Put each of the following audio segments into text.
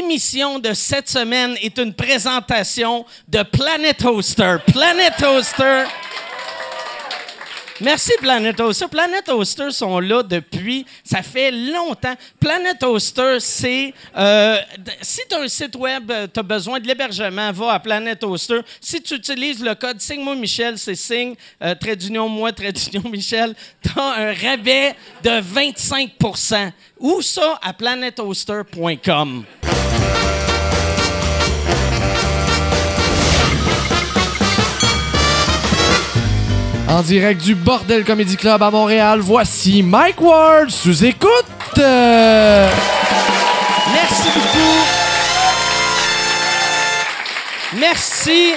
L'émission de cette semaine est une présentation de Planet Hoster. Planet Hoster. Merci Planet Hoster. Planet Hoster sont là depuis, ça fait longtemps. Planet Hoster, c'est, euh, d- si tu as un site web, tu as besoin de l'hébergement, va à Planet Hoster. Si tu utilises le code signe-moi Michel, c'est signe, euh, trait d'union moi, trait d'union Michel, tu as un rabais de 25 Ou ça à planethoster.com. En direct du Bordel Comedy Club à Montréal, voici Mike Ward sous écoute. Euh, Merci beaucoup. Merci.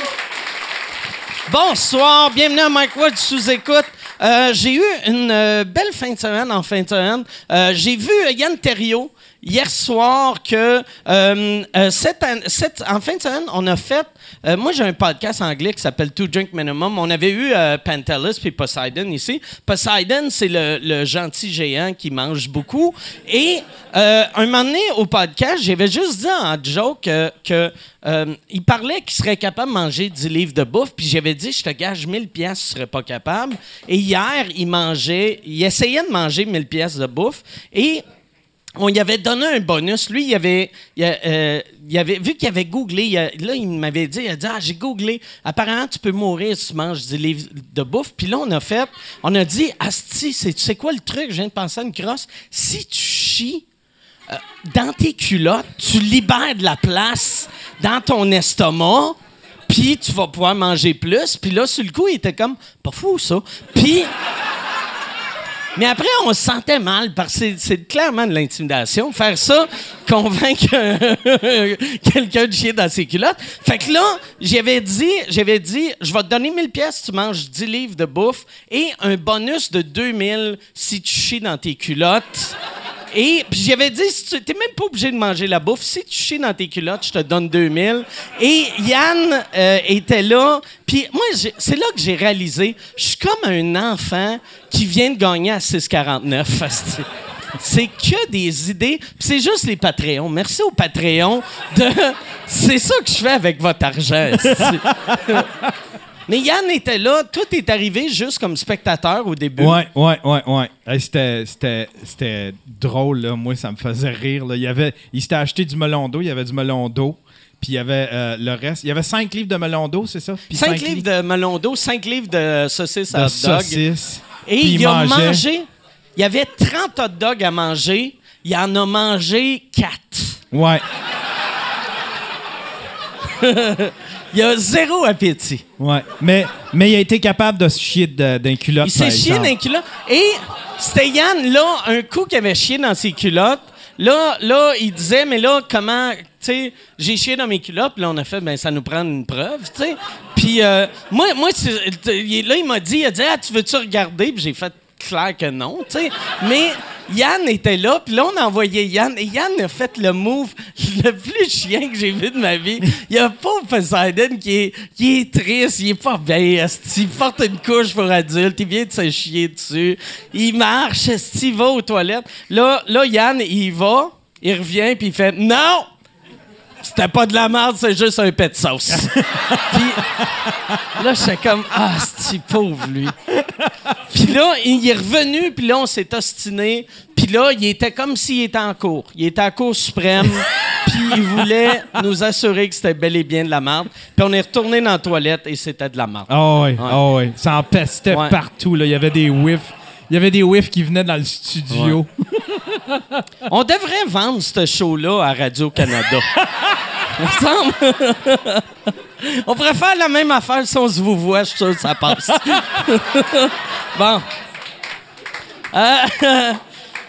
Bonsoir, bienvenue à Mike Ward sous-écoute. Euh, j'ai eu une euh, belle fin de semaine en fin de semaine. Euh, j'ai vu euh, Yann Terriot hier soir que euh, euh, cette an- cette- en fin de semaine, on a fait... euh, moi, j'ai un podcast anglais qui s'appelle Two Drink Minimum. On avait eu euh, Pantelis puis Poseidon ici. Poseidon, c'est le, le gentil géant qui mange beaucoup. Et euh, un moment donné, au podcast, j'avais juste dit en joke que... que euh, il parlait qu'il serait capable de manger 10 livres de bouffe, puis j'avais dit, je te gage 1000 pièces, tu serais pas capable. Et hier, il mangeait, il essayait de manger 1000 pièces de bouffe, et on lui avait donné un bonus. Lui, il avait, il a- euh, il avait vu qu'il avait googlé, il a- là, il m'avait dit, il a dit, ah, j'ai googlé, apparemment, tu peux mourir si tu manges 10 livres de bouffe. Puis là, on a fait, on a dit, Asti, c'est- tu sais quoi le truc, je viens de penser à une crosse, si tu chies, euh, dans tes culottes, tu libères de la place dans ton estomac, puis tu vas pouvoir manger plus. Puis là, sur le coup, il était comme, pas fou ça. Puis. Mais après, on se sentait mal parce que c'est- c'est clairement de l'intimidation. Faire ça, convaincre euh, quelqu'un de chier dans ses culottes. Fait que là, j'avais dit, j'avais dit, je vais te donner 1000 pièces si tu manges 10 livres de bouffe et un bonus de 2000 si tu chies dans tes culottes. Et puis j'avais dit, si tu t'es même pas obligé de manger la bouffe. Si tu chies dans tes culottes, je te donne 2000. Et Yann euh, était là. Puis moi, j'ai- c'est là que j'ai réalisé, je suis comme un enfant qui vient de gagner à 6,49. asti. C'est que des idées. Puis c'est juste les Patreons. Merci aux Patreons de... C'est ça que je fais avec votre argent. asti. Mais Yann était là. Tout est arrivé juste comme spectateur au début. Ouais, ouais, ouais, ouais. Hey, c'était, c'était, c'était drôle, là. Moi, ça me faisait rire, là. Il, y avait, il s'était acheté du melon d'eau, il y avait du melon d'eau, puis il y avait euh, le reste. Il y avait 5 livres de melon d'eau, c'est ça? Puis 5 livres de melon d'eau, 5 livres de saucisses à de hot dog. saucisses. Et Puis il, a mangeait. mangé. Il y avait 30 hot dogs à manger. Il en a mangé 4. Ouais, Il a zéro appétit. ouais. Mais, mais il a été capable de se chier de- d'un culotte. Il s'est par chié dans exemple. les culottes. Et c'était Yann, là, un coup qu'il avait chié dans ses culottes. Là, là, il disait, mais là, comment, tu sais, j'ai chié dans mes culottes. Puis là, on a fait, ben, ça nous prend une preuve, tu sais. Puis euh, moi, moi c'est- il- là, il m'a dit, il a dit, ah, tu veux-tu regarder? Puis j'ai fait, clair que non, tu sais. Mais Yann était là, puis là, on a envoyé Yann. Et Yann a fait le move le plus chien que j'ai vu de ma vie. Il y a un pauvre Poseidon qui est, qui est triste, il est pas bien, esti. il porte une couche pour adulte, il vient de se chier dessus. Il marche, esti, il va aux toilettes. Là, là Yann, il va, il revient, puis il fait « Non! C'était pas de la merde, c'est juste un pet de sauce. » Puis là, j'étais comme « Ah, esti, pauvre, lui. » Puis là, il est revenu, puis là, on s'est ostiné. Puis là, il était comme s'il était en cours. Il était en cours suprême. puis il voulait nous assurer que c'était bel et bien de la merde. Puis on est retourné dans la toilette et c'était de la merde. Ah ouais, ah ouais. Ça en pestait Ouais. partout, là. Il y avait des whiffs. Il y avait des whiffs qui venaient dans le studio. On devrait vendre ce show-là à Radio-Canada. Il me semble. on pourrait faire la même affaire si on se vous voit, je suis sûr que ça passe. bon. Euh,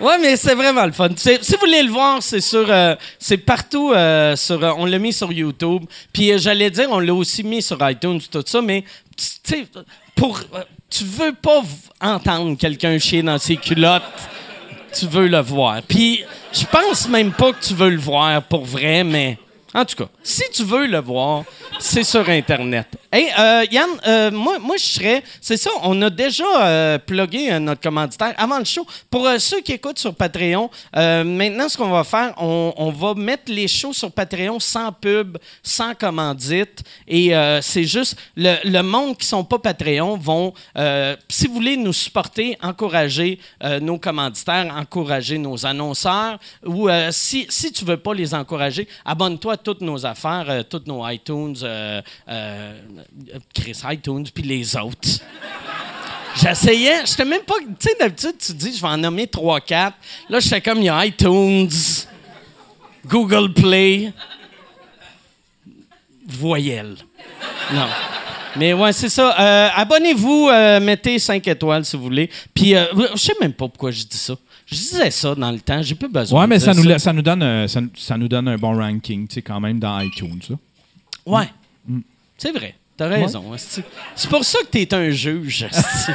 ouais, mais c'est vraiment le fun. C'est- si vous voulez le voir, c'est sur, euh, c'est partout. euh, sur, euh, on l'a mis sur YouTube. Puis euh, j'allais dire, on l'a aussi mis sur iTunes, tout ça. Mais tu tu sais, pour, euh, tu veux pas v- entendre quelqu'un chier dans ses culottes. Tu veux le voir. Puis je pense même pas que tu veux le voir pour vrai, mais en tout cas, si tu veux le voir, c'est sur Internet. Hey, euh, Yann, euh, moi, moi je serais. C'est ça, on a déjà euh, plugué euh, notre commanditaire avant le show. Pour euh, ceux qui écoutent sur Patreon, euh, maintenant, ce qu'on va faire, on, on va mettre les shows sur Patreon sans pub, sans commandite. Et euh, c'est juste le, le monde qui sont pas Patreon vont, euh, si vous voulez nous supporter, encourager euh, nos commanditaires, encourager nos annonceurs, ou euh, si, si tu veux pas les encourager, abonne-toi à toutes nos affaires, euh, toutes nos iTunes, euh, euh, Chris iTunes, puis les autres. J'essayais, j'étais même pas. Tu sais, d'habitude, tu dis, je vais en nommer 3-4. Là, j'étais comme, il y a iTunes, Google Play, voyelle. Non. Mais ouais, c'est ça. Euh, Abonnez-vous, euh, mettez 5 étoiles si vous voulez. Puis, euh, je sais même pas pourquoi je dis ça. Je disais ça dans le temps, j'ai plus besoin. Ouais, mais de ça dire nous, la- ça nous donne, un- ça, nous- ça nous donne un bon ranking, tu sais, quand même, dans iTunes. là. Ouais. C'est vrai. T'as raison. esti. C'est pour ça que t'es un juge. esti.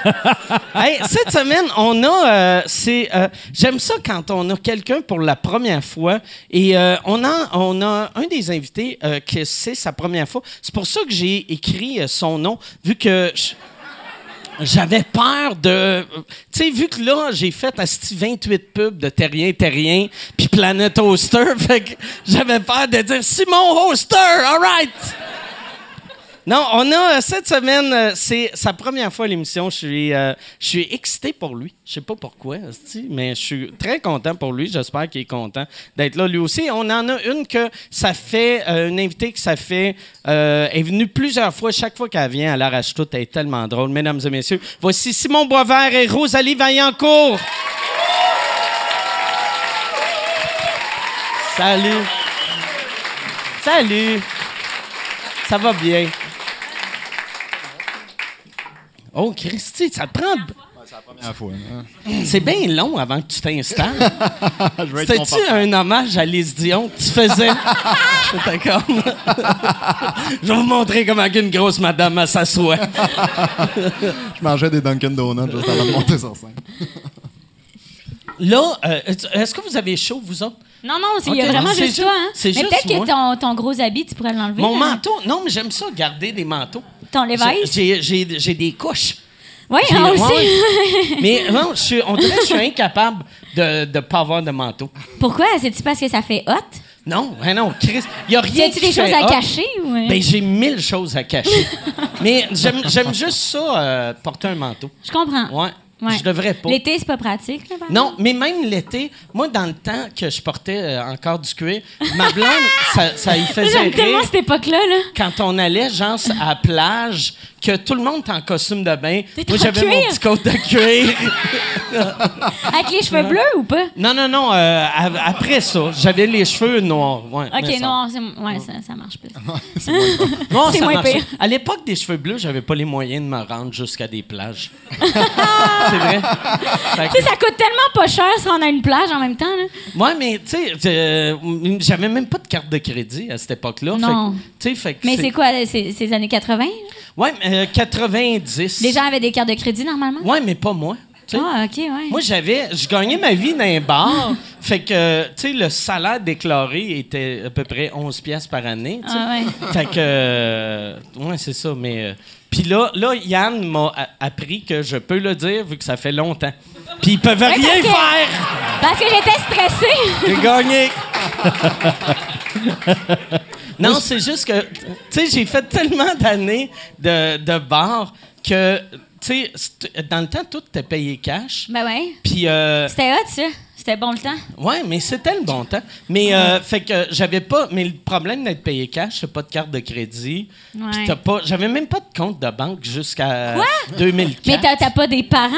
Hey, cette semaine, on a. euh, c'est. euh, J'aime ça quand on a quelqu'un pour la première fois et euh, on a on a un des invités euh, que c'est sa première fois. C'est pour ça que j'ai écrit euh, son nom vu que. je- j'avais peur de. Tu sais, vu que là, j'ai fait asti 28 pubs de Terrien Terrien, puis Planète Hoster, fait que j'avais peur de dire Simon Hoster, all right! Non, on a euh, cette semaine, euh, c'est sa première fois à l'émission. Je suis, euh, je suis excité pour lui. Je sais pas pourquoi, asti, mais je suis très content pour lui. J'espère qu'il est content d'être là lui aussi. On en a une que ça fait, euh, une invitée que ça fait, euh, est venue plusieurs fois. Chaque fois qu'elle vient, elle arrache tout. Elle est tellement drôle. Mesdames et messieurs, voici Simon Boisvert et Rosalie Vaillancourt. Salut. Salut. Ça va bien. Oh, Christy, ça te prend. Ah, hein. C'est bien long avant que tu t'installes. Ah, C'était-tu un hommage à Lise Dion que tu faisais? T'étais comme... Je vais vous montrer comment une grosse madame elle s'assoit. Je mangeais des Dunkin' Donuts juste avant de monter sur scène. Là, euh, est-ce que vous avez chaud, vous autres? Non, non, c'est- il y Ok, a vraiment non, c'est juste ju- toi, hein? c'est Mais juste peut-être moi. que ton, ton gros habit, tu pourrais l'enlever. Mon hein? manteau? Non, mais j'aime ça, garder des manteaux. Ton Levi's? J'ai- J'ai j'ai- j'ai des couches. Oui, J'ai- moi aussi. ouais. mais non, je suis, on dirait que je suis incapable de ne pas avoir de manteau. Pourquoi? C'est-tu parce que ça fait hot? Non, hein, non, Chris, il n'y a Y rien a-tu qui des fait choses à hop. cacher? Ou... euh? Ben, j'ai mille choses à cacher. mais j'aime j'aime juste ça, euh, porter un manteau. je comprends. Ouais. Je devrais pas. L'été, c'est pas pratique. là, par Non, mais même l'été, moi, dans le temps que je portais euh, encore du cuir, ma blonde, ça, ça y exemple. faisait J'aime tellement rire cette époque-là. Là. quand on allait, genre, à la plage, que tout le monde était en costume de bain. T'étais Moi, en j'avais mon cuir. petit coat de cuir. Avec les cheveux bleus ou pas? Non, non, non, euh, av- après ça, j'avais les cheveux noirs. Ouais, mais Ok, ça- non, c'est- ouais, ça, ça marche plus. Non, C'est ça moins marchait. pire. À l'époque des cheveux bleus, j'avais pas les moyens de me rendre jusqu'à des plages. c'est vrai. Fait tu que- sais, ça coûte tellement pas cher si on a une plage en même temps. Là. Ouais, mais tu sais, euh, j'avais même pas de carte de crédit à cette époque-là. Fait que- Non. tu sais, fait que Mais c'est quoi, là, c'est c'est les années 80? là? Ouais, mais, euh, 90. Les gens avaient des cartes de crédit normalement? Ouais, mais pas moi. tu sais. Ah, ok, ouais. Moi, j'avais, je gagnais ma vie dans un bar. fait que, tu sais, le salaire déclaré était à peu près 11 pièces par année. tu sais. Ah ouais. Fait que, euh, ouais, c'est ça. Mais euh, puis là, là, Yann m'a a- appris que je peux le dire vu que ça fait longtemps. Puis ils peuvent parce rien que- faire. Parce que j'étais stressée. J'ai gagné. non, c'est juste que, tu sais, j'ai fait tellement d'années de, de bar que, tu sais, c'est- dans le temps, tout était payé cash. ben ouais. Puis euh, C'était hot, ça. C'était bon le temps. Ouais, mais c'était le bon temps. Mais euh, fait que j'avais pas. Mais le problème d'être payé cash, c'est pas de carte de crédit. Ouais. Puis t'as pas. J'avais même pas de compte de banque jusqu'à Quoi? 2004. Mais t'as t'as pas des parents?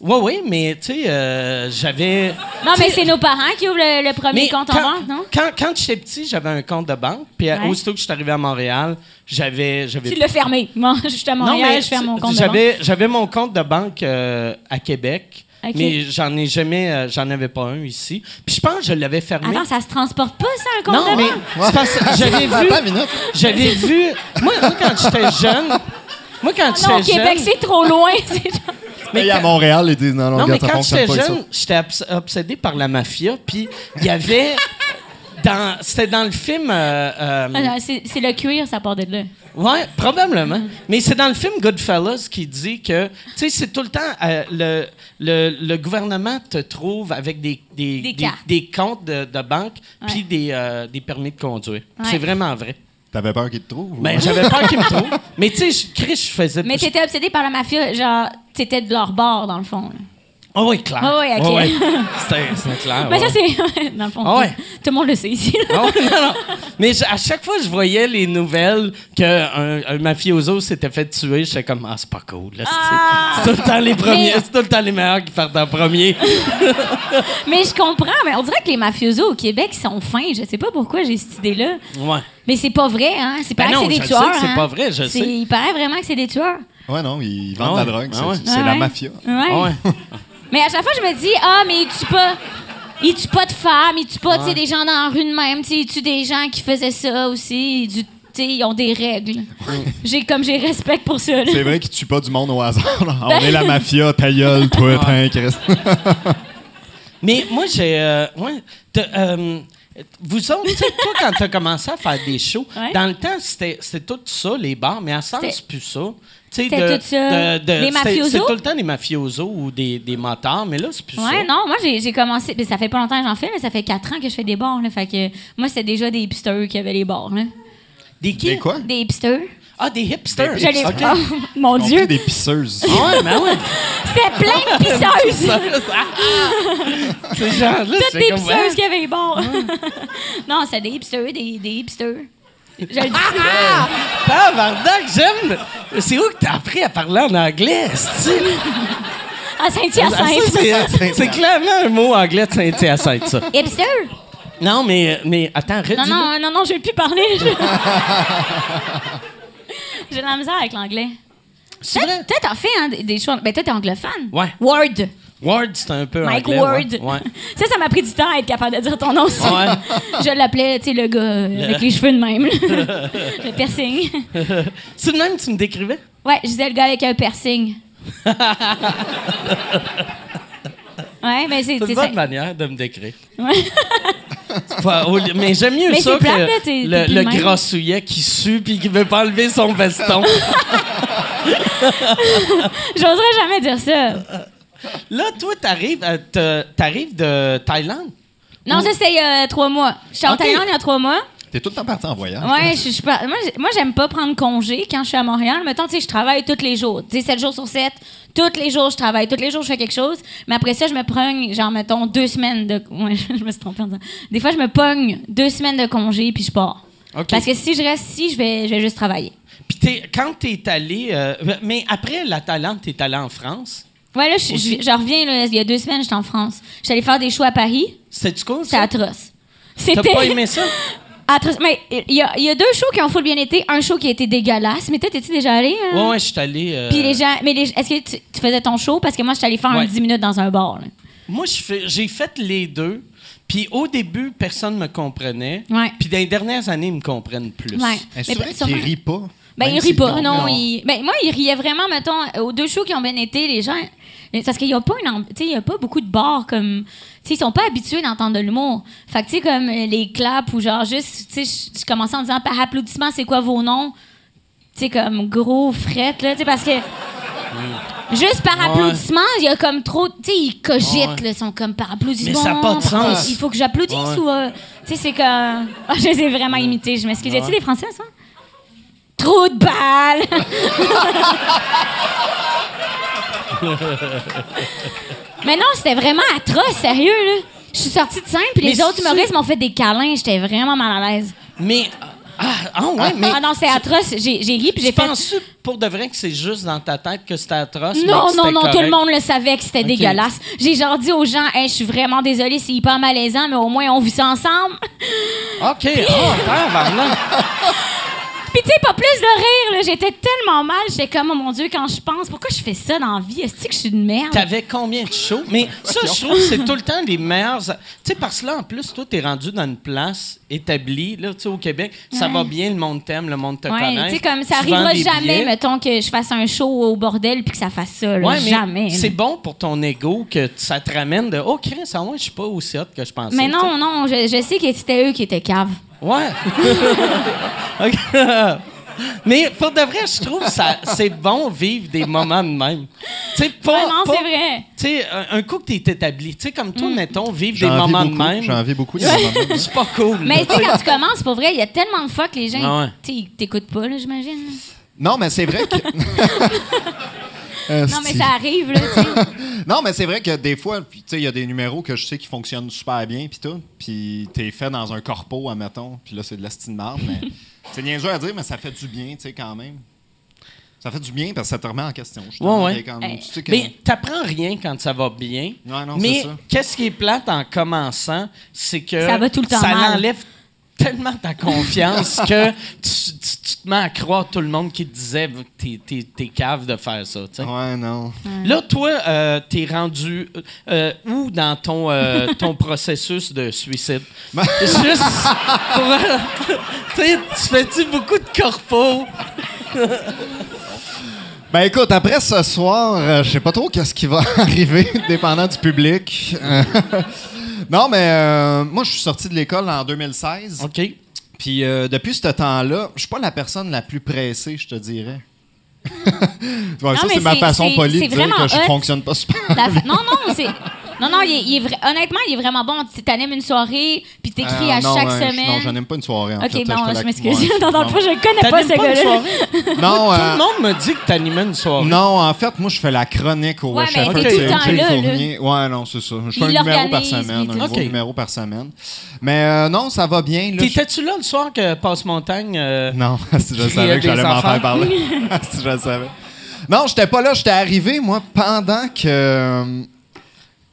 Ouais, ouais, mais tu sais, euh, j'avais. Non, tu mais sais, c'est nos parents qui ouvrent le, le premier mais compte quand, en banque, non? Quand, quand j'étais petit, j'avais un compte de banque. Puis euh, Ouais. aussitôt que je suis arrivé à Montréal, j'avais. j'avais- Tu l'as fermé. Moi, je suis à Non, Montréal, mais je ferme mon compte de banque. j'avais, J'avais mon compte de banque euh, à Québec. Ok. Mais j'en ai jamais, euh, j'en avais pas un ici. Puis je pense que je l'avais fermé. Attends, ça se transporte pas, ça, un compte Non, de mais banque? c'est parce que j'avais vu. Attends une minute. J'avais vu. Moi, moi, quand j'étais jeune. Moi, quand Ah Non, j'étais au Québec, jeune. c'est trop loin. c'est genre- Euh, Mais à quand- Montréal, ils disent non, non, Non, mais Oh, regarde, ça quand fonctionne j'étais pas ça. jeune, j'étais obs- obsédé par la mafia, puis il y avait dans- c'était dans le film. euh, euh, Ah, non, c'est c'est le cuir, ça part de là. Ouais, probablement. Mais c'est dans le film Goodfellas qui dit que, tu sais, c'est tout le temps euh, le, le, le gouvernement te trouve avec des, des, Des cartes. des comptes de, de banque puis Ouais. des, euh, des permis de conduire. Ouais. C'est vraiment vrai. T'avais peur qu'il te trouve? ou- Ben, j'avais peur qu'ils me trouvent. Mais tu sais, je- Chris, je faisais. Mais t'étais obsédé par la mafia, genre, t'étais de leur bord, dans le fond. là. Oh, oui, clair. Ah oui, ok. Ouais, ouais. C'était c'était clair. Mais Ah ouais. ça, c'est. dans le fond, Ah ouais. tout, tout le monde le sait ici. là. Non, non, non. Mais je- à chaque fois que je voyais les nouvelles qu'un un mafioso s'était fait tuer, j'étais comme, ah, c'est pas cool. là, c'est- Ah! C'est tout le temps les premiers, Mais- c'est tout le temps les meilleurs qui partent en premier. Ah. Mais je comprends, mais on dirait que les mafiosos au Québec ils sont fins. Je sais pas pourquoi j'ai cette idée-là. Ouais. Mais c'est pas vrai, hein? C'est Ben pas non, que c'est je le des tueurs. sais que c'est hein. pas vrai, je C'est- sais. Il paraît vraiment que c'est des tueurs. Ouais, non, ils vendent Ah de la ouais, drogue. ah c'est ouais. c'est Ouais, la ouais. mafia. Ouais. Ah ouais. Mais à chaque fois, je me dis, ah, mais ils tuent pas. Ils tuent pas de femmes, ils tuent pas tu sais, des gens dans la rue de même. tu sais, Ils tuent des gens qui faisaient ça aussi. Ils, tuent- tu sais, ils ont des règles. J'ai Comme j'ai respect pour ça. là. C'est vrai qu'ils tuent pas du monde au hasard. Ben. là. On est la mafia, ta gueule, toi, t'inquiète. Mais moi, j'ai. euh, ouais, t'as, euh, vous autres, tu sais, toi, quand t'as commencé à faire des shows, Ouais. dans le temps, c'était c'était tout ça, les bars, mais à ça, C'était- c'est plus ça. Tu sais, C'était de- tout ça. de- de- Les c'était- mafiosos? C'est tout le temps des mafiosos ou des, des motards, mais là, c'est plus ça. Ouais, non, moi j'ai j'ai commencé, mais ça fait pas longtemps que j'en fais, là, ça fait quatre ans que je fais des bars, là, fait que moi c'était déjà des hipsters qui avaient les bars, là. Des qui? Des quoi? Des hipsters. Ah, des hipsters. Je les- Ok. Oh, mon On Dieu, fait des pisseuses. Ah ouais, ben ouais. c'était plein de pisseuses! Ces gens-là, Toutes c'est des comme, hein? pisseuses qui avaient les bars. non, c'était des hipsters, des, des hipsters. Je le dis. Ah, tabarnak, j'aime. C'est où que t'as appris à parler en anglais, esti? À Ah, ça, Saint-Hyacinthe. c'est- C'est clairement un mot anglais de Saint-Hyacinthe, ça. Hipster? Non, mais, mais attends, redis Non, non, non, non, je vais plus parler. je- J'ai de la misère avec l'anglais. C'est Toi, vrai? toi, t'en fais hein, des- des choses. Ben, toi, t'es anglophone. Ouais. Word. Word, c'est un peu Mike anglais. Ward. ouais. Ouais. Ça, ça m'a pris du temps à être capable de dire ton nom. ça. Ouais. Je l'appelais, tu sais, le gars euh, avec les cheveux de même. là. le piercing. c'est le même que tu me décrivais? Ouais, je disais le gars avec un piercing. ouais, mais c'est... C'est c'est une bonne ça. manière de me décrire. Ouais. Pas- au- mais j'aime mieux Mais ça c'est que plate, là, t'es- le, t'es plus le le même. gras souillet qui sue puis qui veut pas enlever son veston. J'oserais jamais dire ça. Là, toi, t'arrives, euh, t'as- t'arrives de Thaïlande? Non, ça, c'est il y a trois mois. Je suis en Ok. Ah, Thaïlande il y a trois mois. T'es tout le temps parti en voyage. Ouais, je, je, suis pas- moi, j'ai- moi, j'aime pas prendre congé quand je suis à Montréal. Mettons, tu sais, je travaille tous les jours. Tu sais, 7 jours sur 7. Tous les jours, je travaille. Tous les jours, je fais quelque chose. Mais après ça, je me pogne, genre, mettons, deux semaines de. Ouais, je me suis trompée en disant. Des fois, je me pogne deux semaines de congé puis je pars. Ok. Parce que si je reste ici, je vais, je vais juste travailler. Puis t'es- quand t'es allé... euh, mais après la Thaïlande, t'es allé en France? Ouais, là, je, je- je reviens, là, il y a deux semaines, j'étais en France. Je suis allée faire des shows à Paris. C'est-tu cool, C'était ça? atroce. T'as C'était. pas aimé ça? atroce. Mais il y a, il y a deux shows qui ont full bien été. Un show qui a été dégueulasse. Mais toi, t'es-tu déjà allé? hein? Ouais, ouais, je suis allé... euh, Puis les gens, mais les- est-ce que tu, tu faisais ton show parce que moi je suis allée faire Ouais. un 10 minutes dans un bar. là. Moi, je fais- j'ai fait les deux. Puis au début, personne ne me comprenait. Ouais. Puis dans les dernières années, ils me comprennent plus. Ouais. Est-ce Mais vrai sûrement- qu'ils rient pas? Ben Même il rit s'ils pas, tombent non. dans- il- ben moi il riait vraiment mettons aux deux shows qui ont bien été les gens. mais Parce qu'il y a pas une, amb- tu sais, il y a pas beaucoup de bars comme, tu sais, ils sont pas habitués d'entendre de l'humour. Fait que tu sais comme euh, les claps ou genre juste, tu sais, je- je commençais en disant par applaudissement c'est quoi vos noms, tu sais comme gros frette là, tu sais parce que. Juste par Hmm. Ouais. applaudissement, il y a comme trop. Tu sais, ils cogitent, Ouais. là. Ils sont comme par applaudissement. Mais ça a pas de par- sens. Il faut que j'applaudisse Ouais. ou. euh, tu sais, c'est comme. Ah, je les ai vraiment imités. Je m'excuse. Y a-tu des Français, ça? Trou de balle! Mais non, c'était vraiment atroce, sérieux, là. Je suis sortie de scène, puis les Mais autres si- humoristes m'ont fait des câlins. J'étais vraiment mal à l'aise. Mais. Ah, ah ouais, mais. Ah non, c'est atroce. J'ai j'ai ri, puis j'ai Tu fait... penses pour de vrai que c'est juste dans ta tête que c'était atroce? mais Non, que non, c'était non, tout correct? le monde le savait que c'était dégueulasse. J'ai genre dit aux gens, Hey, je suis vraiment désolée, c'est hyper malaisant, ah, mais au moins on vit ça ensemble. OK. Oh, tabarnak. Puis tu sais, pas plus de rire, là. J'étais tellement mal. J'étais comme, oh mon Dieu, quand je pense, pourquoi je fais ça dans la vie? Est-ce que je suis une merde? T'avais combien de shows? Mais ça, je trouve que c'est tout le temps les meilleurs. Tu sais, parce que là, en plus, toi, t'es rendu dans une place établie, là, tu sais, au Québec. Ça va bien, le monde t'aime, le monde te connaît. Ouais, tu sais, comme ça Tu vends arrivera des jamais, billets. mettons, que je fasse un show au bordel puis que ça fasse ça, là. Ouais, mais jamais. là. C'est bon pour ton ego que t- ça te ramène de Oh, Chris, ah ouais, je suis pas aussi hot que je pensais. Mais tu sais. non, non, je, je sais que c'était eux qui étaient caves. Ouais. Ok. Mais pour de vrai, je trouve ça c'est bon vivre des moments de même. Tu sais pas, Vraiment, pas- c'est vrai. Tu sais un- un coup que t'es établi, tu sais comme Hmm. toi mettons vivre des J'en vis moments de beaucoup. J'en même. vis beaucoup. les moments de même. C'est pas cool. Mais tu sais, quand tu commences, pour vrai, il y a tellement de fois que les gens, Ah ouais. tu sais, ils t'écoutent pas, là, j'imagine. Non, mais c'est vrai que. Non, mais ça arrive, là, tu sais. Non, mais c'est vrai que des fois, puis, tu sais, il y a des numéros que je sais qui fonctionnent super bien, puis tout. Puis t'es fait dans un corpo, admettons. Puis là, c'est de la style marde, mais c'est niaiseux à dire, mais ça fait du bien, tu sais, quand même. Ça fait du bien parce que ça te remet en question. Ouais, justement. ouais. T'es comme, Eh, tu sais que- Mais t'apprends rien quand ça va bien. Ouais, non, mais c'est ça. qu'est-ce qui est plate en commençant, c'est que Ça va tout le temps ça mal. enlève tellement ta confiance que tu, tu- tu te mets à croire tout le monde qui te disait t'es, t'es, t'es cave de faire ça. tu sais. Ouais, non. Là, toi, euh, t'es rendu euh, euh, où dans ton, euh, ton processus de suicide? Juste pour... euh, tu sais, tu fais-tu beaucoup de corpo? Ben écoute, après ce soir, euh, je sais pas trop qu'est-ce qui va arriver, dépendant du public. Euh, non, mais euh, moi, je suis sorti de l'école en 2016. OK. Puis euh, depuis ce temps-là, je suis pas la personne la plus pressée, je te dirais. Ouais, ça, mais c'est ma c'est- façon c'est- polie c'est de dire vraiment que je hot. fonctionne pas super. La fa- Non, non, c'est. Non, non, il est, il est vra- honnêtement, il est vraiment bon. Tu t'animes une soirée, puis t'écris Ah, à non, chaque ouais, je- semaine. Non, j'en aime pas une soirée, en Ok, fait. bon, te je, la- m'excuse. ouais, non, dans le non. fond, je connais pas T'animes pas ce une gars-là. soirée? Non, Tout euh, le monde me dit que t'animais une soirée. non, en fait, moi, je fais la chronique au Ouais, West mais Shepherd, t'es tout le c'est temps Jay là, là. Fournier. Ouais, non, c'est ça. Je fais un Il numéro par l'organise, semaine, puis un tout. nouveau Ok. numéro par semaine. Mais euh, non, ça va bien. là, je- T'étais-tu là le soir que Passe-Montagne... euh, Non, si je le Crier savais que des j'allais m'en enfants. faire parler. si je le savais. Non, j'étais pas là, j'étais arrivé, moi, pendant que euh,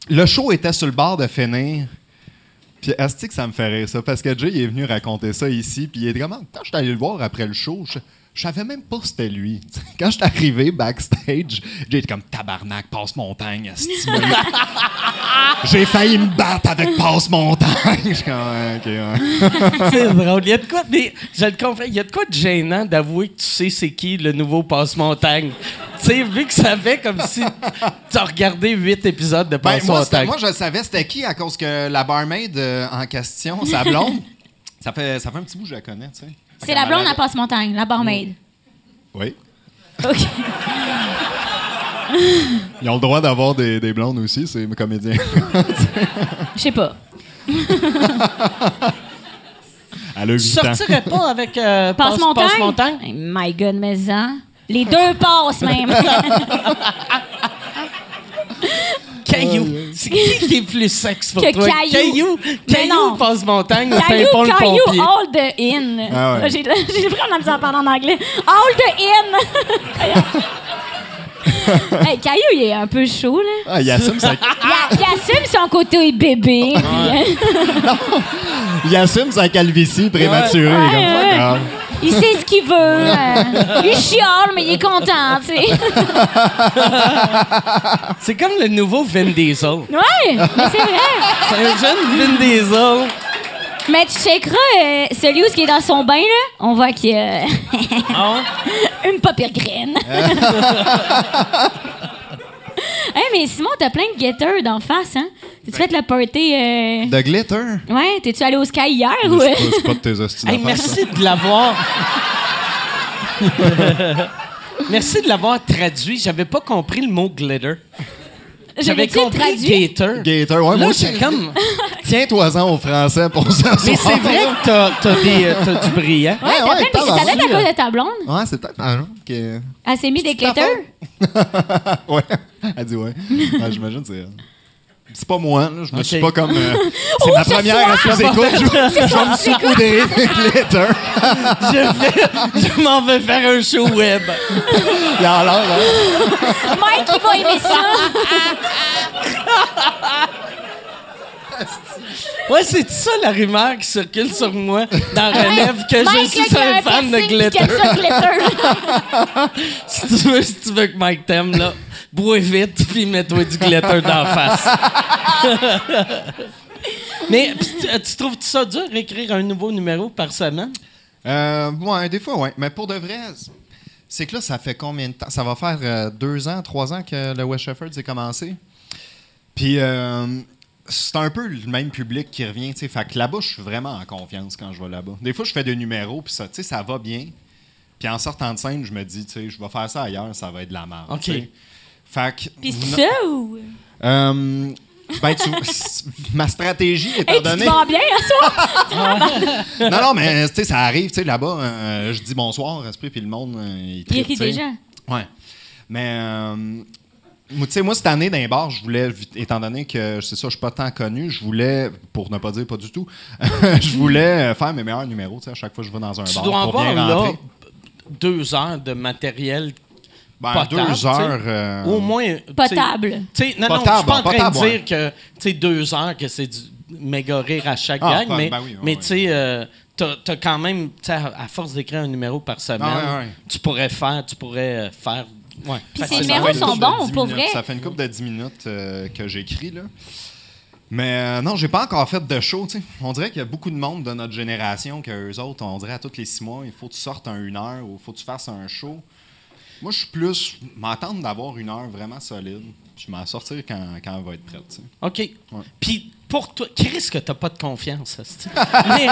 le show était sur le bord de finir. Puis Asti que ça me fait rire, ça, parce que Jay il est venu raconter ça ici, puis il est vraiment. Quand je suis allé le voir après le show, je, je savais même pas c'était lui. Quand je suis arrivé backstage, Jay était comme tabarnak, passe montagne, Asti. m'a eu. J'ai failli me battre avec passe montagne. Je suis comme, Ouais, ok, ouais. C'est drôle. Il y a de quoi, mais je le comprends. Il y a de quoi de gênant d'avouer que tu sais c'est qui le nouveau passe-montagne. tu sais, vu que ça fait comme si tu as regardé huit épisodes de Ben, moi, c'était- passe-montagne. moi, je savais c'était qui à cause que la barmaid euh, en question, sa blonde, ça, fait, ça fait un petit bout que je la connais, tu sais. C'est la blonde à Passe-Montagne, la barmaid. Oui. Oh. OK. Ils ont le droit d'avoir des, des blondes aussi, c'est mes comédiens. Je sais pas. Elle a tu 8 ans. sortirais pas avec euh, Passe- Passe-Montagne? Passe-Montagne? Eh, My God, mais hein. Les deux passent, même. Caillou. C'est qui qui est plus sexe pour Euh, Que toi? Caillou. Caillou, Mais Caillou non. passe-montagne, Caillou, Pimpon le pompier. Caillou, oh. all the in. Ah ouais. J'ai j'ai pris en amusant à parler en anglais. All the in. hey, Caillou, il est un peu chaud, là. Ah, il assume, sa, Il, a- il assume son côté bébé. il assume sa calvitie prématurée. Ouais, comme Ah. ouais. fuck off. Il sait ce qu'il veut. euh, il chiale, mais il est content, tu sais. C'est comme le nouveau Vin Diesel. Ouais, mais c'est vrai. C'est un jeune Vin Diesel. Mais tu checkeras euh, celui où ce qui est dans son bain, là. On voit qu'il a Ah une pas pire graine. hey, mais Simon, t'as plein de guetteurs d'en face, hein? T'as-tu fait la party... euh, De glitter. Ouais, t'es-tu allé au Sky hier Je ou... euh, sais pas, c'est pas de tes hosties ouais? Hey, d'affaires, ça. merci de l'avoir. merci de l'avoir traduit. J'avais pas compris le mot glitter. J'avais J'avais-tu compris traduit? gator. Gator, ouais, moi Là, aussi. c'est comme. Tiens-toi-en au français pour ça. Mais c'est vrai que t'as, t'as des, euh, t'as du brillant. Ouais, t'as Ouais, plein de- t'as Ça date à vendu, cause de ta blonde? Ouais, c'est peut-être. Ah non, que- Elle s'est mise des glitters? ouais. Elle dit ouais. Ah, J'imagine c'est. elle. C'est pas moi, là. je me suis Ok. pas comme. euh, c'est ma ce première à soir! sous-écoute. Je je vais me saupoudrer des glitters. Je, vais- je m'en vais faire un show web. Il a l'air, là. Mike, il va aimer ça! Ouais, c'est ça la rumeur qui circule sur moi dans Relève que je Mike, là, suis qui a un fan de piercing puis glitter. qu'elle soit glitter. Si tu veux, si tu veux que Mike t'aime, là, bois vite, puis mets-toi du glitter d'en face. Mais pis tu, euh, tu trouves-tu ça dur, écrire un nouveau numéro par semaine? Euh, ouais, des fois, ouais. Mais pour de vrai, c'est- c'est que là, ça fait combien de temps? Ça va faire euh, deux ans, trois ans que le West Sheffield s'est commencé. Puis euh, c'est un peu le même public qui revient, tu sais. Fait que là-bas, je suis vraiment en confiance quand je vais là-bas. Des fois, je fais des numéros, puis ça, tu sais, ça va bien. Puis en sortant de scène, je me dis, tu sais, je vais faire ça ailleurs, ça va être de la merde. OK. tu sais. Fait que. Puis Non. c'est ça ou. Euh, ben, tu- ma stratégie, étant Hey, tu te donné. vends bien à soi? Non, non, mais tu sais, ça arrive, tu sais, là-bas, euh, je dis bonsoir, esprit, puis le monde, euh, il Il trippe, rit tu sais. des gens. Ouais. Mais, euh, moi, tu sais, moi, cette année, dans les bars, je voulais, vu- étant donné que, c'est ça, je suis pas tant connu, je voulais, pour ne pas dire pas du tout, je voulais euh, faire mes meilleurs numéros, tu sais, à chaque fois que je vais dans un Tu bar dois pour bien avoir, là, rentrer. deux heures de matériel Ben, potable, tu deux sais. heures... euh, Au moins. tu sais, Potable. tu sais, non, non, je suis Potable, pas en train potable, de ouais. dire que tu sais, deux heures, que c'est du méga rire à chaque Ah, gang, ben, mais, ben oui, ouais, mais ouais. tu sais, euh, t'as t'as quand même, tu sais, à à force d'écrire un numéro par semaine, Ah, ouais, ouais. tu pourrais faire, tu pourrais euh, faire. Ouais, Puis facilement. ces Ça fait numéros une sont couple de bons, 10 pour minutes. vrai. Ça fait une couple de 10 minutes euh, que j'écris, là. Mais euh, non, j'ai pas encore fait de show, tu sais. On dirait qu'il y a beaucoup de monde de notre génération que eux autres, on dirait à tous les six mois, il faut que tu sortes un une heure ou il faut que tu fasses un show. Moi, je suis plus m'attendre d'avoir une heure vraiment solide. Je vais m'en sortir quand, quand elle va être prête, tu sais. OK. Ouais. Puis pour toi, Chris, que t'as pas de confiance, hostie. mais,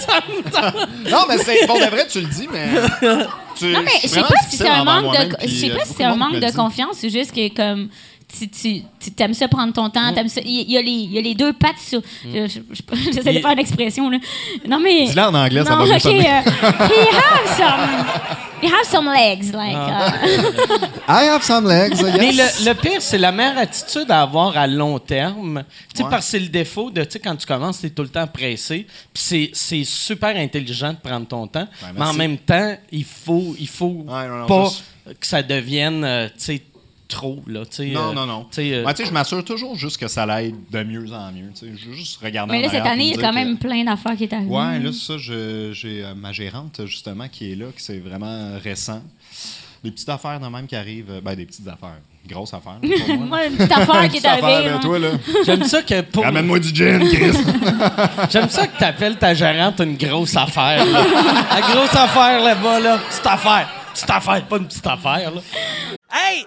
Ça me tente. Non, mais c'est pour de vrai, tu le dis, mais. tu- Non, mais suis je sais vraiment pas si difficile c'est un envers manque moi-même, de, je puis, sais euh, pas si beaucoup c'est un monde me manque le de dit. confiance, c'est juste que comme tu, tu, tu t'aimes ça prendre ton temps, t'aimes ça. Il y, il y a les, il y a les deux pattes sur. Mm. je- je- je- J'essaie de Il- faire une expression là. Non mais. Dis-la en anglais, ça Non, va mieux ok, sonner. euh, he have some, he have some Ah. legs like. euh, I have some legs, yes. Mais le, le pire, c'est la meilleure attitude à avoir à long terme. Tu sais, Ouais. Parce que c'est le défaut de, tu sais, quand tu commences, tu es tout le temps pressé. Puis c'est- c'est super intelligent de prendre ton temps. mais en merci. même temps, il faut, il faut Ouais, non, non, pas juste- que ça devienne, euh, tu sais, trop, là. tu sais, Non, euh, non, non. tu sais, euh, Moi, tu sais, je m'assure toujours juste que ça l'aide de mieux en mieux. tu sais. Je veux juste regarder mais en là cette arrière année, puis il y a me quand dire même que- plein d'affaires qui est arrivé. Ouais, là, ça, je- j'ai euh, ma gérante, justement, qui est là, qui c'est vraiment récent. Des petites affaires de même qui arrivent. euh, Ben, des petites affaires. Grosses affaires. là, pour moi. Moi, une petite affaire qui Petites est arrivée. affaires, là, hein. toi, là. J'aime ça que pour. Ramène-moi du gin, Chris. J'aime ça que t'appelles ta gérante une grosse affaire. là. La grosse affaire là-bas, là. Petite affaire. Petite affaire, pas une petite affaire. Là. Hey!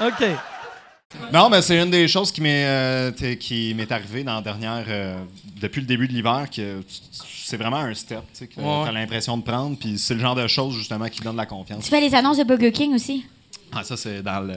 ha! OK. Non, mais c'est une des choses qui m'est euh, t'es- qui m'est arrivée dans la dernière euh, depuis le début de l'hiver que tu- c'est vraiment un step tu sais, que Ouais. t'as l'impression de prendre puis c'est le genre de choses justement qui donne la confiance. Tu fais les annonces de Burger King aussi. Ah ça c'est dans le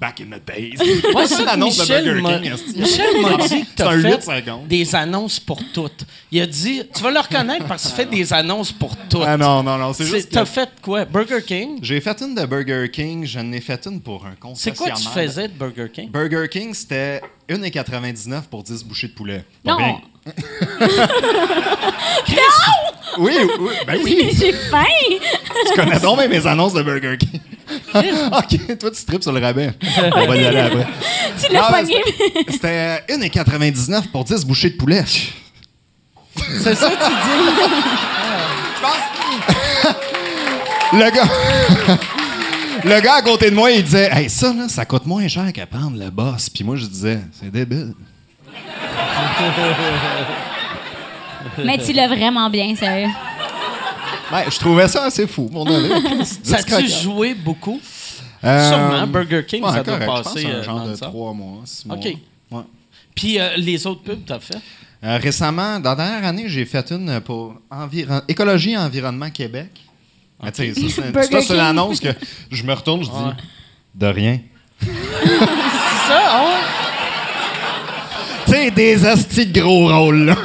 back in the days. Moi, C'est l'annonce de Burger King, esti. Michel m'a dit que C'est un t'as huit fait secondes. des annonces pour toutes. Il a dit, tu vas le reconnaître parce qu'il fait des annonces pour toutes. Ah non non non, c'est C'est- juste T'as que fait quoi? Burger King? j'ai fait une de Burger King, j'en ai fait une pour un C'est quoi concessionnaire. que tu faisais de Burger King? Burger King, c'était 1,99 pour 10 bouchées de poulet. Pas Non. rien. Oui, oui, ben oui, J'ai faim. tu connais donc bien mes annonces de Burger King. OK, toi, tu tripes sur le rabais. On va y aller après. Tu l'as Ah, mais pogné. c'était- C'était 1,99 pour 10 bouchées de poulet. Je C'est ça que tu dis? pense... le gars... Le gars à côté de moi, il disait Hey, ça, là, ça coûte moins cher qu'à prendre le boss. Puis moi, je disais C'est débile. Mais tu l'as vraiment bien, sérieux. Ouais, Ben, je trouvais ça assez fou, mon ami. Ça a-tu joué beaucoup? Euh, Sûrement, Burger King, ouais, ça doit correct, je pense passer, un euh, genre dans de ça. 3 mois, 6 mois. OK. Ouais. Puis euh, les autres pubs, t'as fait? Euh, récemment, dans la dernière année, j'ai fait une pour environ- Écologie et Environnement Québec. Mais tu sais, ça, c'est- Burger c'est pas sur King. l'annonce que je me retourne, je dis Ouais. de rien. C'est ça, hein? Tu sais, bien des astis de gros rôles, là.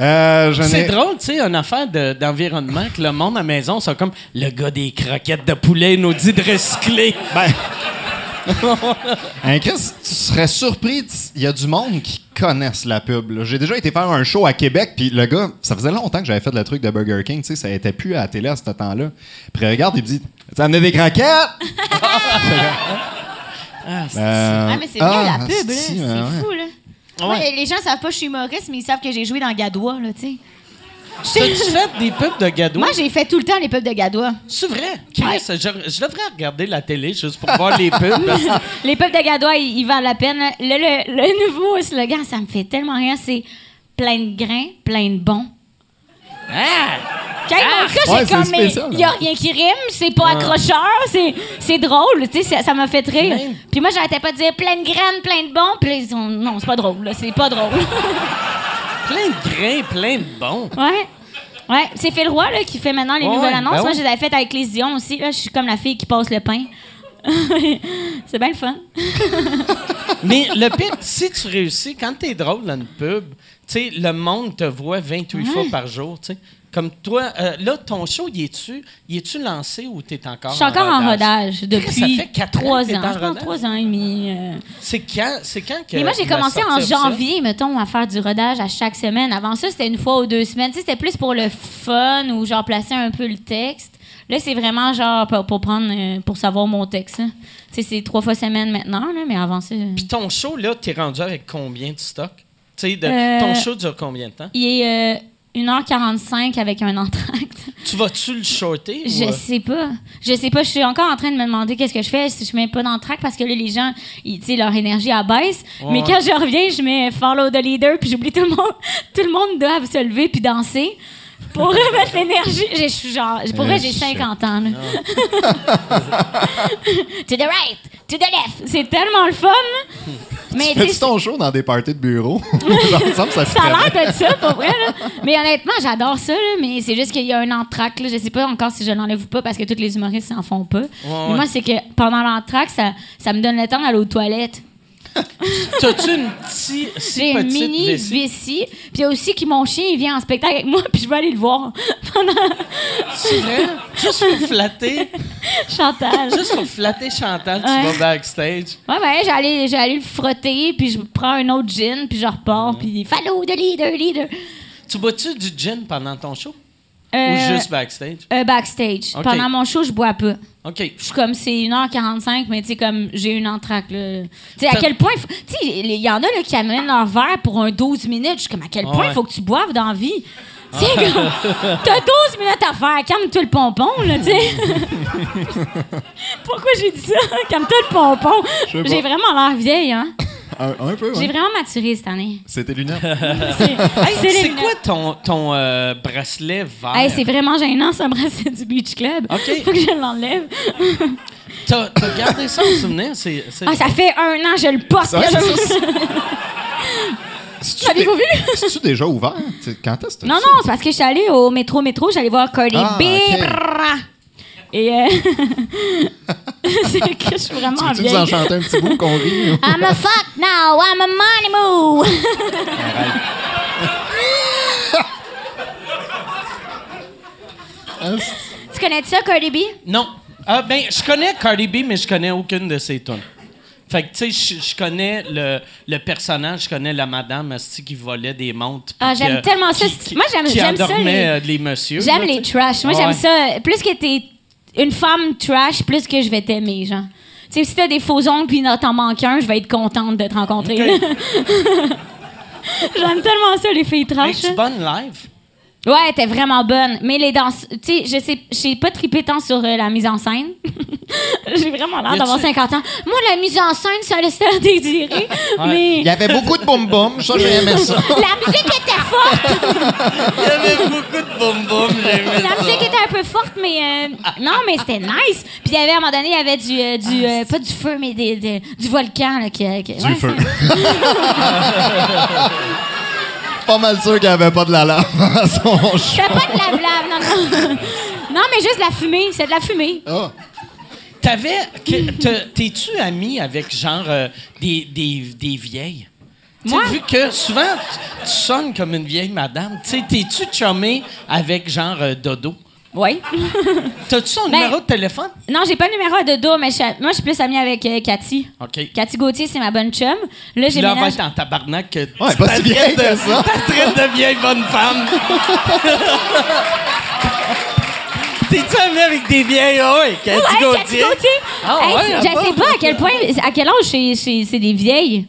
Euh, j'en ai- C'est drôle, tu sais, une affaire de- d'environnement que le monde à la maison, c'est comme le gars des croquettes de poulet il nous dit de recycler. Ben. Hein, Chris, tu serais surpris. t- Il y a du monde qui connaissent la pub. là. J'ai déjà été faire un show à Québec, puis le gars, ça faisait longtemps que j'avais fait le truc de Burger King, tu sais, ça était plus à la télé à ce temps-là. Puis il regarde, il me dit T'as amené des croquettes Euh, Ah, mais c'est vrai, ah, la pub, là, si, c'est ouais, ouais. fou, là. Ah Moi, les gens savent pas que je suis humoriste, mais ils savent que j'ai joué dans Gadois, là, tu sais. T'as-tu fait des pubs de gadouin? Moi, j'ai fait tout le temps les pubs de Gadois. C'est vrai. Chris, je, je devrais regarder la télé juste pour voir les pubs. Les peuples de Gadois, ils, ils valent la peine. là. Le, le- le nouveau slogan, ça me fait tellement rien, c'est plein de grains, plein de bons. Ah! Quand ils font Ouais, ça, j'ai c'est comme, mais spécial, hein. il n'y a rien qui rime, c'est pas accrocheur, c'est, c'est drôle, tu sais, ça- ça m'a fait rire. Même. Puis moi, j'arrêtais pas de dire plein de graines, plein de bons, puis là, ils ont, non, c'est pas drôle, là, c'est pas drôle. Plein de grains, plein de bons. ouais. Ouais, c'est Phil Roy là, qui fait maintenant les Ouais, nouvelles ben annonces. Moi, ouais. je les avais faites avec les ions aussi. Là. Je suis comme la fille qui passe le pain. c'est bien le fun. Mais le pire, si tu réussis, quand t'es drôle dans une pub, tu sais, le monde te voit 28 fois par jour, tu sais. Comme toi, euh, là, ton show, y es-tu, y es-tu lancé ou t'es encore Je suis encore en rodage depuis Ça fait quatre ans trois que t'es ans. en Je pense rodage. trois ans et demi. euh. C'est quand, c'est quand que. Mais moi, j'ai tu l'as commencé en sorti officiel? janvier, mettons, à faire du rodage à chaque semaine. Avant ça, c'était une fois ou deux semaines. Tu sais, c'était plus pour le fun ou genre placer un peu le texte. Là, c'est vraiment genre pour, pour prendre, euh, pour savoir mon texte. hein. Tu sais, c'est trois fois semaine maintenant, là, mais avant ça. euh, Puis ton show, là, t'es rendu avec combien de stock? Tu sais, de- Euh, ton show dure combien de temps? Il est euh, 1h45 avec un entracte. Tu vas-tu le shorter? ou, Je euh, sais pas. Je sais pas. Je suis encore en train de me demander qu'est-ce que je fais si je mets pas d'entracte parce que là, les gens, ils, tu sais, leur énergie abaisse. Mais quand je reviens, je mets follow the leader puis j'oublie tout le monde. Tout le monde doit se lever puis danser pour remettre l'énergie. Je suis genre, pour vrai, Euh, j'ai shit. 50 ans. là. to the right, to the left. C'est tellement le fun. là. Mais tu sais, Fais-tu ton show dans des parties de bureau Dans le sens, ça ça fait a l'air de ça, pour vrai. Là. Mais honnêtement, j'adore ça. Là, mais c'est juste qu'il y a un entracte. là. Je sais pas encore si je l'enlève ou pas parce que tous les humoristes s'en font pas. ouais. Mais moi, c'est que pendant l'entracte, ça, ça me donne le temps d'aller aux toilettes. T'as-tu une petite, si J'ai une petite mini vessie? vessie. Puis il y a aussi que mon chien, il vient en spectacle avec moi, puis je vais aller le voir pendant C'est vrai? Juste pour flatter, chantage. juste pour flatter Chantal, tu Ouais. vas backstage. Ouais, ouais, j'allais, j'allais le frotter, puis je prends un autre gin, puis je repars, puis follow the leader, leader. Tu bois-tu du gin pendant ton show? Euh, Ou juste backstage? euh, backstage. Ok. Pendant mon show, je bois pas. OK. Je suis comme, c'est 1h45, mais tu sais, comme, j'ai une entraque, là. Tu sais, à T'as- quel point. il faut- Tu sais, il y en a, là, qui amènent leur verre pour un 12 minutes. Je suis comme, à quel Ah point il ouais. faut que tu boives dans la vie? Tu sais, comme, t'as 12 minutes à faire. Calme-toi le pompon, là, tu sais. Pourquoi j'ai dit ça? Calme-toi le pompon. Je sais pas. J'ai vraiment l'air vieille, hein. Un, un peu, J'ai ouais. vraiment maturé cette année. C'était lunaire. C'est Hey, les c'est lunettes. quoi ton, ton euh, bracelet vert? Hey, c'est vraiment gênant, ça me bracelet du Beach Club. OK. Faut que je l'enlève. T'as t'as gardé ça en souvenir? C'est- c'est- Ah, ça fait un an, je le porte. Ça, ça, ça, Avez-vous vu? C'est-tu déjà ouvert C'est- Quand est-ce que Non, non, c'est parce que je suis allée au métro métro, j'allais voir Cardi Ah, B. ok. brrrra. Et euh, c'est que je suis vraiment Tu veux nous en vieille. chanter un petit bout qu'on rit ou- I'm a fuck now, I'm a money move. tu connais ça, Cardi B? Non. Ah, ben, je connais Cardi B, mais je connais aucune de ses tunes. Fait que, tu sais, je- je connais le, le personnage, je connais la madame asti, qui volait des montres. Ah, puis j'aime que- tellement ça. qui- qui- Moi, j'aime- qui j'aime ça, endormait, les- euh, les messieurs. J'aime là, les tu sais. trash. Moi, Ouais. j'aime ça. Plus que t'es une femme trash, plus que je vais t'aimer, genre. Tu sais, si t'as des faux ongles puis t'en manques un, je vais être contente de te rencontrer. Ok. j'aime tellement ça, les filles Hey, trash. tu es bonne live? Ouais, t'es vraiment bonne. Mais les danses. Tu sais, je sais, j'ai pas trippé tant sur euh, la mise en scène. j'ai vraiment l'air Y a-tu- d'avoir 50 ans. Moi, la mise en scène, ça laisse à désirer. Il Mais y avait beaucoup de boum-boum, ça, j'aimais ça. la musique était forte. Il y avait beaucoup de boum-boum, j'aimais La musique était un peu forte, mais euh, non, mais c'était nice. Puis il y avait, à un moment donné, il y avait du, euh, du euh, pas du feu, mais des- des- du volcan. Là, qui, qui- ouais, feu. c'est- Pas mal sûr qu'il n'y avait pas de la lave à son show. Je fais pas de la blave, non, non. Non, mais juste de la fumée. C'est de la fumée. Ah. T'avais. que- te- T'es-tu ami avec genre euh, des, des, des vieilles? Tu sais, Moi? Vu que souvent, tu, tu sonnes comme une vieille madame. Tu sais, t'es-tu chumé avec genre euh, Dodo? Oui. T'as-tu son Ben- numéro de téléphone? non, j'ai pas le numéro de dos, mais je suis- moi, je suis plus amie avec euh, Cathy. OK. Cathy Gauthier, c'est ma bonne chum. Là, j'ai Puis là, elle va ménage... être en tabarnak que tu Ouais, pas si bien traites que de, ça. t'as traite de vieille bonne femme. T'es-tu amie avec des vieilles? Ah ouais, Cathy Ouais, Cathy Gauthier. Gauthier. Ah Hey, ouais, c'est- ah je sais bon. pas à quel point, à quel âge c'est- c'est c'est des vieilles.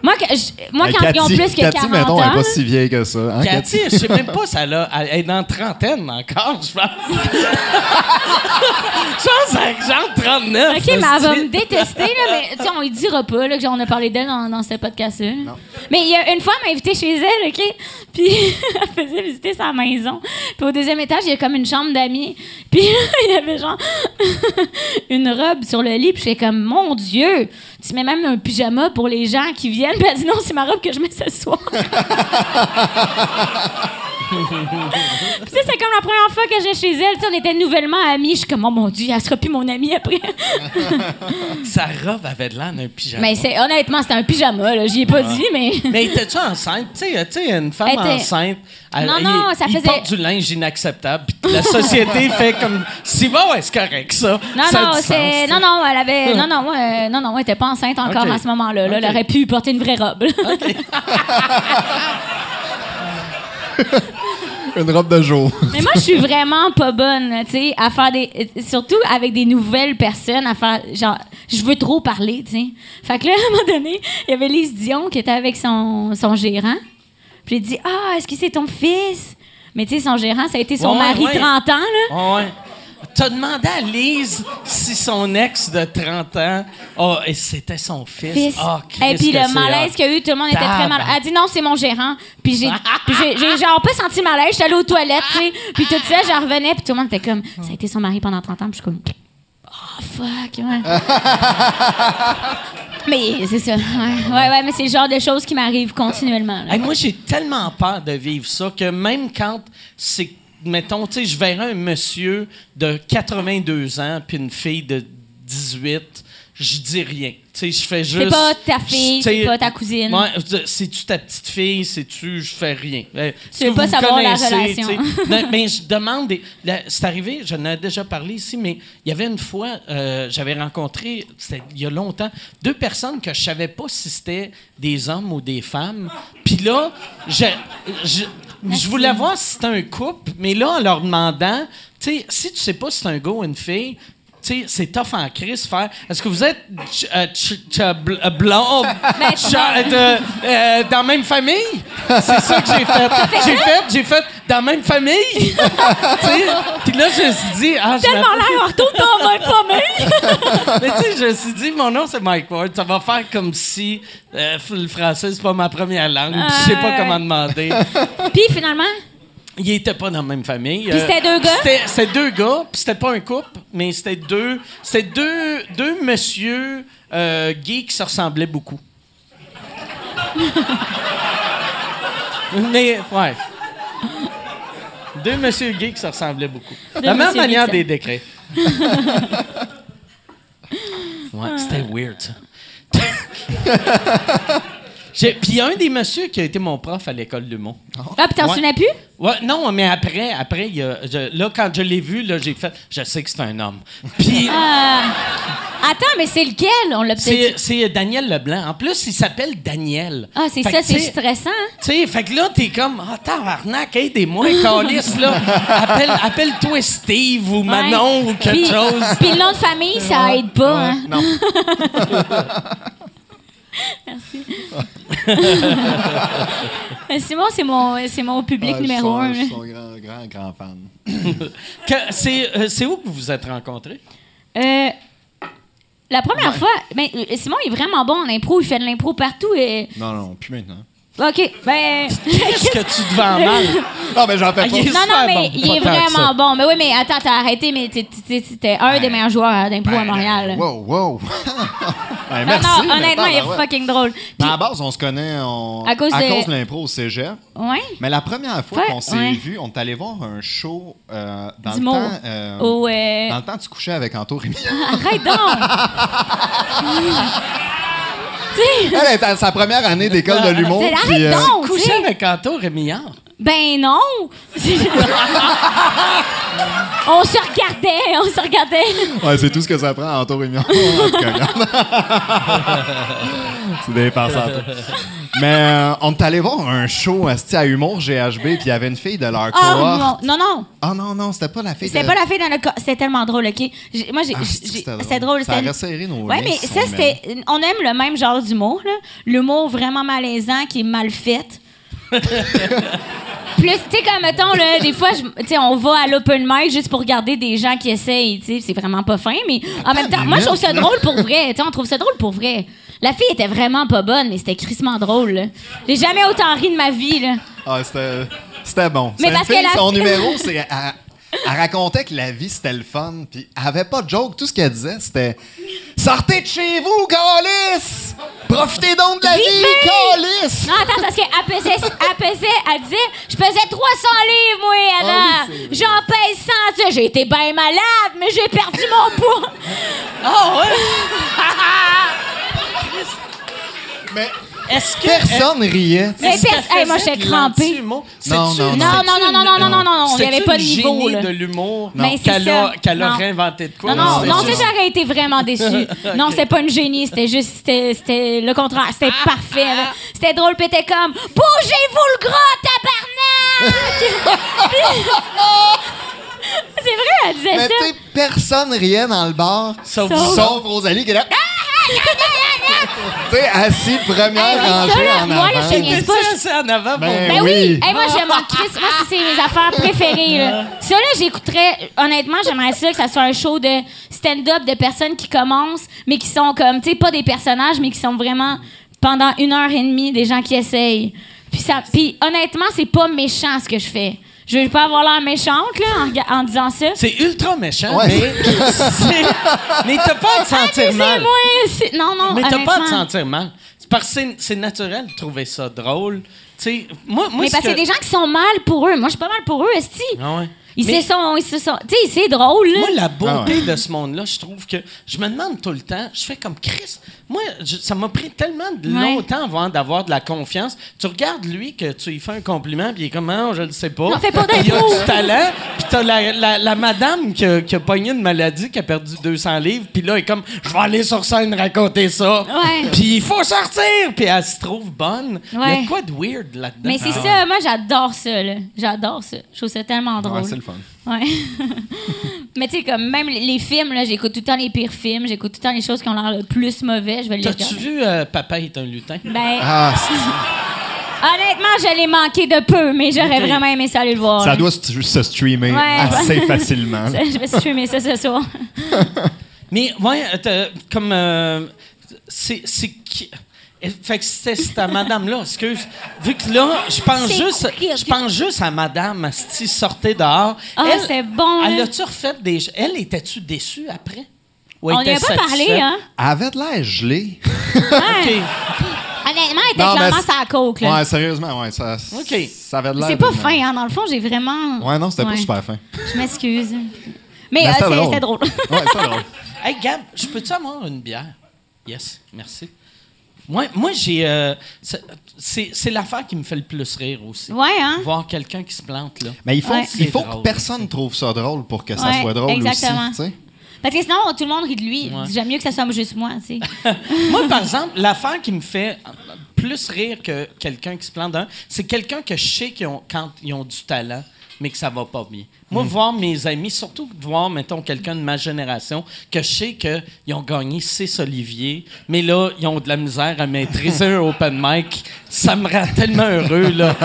Moi, que- je- moi Euh, quand ils ont plus que Cathy, 40 mettons, ans, elle est pas si vieille que ça. hein, Cathy, je sais même pas si elle, a, elle est dans trentaine encore, je pense. je pense que genre 39. OK, mais elle va hostie. me détester, là, mais tu sais, on lui dira pas là, que genre, on a parlé d'elle dans, dans ce podcast-là. là. Mais il y a une fois, elle m'a invitée chez elle, OK? Puis elle faisait visiter sa maison. Puis au deuxième étage, il y a comme une chambre d'amis. Puis là, il y avait genre une robe sur le lit. Puis j'étais comme, mon Dieu, tu mets même un pyjama pour les gens qui viennent. Puis elle dit, non, c'est ma robe que je mets ce soir. Puis ça, c'est comme la première fois que j'ai chez elle. Tu sais, on était nouvellement amis. Je suis comme, oh mon Dieu, elle sera plus mon amie après. Sa robe avait de l'air d'un pyjama. Mais Mais, c'est honnêtement, c'était un pyjama, là. J'y ai pas dit, mais. étais-tu enceinte? Tu sais, euh, tu sais, une femme Elle était- enceinte, elle, Non, il- non, ça il faisait- porte du linge inacceptable. puis la société fait comme... Si bon, est-ce correct, ça? Non, Ça a non, du c'est. sens, Non, non, elle avait. Non, non, ouais, non, non, elle était pas enceinte encore Ok. à ce moment-là. là. Ok. Elle aurait pu porter une vraie robe. Cathy? Une robe de jour. mais moi, je suis vraiment pas bonne, là, tu sais, à faire des. euh, Surtout avec des nouvelles personnes, à faire. Genre, je veux trop parler, tu sais. Fait que là, à un moment donné, il y avait Lise Dion qui était avec son, son gérant. Puis il dit Ah, est-ce que c'est ton fils? Mais tu sais, son gérant, ça a été son Ouais, mari ouais. 30 ans, là. Ouais, ouais. T'as demandé à Lise si son ex de 30 ans... Oh, et c'était son fils. Fils. Ah, et Christ puis que le c'est malaise hot. qu'il y a eu, tout le monde était très mal. Tabarnak. Elle a dit non, c'est mon gérant. Puis j'ai, puis j'ai, j'ai genre pas senti malaise. J'étais allée aux toilettes, tu sais. Puis tout ça, je revenais, puis tout le monde était comme, ça a été son mari pendant 30 ans. Puis je suis comme, oh fuck, ouais. mais c'est ça, ouais. ouais, ouais, mais c'est le genre de choses qui m'arrivent continuellement. là. Hey, moi, j'ai tellement peur de vivre ça que même quand c'est. Mettons, tu sais, je verrais un monsieur de 82 ans puis une fille de 18, je dis rien. Tu sais, je fais juste. pas ta fille, je- tu sais, c'est pas ta cousine. Ouais, je veux dire, c'est-tu ta petite fille, c'est-tu, je fais rien. Eh, est-ce Tu veux que pas vous savoir la connaissez, relation. tu sais? Non, mais je demande des. la- C'est arrivé, j'en ai déjà parlé ici, mais il y avait une fois, euh, j'avais rencontré, c'était il y a longtemps, deux personnes que je savais pas si c'était des hommes ou des femmes. Puis là, je, je, je voulais voir si c'était un couple, mais là, en leur demandant, tu sais, si tu sais pas si c'est un gars ou une fille, tu sais, c'est tough en crise faire. Est-ce que vous êtes ch- euh, ch- ch- bl- euh, blond, Ben, ch- euh, de- euh, dans la même famille? C'est ça que j'ai fait. J'ai fait, j'ai fait dans la même famille. Tu sais, Puis là, je me suis dit, ah, je Tellement l'air, on retourne dans la même famille. mais tu sais, je me suis dit, mon nom, c'est Mike Ward. Ça va faire comme si euh, f- le français, c'est pas ma première langue. puis Je sais pas Ouais. comment demander. puis finalement, Ils étaient pas dans la même famille. euh, Puis c'était deux gars? C'était, c'était deux gars, puis c'était pas un couple, mais c'était deux, c'était deux, deux messieurs euh, gays qui se ressemblaient beaucoup. mais, ouais. Deux messieurs gays qui se ressemblaient beaucoup. la même messieurs manière gays, des décrets. ouais, c'était weird, ça. J'ai- Puis il y a un des messieurs qui a été mon prof à l'école du Mont. ah, puis t'en Ouais. souvenais plus? Ouais, non, mais après, après, il y a- je- là, quand je l'ai vu, là, j'ai fait, je sais que c'est un homme. Puis, Ah. Attends, mais c'est lequel? On l'a c'est peut-être. c'est Daniel Leblanc. En plus, il s'appelle Daniel. Ah, c'est Fait ça, que, tu c'est sais- stressant. hein? Tu sais, fait que là, t'es comme, ah, tabarnak, aidez-moi, calice, là. Appelle- Appelle-toi Steve ou Manon Ah. Ouais. ou quelque Puis- chose. Puis le nom de famille, ça aide pas. hein. Non. Mais Simon, c'est mon, c'est mon public Ah, numéro un. je là. suis son- Je suis son grand, grand, grand fan. Que- C'est euh, c'est où que vous vous êtes rencontrés? Euh, la première fois, ben, euh, Simon est vraiment bon en impro. Il fait de l'impro partout. Et... Non, non, plus maintenant. OK, ben... Qu'est-ce que tu te vends mal? Non, mais j'en Ah, fais pas. il est Non, super non, mais bon. il est Pas tant que ça. vraiment bon. Mais oui, mais attends, t'as arrêté, mais t'es- t'es- t'es- t'es un des meilleurs joueurs hein, d'impro à Montréal. Non, Wow, wow. Ouais, non, Ben, merci, mais honnêtement, attends, ben il est ouais. Ben, ah, fucking drôle. Mais Puis- à la base, on se connaît on- À à cause cause, de- de... l'impro au cégep. Ouais? Mais la première fois Ouais, qu'on s'est ouais. vu, on est allé voir un show euh, dans, le D'humour. temps, euh, Oh, euh, dans le temps, tu couchais avec Anto Rémy. Arrête donc! tu sais. Elle est à sa première année d'école de l'humour. C'est- puis, euh, arrête donc! tu Coucher sais. avec Anto Rémillard. Ben non! on se regardait, on se regardait. Ouais, c'est tout ce que ça prend en tour et C'est des farces Mais euh, on est allé voir un show asti, à Humour GHB, puis il y avait une fille de leur Oh cohorte. non, non, non. Ah non, non, c'était pas la fille C'était de... pas la fille dans le co- C'était tellement drôle, OK? J'ai- Moi, j'ai. Ah, c'est que c'était j'ai- drôle. c'était drôle. Ça a c'était- resserré nos Ouais, liens mais qui ça, sont c'était. On aime le même genre d'humour, là. L'humour vraiment malaisant qui est mal fait. Plus, tu sais, comme mettons, là, des fois, je- tu sais, on va à l'open mic juste pour regarder des gens qui essayent, tu sais, c'est vraiment pas fin, mais en même temps, moi, je trouve ça drôle pour vrai, tu sais, on trouve ça drôle pour vrai. La fille était vraiment pas bonne, mais c'était crissement drôle, là. J'ai jamais autant ri de ma vie, là. Ah, c'était, c'était bon. Mais C'est parce une que fille, la- Son numéro, c'est... Elle, elle racontait que la vie, c'était le fun, puis elle avait pas de joke. Tout ce qu'elle disait, c'était... Sortez de chez vous, Calis! Profitez donc de la vie, Vivez! Calis! Non, attends, parce qu'elle pesait, elle pesait, elle disait, je pesais 300 livres, moi, Ah Anna. oui, c'est vrai. J'en pèse 100, tu sais, j'ai été bien malade, mais j'ai perdu mon poids. Ah Mais ouais? Est-ce que. personne riait. Mais est-ce qu'elle pers- hey, moi, faisait j'étais de crampée. l'anti-humour? Non, C'est-tu- non, Non, non, non, non, non, non, non, non, il n'y C'est-tu avait pas de une niveau, génie là. de l'humour Non. Mais c'est qu'elle a, ça. qu'elle a Non. réinventé de quoi? Non, non, c'est non, ça. ça, j'aurais été vraiment déçue. Non, c'était pas une génie, c'était juste, c'était- c'était le contraire, c'était Ah, parfait. là. C'était drôle, puis t'es comme, bougez-vous le gras, tabarnak! C'est vrai, elle disait Mais tu ça. sais, personne riait dans le bar. Sauf- Sauf- Sauf Rosalie qui est là. Ah! tu sais, assise première Ah, mais ça, rangée là, en moi, là, avant. je T'étais-tu niaise pas, je- assis en avant pour- Ben Ben oui! oui. Hey, moi, j'aime mon Christ. Moi, ça, c'est mes affaires préférées. Là. Ça, là, j'écouterais. Honnêtement, j'aimerais ça que ça soit un show de stand-up de personnes qui commencent, mais qui sont comme, tu sais, pas des personnages, mais qui sont vraiment pendant une heure et demie des gens qui essayent. Puis, ça, puis honnêtement, c'est pas méchant ce que je fais. Je veux pas avoir l'air méchante, là, en, rega- en disant ça. C'est ultra méchant, Ouais. mais. c'est- mais t'as pas à te sentir mal. Ah, moi, c'est- non, non, Mais t'as pas à te honnêtement. sentir mal. C'est parce que c'est- c'est naturel de trouver ça drôle. Tu sais, moi, moi Mais ce parce que c'est que- des gens qui sont mal pour eux. Moi, je suis pas mal pour eux, esti. Ah ouais. Ils Mais- se sont, ils se sont, tu sais, c'est drôle. là. Moi, la beauté Ah ouais. de ce monde-là, je trouve que je me demande tout le temps, je fais comme Chris. Moi, je- ça m'a pris tellement de Ouais. longtemps avant d'avoir de la confiance. Tu regardes lui que tu lui fais un compliment, puis il est comme, Ah, je le sais pas. Non, fais pas d'impro. Il a du talent, puis t'as la, la, la madame qui a, qui a pogné une maladie, qui a perdu 200 livres, puis là, elle est comme, je vais aller sur scène raconter ça. Ouais. Puis il faut sortir, puis elle se trouve bonne. Il y a Ouais. de quoi de weird là-dedans? Ah. Mais c'est ça, moi j'adore ça, là. J'adore ça. Je trouve ça tellement drôle. Ouais, c'est le fun. Ouais. Mais tu sais, comme même les les films, là, j'écoute tout le temps les pires films, j'écoute tout le temps les choses qui ont l'air le plus mauvais, je vais les T'as-tu regarder. vu euh, Papa est un lutin? Ben, Ah, c'est- honnêtement, je l'ai manqué de peu, mais j'aurais Ok. vraiment aimé ça aller le voir. ça là. doit se se streamer Ouais. assez facilement. Ça, Je vais streamer ça ce soir. Mais ouais, euh, t'as- comme euh, c'est c'est qui Euh, fait que c'était cette madame-là, excuse. Vu que là, je pense C'est juste, cool. je pense juste à madame Asti sortait dehors. Ah, Elle- c'est bon, Elle hein? a-tu refait des... Elle, était-tu déçue après? Ou On n'y était a pas parlé, satisfaite? hein? Elle avait de l'air gelée. Ouais. OK. Honnêtement, elle était Non, mais clairement c'est- sa coke, là. Ouais, sérieusement, ouais. Ça, Ok. ça avait de l'air. C'est pas d'une- fin, hein. Dans le fond, j'ai vraiment. Ouais, non, c'était pas super fin. Je m'excuse. Mais Ben, euh, c'était c'est- drôle. c'était drôle. Ouais, c'était drôle. Hey, Gab, je peux-tu avoir une bière? Yes, merci. Moi, moi j'ai. euh, c'est- c'est c'est l'affaire qui me fait le plus rire aussi. Ouais, hein. Voir quelqu'un qui se plante, là. Mais il faut, Ouais. il faut C'est drôle. que personne trouve ça drôle pour que ça Ouais, soit drôle exactement. aussi. tu sais. Parce que sinon, tout le monde rit de lui. Ouais. J'aime mieux que ça soit juste moi, tu sais. Moi, par exemple, l'affaire qui me fait plus rire que quelqu'un qui se plante d'un, c'est quelqu'un que je sais qu'ils ont, quand ils ont du talent, mais que ça va pas bien. Moi, voir mes amis, surtout voir, mettons, quelqu'un de ma génération, que je sais qu'ils ont gagné 6 Olivier, mais là, ils ont de la misère à maîtriser un open mic, ça me rend tellement heureux, là.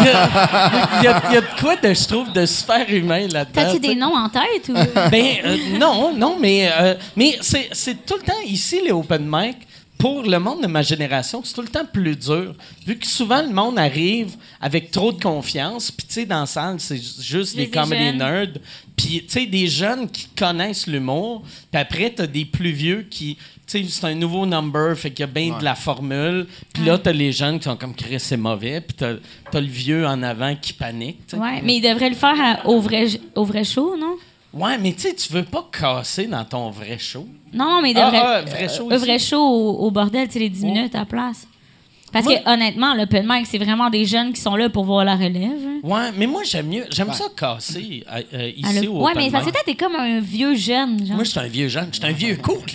Il y a, il y a- il y a de quoi, de, je trouve, de super humain là-dedans. T'as-tu tu sais. des noms en tête ou. Euh, Ben euh, non, non, mais, euh, mais c'est, c'est tout le temps ici les open mic. Pour le monde de ma génération, c'est tout le temps plus dur, vu que souvent le monde arrive avec trop de confiance, puis tu sais dans la salle c'est ju- juste Juste des des comedy jeunes. nerds, puis tu sais des jeunes qui connaissent l'humour, puis après t'as des plus vieux qui, tu sais c'est un nouveau number, fait qu'il y a bien de la formule, puis là t'as les jeunes qui sont comme Chris c'est mauvais, puis t'as, t'as le vieux en avant qui panique. tu sais. Ouais, mais il devrait le faire à- au, vrai, au vrai show, non? Ouais, mais tu sais, tu veux pas casser dans ton vrai show. Non, mais de Ah, vrai, ah, vrai show euh, aussi. vrai show au, au bordel, tu sais, les 10 minutes à la place. Parce Moi- que honnêtement, l'open mic, c'est vraiment des jeunes qui sont là pour voir la relève. hein. Ouais, mais moi, j'aime mieux. J'aime ça casser euh, euh, À ici l'op- au Ah, ouais, open mais parce que mic. toi, t'es comme un vieux jeune, genre. Moi, je suis un vieux jeune. Je suis un vieux couple.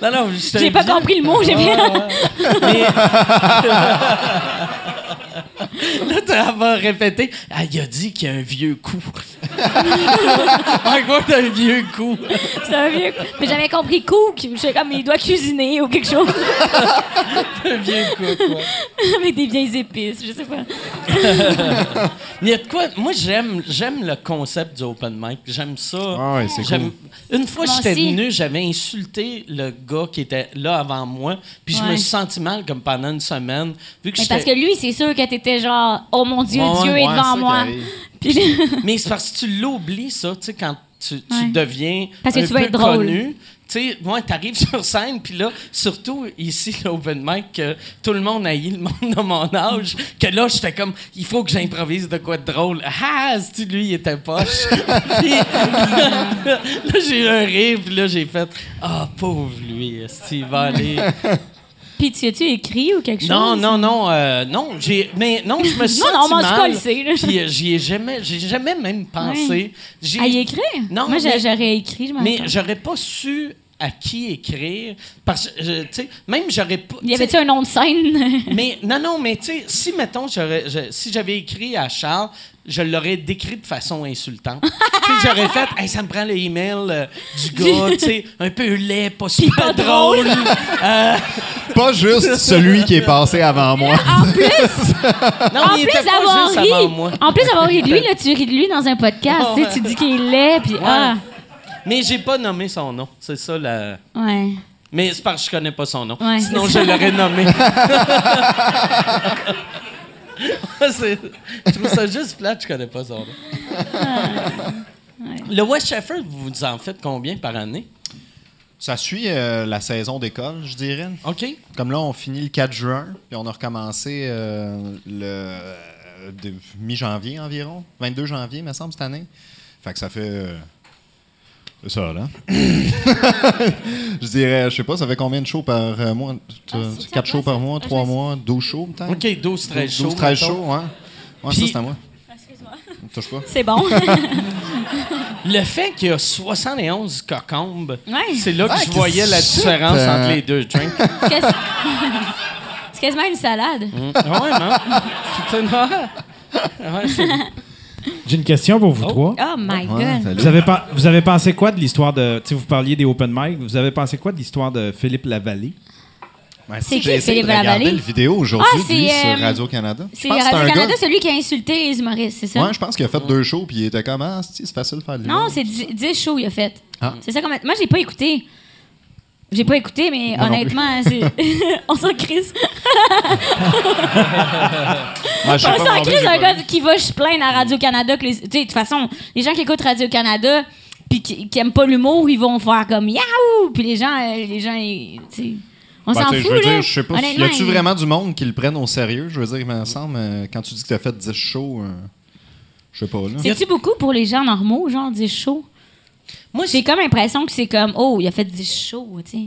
non, non, je suis un J'ai pas vieux- compris le mot, j'ai bien. Mais- Là, tu vas répéter. Ah, il a dit qu'il y a un vieux coup. Mike Ward a un vieux coup. C'est un vieux. Mais j'avais compris cook. Je suis comme, il doit cuisiner ou quelque chose. Un vieux coup, quoi. Avec des vieilles épices, je sais pas. Il y a de quoi. Moi, j'aime, j'aime le concept du open mic. J'aime ça. Ah ouais, c'est J'aime- Une fois, Moi j'étais aussi. venu, j'avais insulté le gars qui était là avant moi, puis je me Ouais. suis senti mal comme pendant une semaine, vu que Mais parce que j'étais- lui, c'est sûr que t'étais genre, oh mon Dieu, Ouais, Dieu ouais, est ouais, devant c'est moi. carré. Puis, Mais c'est parce que tu l'oublies, ça, tu sais, quand tu, tu Ouais. deviens Parce que un tu veux peu être drôle. connu. Tu sais, moi, t'arrives sur scène, puis là, surtout ici, l'open mic, que tout le monde haït le monde de mon âge, que là, j'étais comme, il faut que j'improvise de quoi de drôle. Ah, tu lui, il était poche. Puis, là, j'ai eu un rire, puis là, j'ai fait, ah, pauvre lui, est-ce qu'il va aller... puis tu as-tu écrit ou quelque Non, chose? non, non, euh, non, j'ai, mais non, je me suis Non, non, senti on va se mal, coller, là. Puis euh, j'y ai jamais, j'ai jamais même pensé. J'ai- À y écrire? Non, Ah, Moi, j'a- mais- j'aurais écrit, je m'en mais rappelle. j'aurais pas su à qui écrire parce que euh, tu sais, même j'aurais pas. Y avait-tu tu sais, un nom de scène? Mais non, non, mais tu sais, si mettons, j'aurais, je- si j'avais écrit à Charles, je l'aurais décrit de façon insultante. Tu sais, j'aurais fait, hey, ça me prend le email euh, du gars, tu sais, un peu laid, pas super pas drôle. Euh, Pas juste celui qui est passé avant moi. en plus, non, en il plus était pas d'avoir juste ri, avant moi. Oh, en plus d'avoir ri de lui, là, tu ris de lui dans un podcast, tu sais, Ouais. tu dis qu'il est laid, puis ah, Mais j'ai pas nommé son nom, c'est ça la. ouais. Mais c'est parce que je connais pas son nom. Ouais, Sinon, c'est je ça. l'aurais nommé. C'est- je trouve ça juste plate, je connais pas son nom. Le West Sheffer, vous en faites combien par année? Ça suit euh, la saison d'école, je dirais. OK. Comme là, on finit le 4 juin, puis on a recommencé euh, le euh, de- mi-janvier environ, 22 janvier, me semble, cette année. Fait que ça fait. euh, ça, là. je dirais, je sais pas, ça fait combien de shows par euh, mois Ah, c'est 4 ça, shows ouais, par ça- mois, ah, je 3 sais. mois, 12 shows, peut-être OK, 12-13 shows. 12, 13 mettons. shows, ouais. Ouais, ça, Puis- c'est à moi. Excuse-moi. Touche pas. C'est bon. Le fait qu'il y a 71 cocombes, Ouais. c'est là que Ah, je voyais qu'est-ce la que c'est, différence euh? entre les deux drinks. C'est quasi- c'est quasiment une salade. Mm. Ah ouais, non? C'est une- Ah ouais, c'est- J'ai une question pour vous Oh. trois. Oh my Ouais, god. salut. Vous avez, pas- vous avez pensé quoi de l'histoire de. Tu sais, vous parliez des open mic. Vous avez pensé quoi de l'histoire de Philippe Lavallée? Ouais, C'est si, qui, j'ai essayé Philippe de regarder Lavallée? la vidéo aujourd'hui Ah, de lui c'est, euh, sur Radio-Canada. Je C'est pense que un Radio-Canada, gars- celui qui a insulté les humoristes, c'est ça? Ouais, je pense qu'il a fait deux shows, puis il était comme, ah, c'est c'est facile de faire de non, l'humour. c'est 10 shows, il a fait. Ah. C'est ça, comme... moi, j'ai pas écouté. J'ai pas écouté, mais Moi non honnêtement, c'est- on s'en crise. Ah, je sais On pas s'en demandé, crise j'ai un pas gars vu. qui va se plaindre à Radio-Canada. que les- tu sais, De toute façon, les gens qui écoutent Radio-Canada puis qui, qui aiment pas l'humour, ils vont faire comme Yahoo! Puis les gens, euh, les gens ils- tu sais, on Ben, s'en tu sais, je fout. veux là. dire, je sais pas, si- Honnêtement, y a-tu ils- vraiment du monde qui le prenne au sérieux? Je veux dire, il me semble, euh, quand tu dis que t'as fait 10 shows, euh, je sais pas, là. C'est-tu beaucoup pour les gens normaux, genre 10 shows? Moi, J'ai comme l'impression que c'est comme, oh, il a fait 10 shows, tu sais.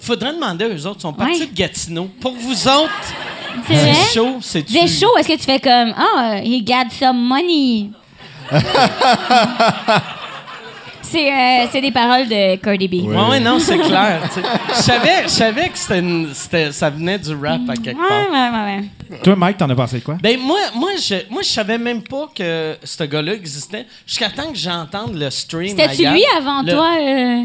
faudrait demander aux autres. Ils sont partis Ouais. de Gatineau. Pour vous autres, C'est vrai? C'est chaud, c'est tu. Des shows, est-ce que tu fais comme Ah, he got some money? c'est, euh, c'est des paroles de Cardi B. Ouais, ouais, non, c'est clair. tu sais. Je savais, je savais que c'était une- c'était- ça venait du rap à quelque ouais, part. ouais, ouais, ouais. Toi, Mike, t'en as pensé quoi? Ben moi, moi, je, moi, je savais même pas que ce gars-là existait jusqu'à temps que j'entende le stream. C'était-tu à Yann. lui avant Le- toi euh,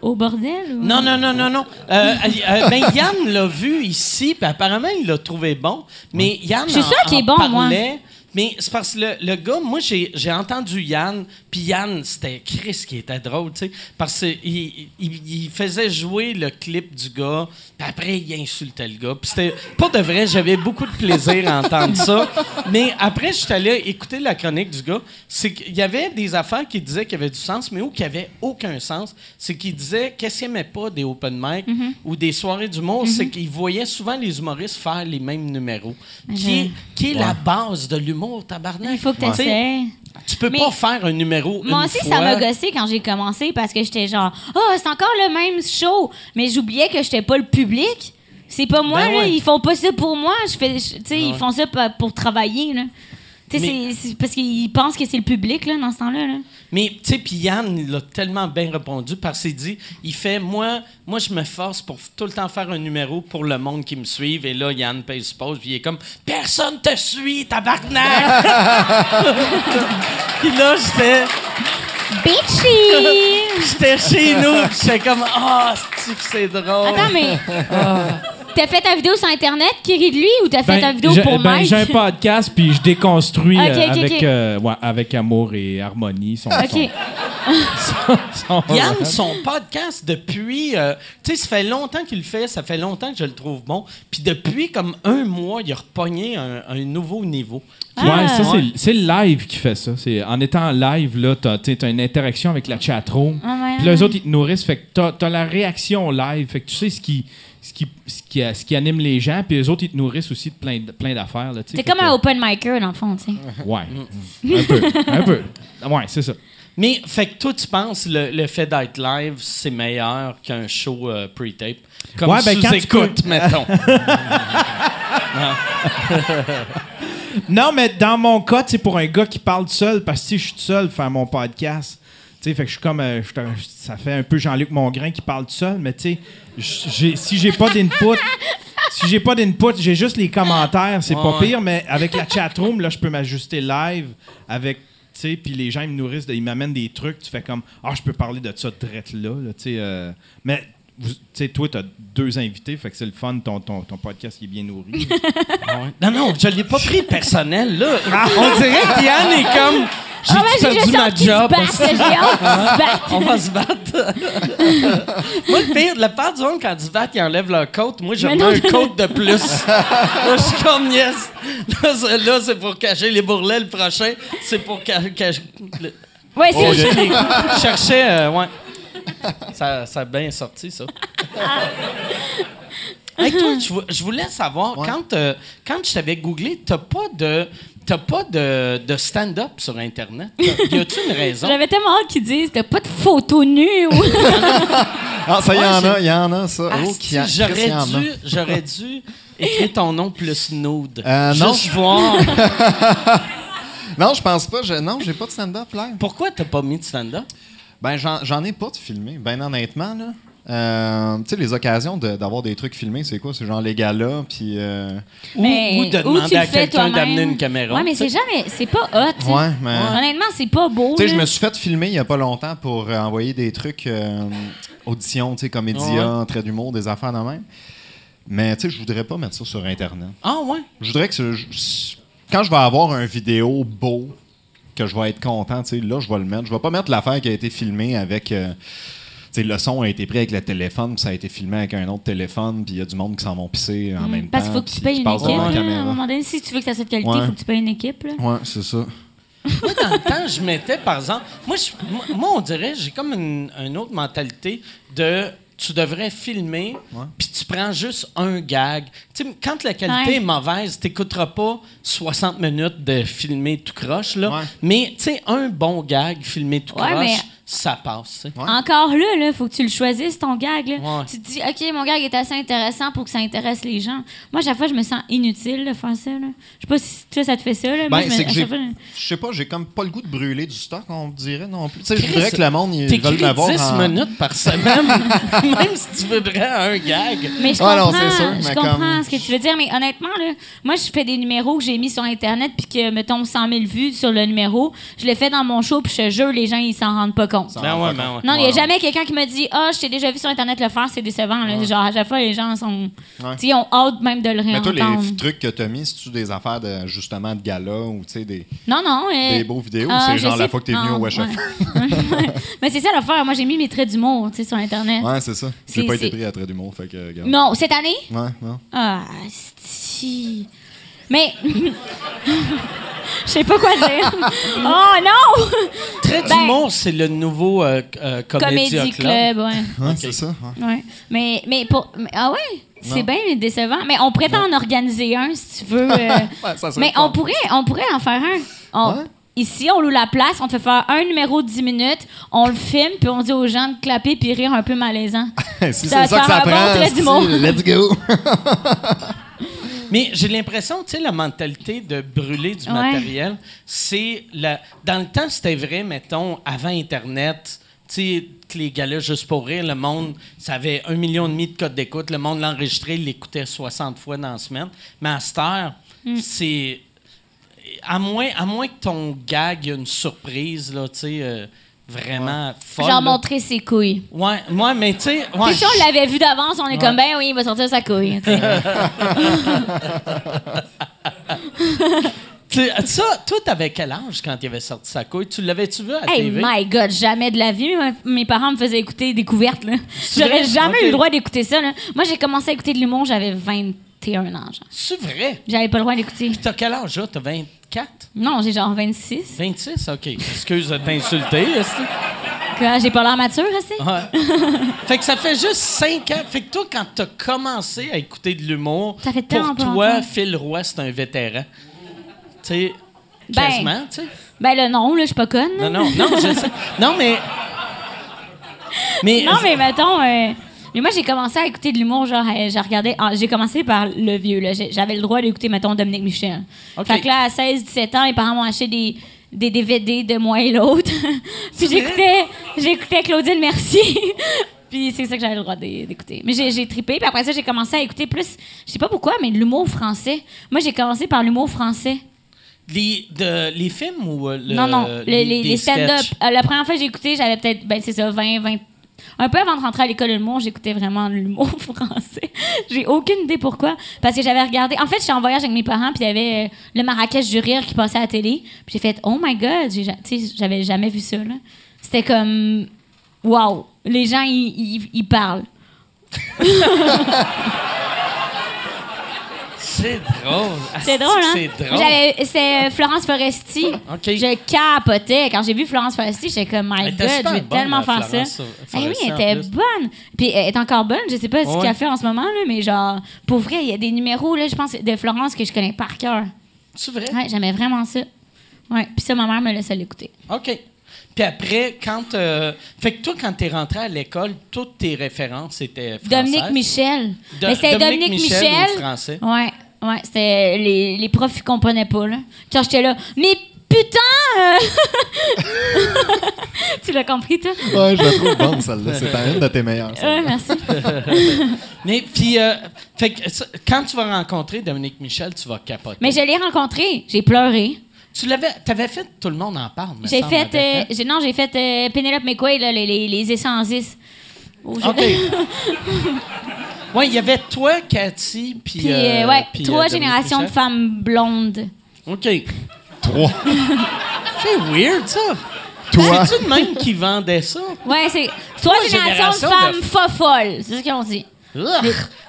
au bordel? ou- Non, non, non, non, non. Euh, euh, ben Yann l'a vu ici, puis apparemment il l'a trouvé bon. Mais Yann, Je suis en- sûre qu'il en est bon, moi. parlait, Mais c'est parce que le, le gars, moi j'ai j'ai entendu Yann, puis Yann c'était Chris qui était drôle, tu sais, parce qu'il il, il- il faisait jouer le clip du gars, puis après il insultait le gars. Puis c'était pas de vrai, j'avais beaucoup de plaisir à entendre ça. Mais après je suis allé écouter la chronique du gars, c'est qu'il y avait des affaires qui disaient qu'il y avait du sens, mais où qui avait aucun sens, c'est qu'il disait qu'est-ce qu'il aimait pas des open mic Mhm. ou des soirées du monde, c'est qu'il voyait souvent les humoristes faire les mêmes numéros, qui, est- qui est la base de l'humour l'humour, tabarnak. Il faut que tu Tu sais, essaies. Tu peux Mais- pas faire un numéro Moi une aussi, fois. ça m'a gossé quand j'ai commencé parce que j'étais genre, oh, c'est encore le même show, mais j'oubliais que j'étais pas le public. C'est pas moi, Ben là, ouais. ils font pas ça pour moi. Je fais, je- tu sais, ils font ça pa- pour travailler, là. Tu sais, Mais- c'est- c'est parce qu'ils pensent que c'est le public, là, dans ce temps-là. là. Mais, tu sais, puis Yann, il a tellement bien répondu parce qu'il dit, il fait, moi, moi, je me force pour f- tout le temps faire un numéro pour le monde qui me suive. Et là, Yann paye sur pause, puis il est comme, personne te suit, tabarnak! puis là, j'étais, Bitchy! j'étais chez nous, puis j'étais comme, ah, c'est-tu que c'est drôle. Attends, mais. euh, T'as fait ta vidéo sur Internet qui rit de lui ou t'as fait ta vidéo je- pour ben, Mike? j'ai un podcast, puis je déconstruis Ok, euh, ok, avec, ok. euh, ouais, avec amour et harmonie. Son, OK. son- son- son- Yann, son podcast, depuis. euh, tu sais, ça fait longtemps qu'il le fait, ça fait longtemps que je le trouve bon. Puis depuis comme un mois, il a repogné un, un nouveau niveau. Ouais, Ah. ça, c'est- c'est le live qui fait ça. C'est- En étant en live, là, t'as, t'sais, t'as une interaction avec la chatroom. Ah ouais, Puis les ouais. autres, ils te nourrissent. Fait que t'as, t'as la réaction live. Fait que tu sais ce qui, ce qui, ce qui, ce qui anime les gens. Puis les autres, ils te nourrissent aussi de plein, de- plein d'affaires. Là, t'sais. T'es Fait comme que- un open micer, dans le fond, tu sais. Ouais. un peu. Un peu. Ouais, c'est ça. Mais, fait que toi, tu penses le, le fait d'être live, c'est meilleur qu'un show euh, pre-tape. Comme Ouais, ben, quand tu sous-écoute, mettons. Non, mais dans mon cas, c'est pour un gars qui parle seul, parce que si je suis tout seul faire mon podcast, tu sais, fait que je suis comme, euh, je suis un- ça fait un peu Jean-Luc Mongrain qui parle tout seul, mais tu sais, j- j'ai- si j'ai pas d'input, si j'ai pas d'input, j'ai juste les commentaires, c'est pas ouais. pire, mais avec la chatroom, là, je peux m'ajuster live avec. tu sais, Puis les gens ils me nourrissent, de- ils m'amènent des trucs. Tu fais comme Ah, je peux parler de ça traite là. là tu sais, euh, mais vous- tu sais, toi, tu as deux invités, fait que c'est le fun. Ton, ton, ton podcast il est bien nourri. non, non, je l'ai pas pris personnel, là. Ah, On dirait que Yann est comme. J'ai Ah ouais, j'ai perdu juste ma hâte qu'ils se job. battent, j'ai hâte qu'ils se battent. On va se battre. moi, le pire, la part du monde, quand ils se battent, ils enlèvent leur côte. Moi, j'ai Mais remets non, un non. côte de plus. là, je suis comme, yes. Là, c'est- là, c'est pour cacher les bourrelets. Le prochain, c'est pour ca- cacher... le- Ouais, c'est cacher les- Je cherchais... euh, ouais. Ça, ça a bien sorti, ça. Hey, toi, je vou- je voulais savoir, quand, euh, quand je t'avais googlé, t'as pas de... T'as pas de, de stand-up sur Internet? Y a-tu une raison? J'avais tellement hâte qu'ils disent t'as pas de photos nues ou. Ah, ça, il y Ouais, en j'ai- a, il y en a, ça. Ah, Oh, si, qui a- Chris, J'aurais il y en a. dû, j'aurais dû écrire ton nom plus nude. Euh, non. Juste voir. Non, je pense pas. Je, non, j'ai pas de stand-up live. Pourquoi t'as pas mis de stand-up? Ben, j'en j'en ai pas de filmé. Ben, honnêtement, là. Euh, tu sais, les occasions de- d'avoir des trucs filmés, c'est quoi? C'est genre les gars-là, puis... euh, Ou, Mais- ou de ou demander tu le à fais quelqu'un toi-même. d'amener une caméra. Ouais, mais c'est jamais. C'est pas hot. tu sais. Ouais, mais- Honnêtement, c'est pas beau. Tu sais, je là. me suis fait filmer il y a pas longtemps pour euh, envoyer des trucs euh, audition, tu sais, comédia, trait d'humour, des affaires de même. Mais tu sais, je voudrais pas mettre ça sur Internet. Ah ouais? Je voudrais que ce- je- quand je vais avoir un vidéo beau, que je vais être content, tu sais, là, je vais le mettre. Je vais pas mettre l'affaire qui a été filmée avec. euh, tu sais, le son a été pris avec le téléphone, puis ça a été filmé avec un autre téléphone, puis il y a du monde qui s'en vont pisser en même Mm. Parce temps. qu'il faut que tu puis payes qui une passe équipe. devant hein, la là. à caméra. un moment donné, si tu veux que ça soit de qualité, il Ouais. faut que tu payes une équipe. Là. Ouais, c'est ça. Ben, Moi, dans le temps, je mettais, par exemple... Moi, je- moi- moi, on dirait, j'ai comme une, une autre mentalité de... Tu devrais filmer, puis tu prends juste un gag. Tu sais, quand la qualité Ouais. est mauvaise, t'écouteras pas 60 minutes de filmer tout croche, là. Ouais. Mais, tu sais, un bon gag filmé tout Ouais, croche, mais- ça passe, tu sais. Ouais. Encore là, là, faut que tu le choisisses, ton gag. Là. Ouais. Tu te dis, OK, mon gag est assez intéressant pour que ça intéresse les gens. Moi, à chaque fois, je me sens inutile de faire ça. Là. Je sais pas si toi, ça te fait ça. Là, mais Ben, je me- c'est que à j'ai- chaque fois, je- je sais pas, j'ai comme pas le goût de brûler du stock, on dirait non plus. Tu sais, je Chris, voudrais que le monde il T'écris veuille 10 m'avoir. en- minutes par semaine, même si tu voudrais un gag. Mais je Ouais, comprends, Ah, non, c'est sûr, je mais comprends comme- ce que tu veux dire, mais honnêtement, là, moi, je fais des numéros que j'ai mis sur Internet, puis que, mettons, 100 000 vues sur le numéro, je le fais dans mon show, puis je te jure, les gens, ils s'en rendent pas compte. Ben ouais, ben ouais. Non, il n'y a jamais quelqu'un qui me dit Ah, je t'ai déjà vu sur Internet le faire, c'est décevant. là. Genre, à chaque fois, les gens sont. Ouais. Tu sais, ils ont hâte même de le Mais toi, les réentendre. f- trucs que t'as mis, c'est-tu des affaires de, justement de gala ou tu sais des. Non, non. euh, Des beaux vidéos, ah, c'est je genre la sais- fois que t'es venu non, au Wesh Up. ouais. Mais c'est ça l'affaire. Moi, j'ai mis mes traits d'humour tu sais, sur Internet. Ouais, c'est ça. J'ai C'est- pas été c'est- pris à trait d'humour, fait que. euh, regarde. Non, cette année Ouais, non. Ah, si. Mais. Je sais pas quoi dire. oh non! Trait Ben- d'humour, c'est le nouveau euh, euh, Comédia Comédie Club. Club, ouais. Hein, C'est ça? ouais. ouais. Mais, mais pour. mais- ah ouais? C'est bien décevant. Mais on prétend en organiser un, si tu veux. euh. Ouais, ça serait mais le on fun. pourrait, on pourrait en faire un. On- Ouais. Ici, on loue la place, on te fait faire un numéro de 10 minutes, on le filme, puis on dit aux gens de clapper puis rire un peu malaisant. si Ça c'est ça que sera ça un bon prend, trait si, d'humour. let's go. Mais j'ai l'impression, tu sais, la mentalité de brûler du Ouais. matériel, c'est la. Dans le temps, c'était vrai, mettons, avant Internet. Tu sais, que les galas juste pour rire, le monde, ça avait un million et demi de codes d'écoute. Le monde l'enregistrait, il l'écoutait 60 fois dans la semaine. Mais à cette heure, Hmm. c'est. À moins, à moins que ton gag ait une surprise, là, tu sais, euh, vraiment folle. Genre là. montrer ses couilles. Ouais, ouais, mais tu sais. ouais. Puis si on l'avait vu d'avance, on est comme, ben oui, il va sortir sa couille. tu sais. Tu- Ça, toi, t'avais quel âge quand il avait sorti sa couille? Tu l'avais-tu vu à la Hey, TV? my God, jamais de la vie. Mes- Mes parents me faisaient écouter Découverte. là. C'est vrai? J'aurais jamais Ok. eu le droit d'écouter ça. là. Moi, j'ai commencé à écouter de l'humour, j'avais 21 ans. Genre. C'est vrai? J'avais pas le droit d'écouter. T'as quel âge, là? T'as 24? Non, j'ai genre 26. 26? OK. Excuse de t'insulter, là, c'est- Quoi, J'ai pas l'air mature, assez. Ah. Ouais. fait que ça fait juste 5 ans. Fait que toi, quand t'as commencé à écouter de l'humour, Ça fait pour tant toi, longtemps. Phil Roy, c'est un vétéran. Tu sais, Ben. quasiment, tu sais. Ben là, non, là, je suis pas conne. Non, non, non, je sais. Non, mais... Mais, Non, mais mettons... euh, mais moi, j'ai commencé à écouter de l'humour, genre, euh, j'ai regardé... ah, j'ai commencé par le vieux, là. J'ai- J'avais le droit d'écouter, mettons, Dominique Michel. Ok. Fait que là, à 16-17 ans, mes parents m'ont acheté des, des DVD de moi et l'autre. Puis j'écoutais, j'écoutais Claudine Merci. Puis c'est ça que j'avais le droit d'é- d'écouter. Mais j'ai, j'ai trippé. Puis après ça, j'ai commencé à écouter plus, je sais pas pourquoi, mais de l'humour français. Moi, j'ai commencé par l'humour français. Les, de- les films ou... euh, le- Non, non, le- les, des les stand-up. sketchs? Euh, la première fois que j'ai écouté, j'avais peut-être, ben c'est ça, 20, 20... Un peu avant de rentrer à l'école de l'humour, j'écoutais vraiment de l'humour français. j'ai aucune idée pourquoi. Parce que j'avais regardé... En fait, j'étais en voyage avec mes parents, puis il y avait euh, le Marrakech du rire qui passait à la télé. Puis j'ai fait « Oh my God! » J'ai ja- Tu sais, j'avais jamais vu ça, là. C'était comme... Wow! Les gens, ils- ils ils parlent. C'est drôle. Ah, C'est drôle, hein? C'est drôle. J'avais- C'est euh, Florence Foresti. Ok. Je capotais. Quand j'ai vu Florence Foresti, j'étais comme, my Elle était God, super je vais bonne, tellement la faire Florence ça. Fo- Ah oui, Foresti, elle en était plus. bonne. Puis elle est encore bonne. Je sais pas ce Ouais. qu'elle fait en ce moment, là, mais genre, pour vrai, il y a des numéros, là, je pense, de Florence que je connais par cœur. C'est vrai? Ouais, j'aimais vraiment ça. Ouais. Puis ça, ma mère me laissait l'écouter. OK. Puis après, quand. euh, fait que toi, quand t'es rentré à l'école, toutes tes références étaient françaises. Dominique Michel. Do- mais c'était Dominique Dominique, Michel Michel. ou français? Ouais, ouais, c'était les, les profs qui comprenaient pas là. Quand j'étais là, mais putain euh! Tu l'as compris toi Ouais, je la trouve bonne, celle-là. C'est une de tes meilleures. celle-là. Ouais, merci. Mais puis, euh, fait que ça- quand tu vas rencontrer Dominique Michel, tu vas capoter. Mais je l'ai rencontré, j'ai pleuré. Tu l'avais. T'avais fait. Tout le monde en parle. me J'ai semble, fait, avec euh, elle. j'ai- non, j'ai fait euh, Penelope McQuaid là, les les, les essais en zis. Au jeu- OK. ouais, il y avait toi, Cathy, puis. Puis, euh, euh, ouais, puis, euh, trois Dominique générations de Michel. femmes blondes. OK. Trois. C'est weird, ça. Toi. C'est-tu de même qui vendait ça? Ouais, c'est trois générations générations de de- femmes fofolles, c'est ce qu'ils ont dit. Ugh,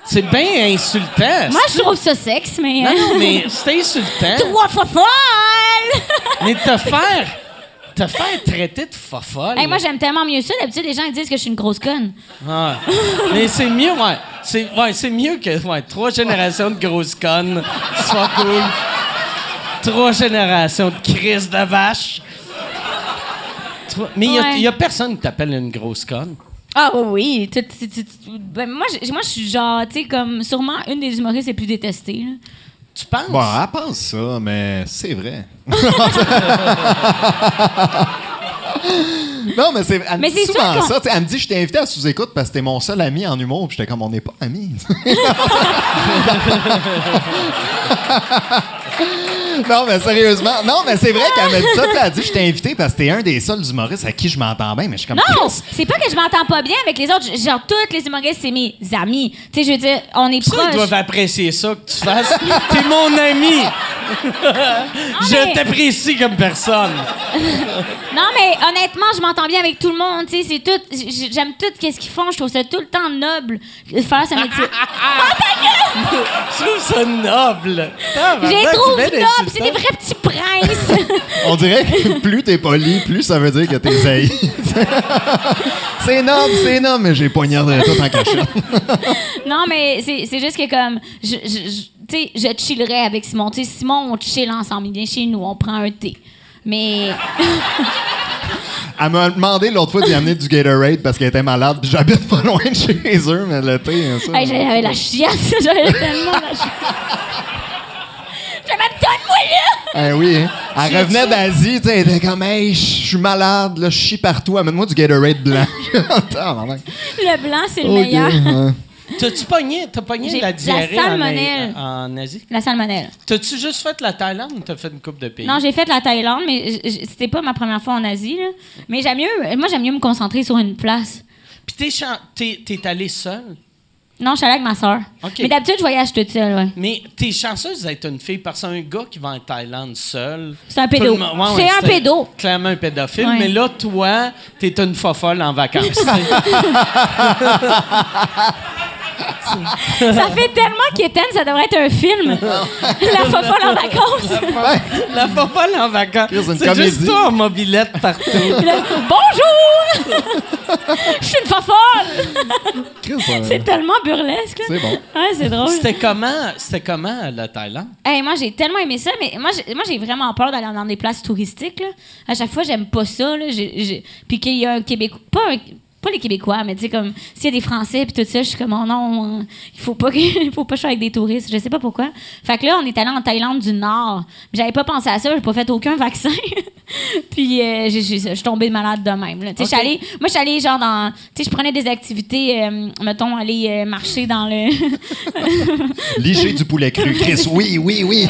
C'est bien insultant. Moi, je trouve ça sexe, mais Non, euh, non, mais c'est insultant. trois fofolles. Mais te faire. Te faire traiter de fofolle. Hey, moi, j'aime tellement mieux ça. D'habitude, les gens ils disent que je suis une grosse conne. Ah. Mais c'est mieux, ouais. C'est ouais, c'est mieux que ouais, trois générations de grosses connes. Sois cool. Trois générations de crises de vache. Trois- Mais il y a- Ouais. il y, a personne qui t'appelle une grosse conne. Ah oui, oui. tout- tout- tout- tout- ben, moi, je, moi, je suis genre, tu sais, comme sûrement une des humoristes les plus détestées. là. Tu penses? Bon, elle pense ça, mais c'est vrai. non, mais c'est. Elle me Mais dit c'est sûr souvent qu'on- ça. tu sais, Elle me dit Je t'ai invité à sous-écoute parce que t'es mon seul ami en humour. Puis j'étais comme On n'est pas amis. non, mais sérieusement. Non, mais c'est vrai qu'elle me dit ça. tu sais, Elle dit Je t'ai invité parce que t'es un des seuls humoristes à qui je m'entends bien. Mais je suis comme Non, Chris, c'est pas que je m'entends pas bien avec les autres. J- Genre, toutes les humoristes, c'est mes amis. Tu sais, je veux dire, on est Ça, ils proches. doivent apprécier ça que tu fasses. T'es mon ami. Je mais- t'apprécie comme personne. Non, mais honnêtement, je m'entends m'entends bien avec tout le monde, tu sais, c'est tout. j- J'aime tout qu'est-ce qu'ils font. Je trouve ça tout le temps noble de faire ce métier. Je trouve ça noble. Je Tabarnak, les c'est trouve bien nobles, c'est insultant. des vrais petits princes. On dirait que plus t'es poli, plus ça veut dire que t'es haï. c'est énorme, c'est énorme, mais j'ai poignardé tout en cachette. non, mais c'est c'est juste que comme, je, je, je- tu sais, je chillerais avec Simon. Tu sais, Simon, on chill ensemble, il vient chez nous, on prend un thé. Mais Elle m'a demandé l'autre fois d'y amener du Gatorade parce qu'elle était malade, puis j'habite pas loin de chez eux, mais le thé, hein, ça. hey, j'avais la chiasse, j'avais tellement la chiasse. J'avais tout de moi là! Eh oui, hein. Elle revenait d'Asie, tu sais, elle était comme, hey, je suis malade, là, je chie partout, amène-moi du Gatorade blanc. Tabarnak. Le blanc, c'est le Oh, Ok, meilleur. ouais. T'as-tu pogné, t'as pogné J'ai la la diarrhée en, salmonelle. en Asie? La salmonelle. T'as-tu juste fait la Thaïlande ou t'as fait une coupe de pays? Non, j'ai fait la Thaïlande, mais j- j- c'était pas ma première fois en Asie. Là. Mais j'aime mieux, moi, j'aime mieux me concentrer sur une place. Puis t'es, chan- t'es- t'es allé seul, Non, je suis allée avec ma soeur. Ok. Mais d'habitude, je voyage toute seule, ouais. mais t'es chanceuse d'être une fille parce qu'un gars qui va en Thaïlande seul. C'est un tout le pédo. monde- C'est un c'était pédo. Clairement un pédophile, Ouais. mais là, toi, t'es une fofolle en vacances. t'sais. Ça fait tellement qu'Étienne, ça devrait être un film. la fofolle en vacances. la fofolle en vacances. Chris, une C'est juste comédie. toi en mobilette partout. Le- Bonjour! Je suis une fofolle! Chris, euh, ça- C'est tellement burlesque. là. C'est bon. Ouais, c'est drôle. C'était comment, c'était comment la Thaïlande? Hey, moi, j'ai tellement aimé ça, mais moi, j'ai- moi, j'ai vraiment peur d'aller dans des places touristiques. Là. À chaque fois, j'aime pas ça. Là. J'ai- j'ai- Puis qu'il y a un Québécois. Pas, un- pas les Québécois, mais tu sais, comme s'il y a des Français, puis tout ça, je suis comme, oh non, euh, il faut pas que, il faut pas que je sois avec des touristes. Je sais pas pourquoi. Fait que là, on est allé en Thaïlande du Nord. Puis J'avais pas pensé à ça, j'ai pas fait aucun vaccin. puis euh, j'ai- j'ai- je suis tombée malade de même. là. Tu sais, je suis Ok. allée- moi, je suis allée genre dans. Tu sais, je prenais des activités, euh, mettons, aller euh, marcher dans le. Liger du poulet cru. Chris, oui, oui, oui.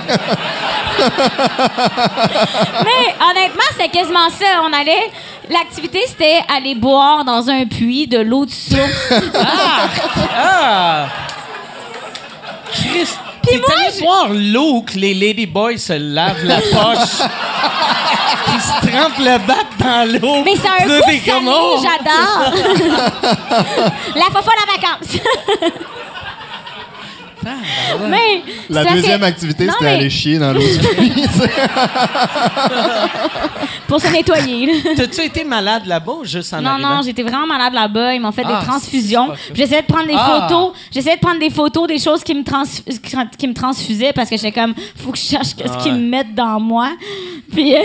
Mais honnêtement, c'était quasiment ça. On allait. L'activité, c'était aller boire dans un puits de l'eau de source. Ah! Chris, t'es moi, allé je- voir l'eau que les ladyboys se lavent la poche. Ils se trempent le bat dans l'eau. Mais c'est un Là, coup t'es de comme, salé, oh! j'adore. la fofolle en vacances. mais La ça deuxième fait- activité, Non, c'était mais aller chier dans l'eau du puits. pour se nettoyer. là. T'as-tu été malade là-bas ou juste en Non, arrivant? non, j'étais vraiment malade là-bas. Ils m'ont fait Ah, des transfusions. c'est pas ça. J'essayais de prendre des Ah. photos. J'essayais de prendre des photos des choses qui me, trans- qui me transfusaient parce que j'étais comme, faut que je cherche ce qu'ils me mettent dans moi. Puis, euh,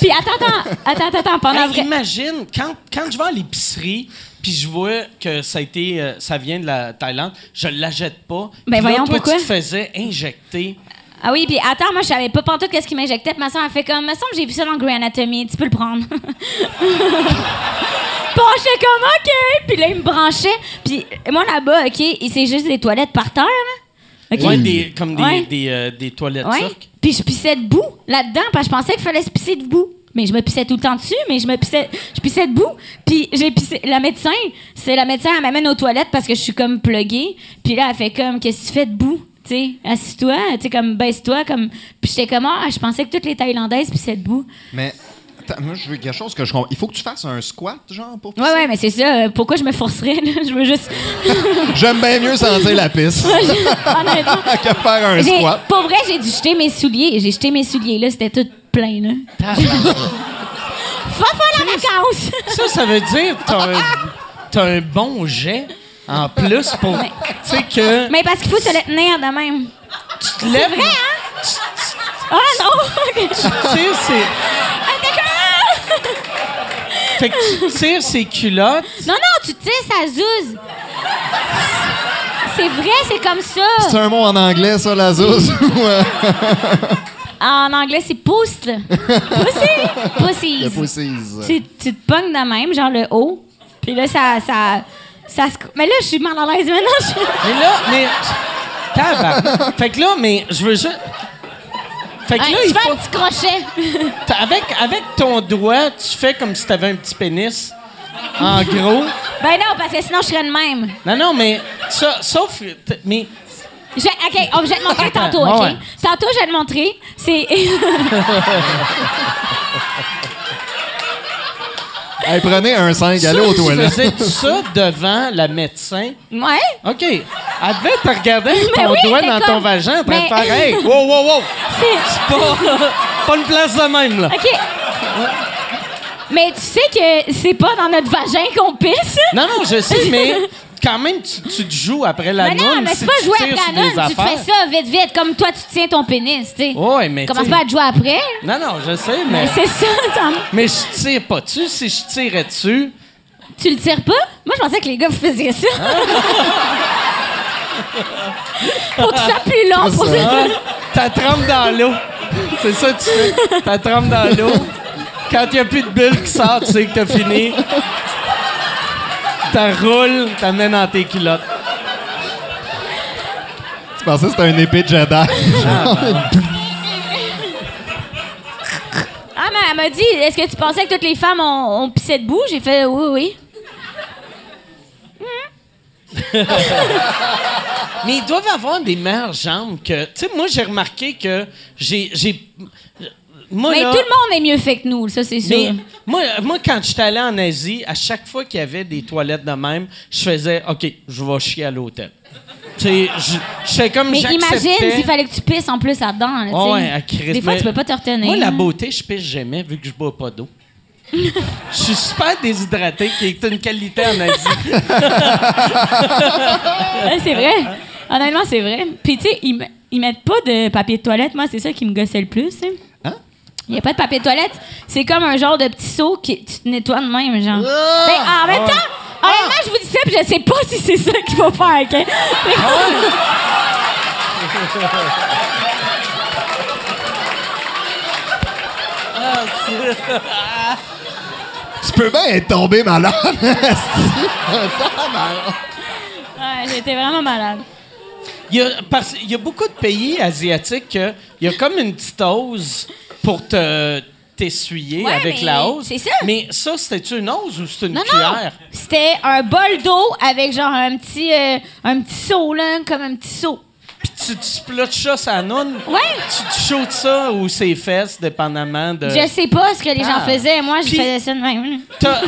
puis attends, attends, attends, attends, pendant Hey, vrai. Imagine, quand, quand je vais à l'épicerie, puis je vois que ça, a été, euh, ça vient de la Thaïlande, je ne la jette pas. Ben Puis là, voyons toi, pourquoi. tu te faisais injecter. Ah oui, puis attends, moi, je savais pas pantoute qu'est-ce qu'ils m'injectaient. puis Ma soeur a fait comme, me semble que j'ai vu ça dans Grey Anatomy, tu peux le prendre. Puis j'étais comme, OK. Puis là, il me branchait. Puis moi, là-bas, OK, et c'est juste des toilettes par terre, là. OK. Ouais, des, comme des, Ouais. des, euh, des toilettes Ouais. turques. Puis je pissais debout là-dedans, parce que je pensais qu'il fallait se pisser debout. Mais je me pissais tout le temps dessus, mais je me pissais, je pissais debout. Puis j'ai pissé. La médecin, c'est la médecin, elle m'amène aux toilettes parce que je suis comme pluguée. Puis là, elle fait comme, qu'est-ce que tu fais debout? Tu sais, assis-toi, tu sais, comme, baisse-toi, comme. Puis j'étais comme, ah, je pensais que toutes les Thaïlandaises pissaient debout. Mais, attends, moi, je veux quelque chose que je comprends. Il faut que tu fasses un squat, genre, pour Ouais, ouais, mais c'est ça. euh, Pourquoi je me forcerais, là? Je veux juste. J'aime bien mieux sentir la pisse Honnêtement. que faire un J'ai- squat. Pour vrai, j'ai dû jeter mes souliers. J'ai jeté mes souliers, là, c'était tout plein, là. Va faire la vacanance! Ça, ça veut dire que t'as un, t'as un bon jet en plus pour. Tu sais que Mais parce qu'il faut se le tenir de même. tu te lèves. vrai, hein? Ah non! Tu tires ses, Ah, d'accord! fait que tu tires ses culottes. non, non, tu tires, ça zouze. C'est vrai, c'est comme C'est ça. un mot en anglais, ça, la euh, zouze. Ouais. En anglais, c'est pouce, là. Pussy! Le Pussies. pussies. Tu, tu te pognes de même, genre le haut. Puis là, ça... ça, ça se cou- Mais là, je suis mal à l'aise maintenant. je- Mais là, mais. Tabarnak. Fait que là, mais je veux juste. Fait que Ouais, là, tu il fais faut. un petit crochet. T'as- Avec, avec ton doigt, tu fais comme si t'avais un petit pénis. En gros. Ben non, parce que sinon, je serais de même. Non, non, mais. ça- sauf. t- Mais. Je- OK, oh, je vais te montrer Attends, tantôt, OK? ouais, ouais. Tantôt, je vais te montrer. C'est... Hey, prenez un 5, Ça, allez aux tu toilettes. faisais ça devant la médecin? Ouais. OK. Elle devait te regarder avec Mais ton Ben oui, doigt mais dans ton comme- Ben vagin en train de mais- faire Hey, wow, wow, wow! C'est- C'est pas, pas une place de même, là. OK. Mais tu sais que c'est pas dans notre vagin qu'on pisse. Non, non, je sais, mais quand même, tu, tu te joues après la mais non, noune mais si c'est pas tu jouer tires après sur la des noune. Tu te affaires. fais ça vite, vite. Comme toi, tu tiens ton pénis, tu sais. Ouais, mais Commence t'sais- pas à te jouer après. Non, non, je sais, mais, Mais c'est ça, ça me- mais je tire pas dessus. Si je tirais dessus, Tu le tires pas? Moi, je pensais que les gars, vous faisiez ça. pour que ça plus long. Pour hein, t'as trempe dans l'eau. C'est ça que tu fais. T'as trempe dans l'eau. Quand il a plus de bulles qui sortent, tu sais que t'as fini. T'as roules, t'amènes dans tes culottes. Je pensais que c'était un épée de Jedi. Ah, mais elle m'a dit, est-ce que tu pensais que toutes les femmes ont, ont pissé debout? J'ai fait, oui, oui. Mais ils doivent avoir des meilleures jambes que. Tu sais, moi, j'ai remarqué que j'ai. j'ai- Moi, mais Oh, là, tout le monde est mieux fait que nous, ça, c'est sûr. mais moi, moi, quand j'étais allé en Asie, à chaque fois qu'il y avait des toilettes de même, je faisais OK, je vais chier à l'hôtel. Tu sais, je, je fais comme Mais imagine j'acceptais. s'il fallait que tu pisses en plus là-dedans. là, Ah ouais, tu sais. à Christ, Des fois, mais- tu peux pas te retenir. Moi, la là. beauté, je pisse jamais vu que je bois pas d'eau. Je suis super déshydraté, qui est une qualité en Asie. Ouais, c'est vrai. Honnêtement, c'est vrai. Puis, tu sais, ils, me- ils mettent pas de papier de toilette. Moi, c'est ça qui me gossait le plus. hein. Il n'y a pas de papier de toilette. C'est comme un genre de petit seau qui tu te nettoies de même, genre. Oh! Mais en même temps, honnêtement, je vous dis ça, puis je sais pas si c'est ça qu'il faut faire, OK? Mais- Ah! tu peux bien être tombé malade. Ah, Ouais, j'étais vraiment malade. Il y, a, parce- il y a beaucoup de pays asiatiques que il y a comme une petite hose pour te t'essuyer Ouais, avec mais la hose. c'est ça. Mais ça, c'était-tu une hose ou c'était une Non, non! cuillère? C'était un bol d'eau avec genre un petit, euh, un petit seau, là, comme un petit seau. Puis tu, tu splotches ça sa noune? Ouais. Tu te chaudes ça ou ses fesses, dépendamment de... Je sais pas ce que les gens Ah. faisaient. Moi, je Puis- faisais ça de même. là. T'as-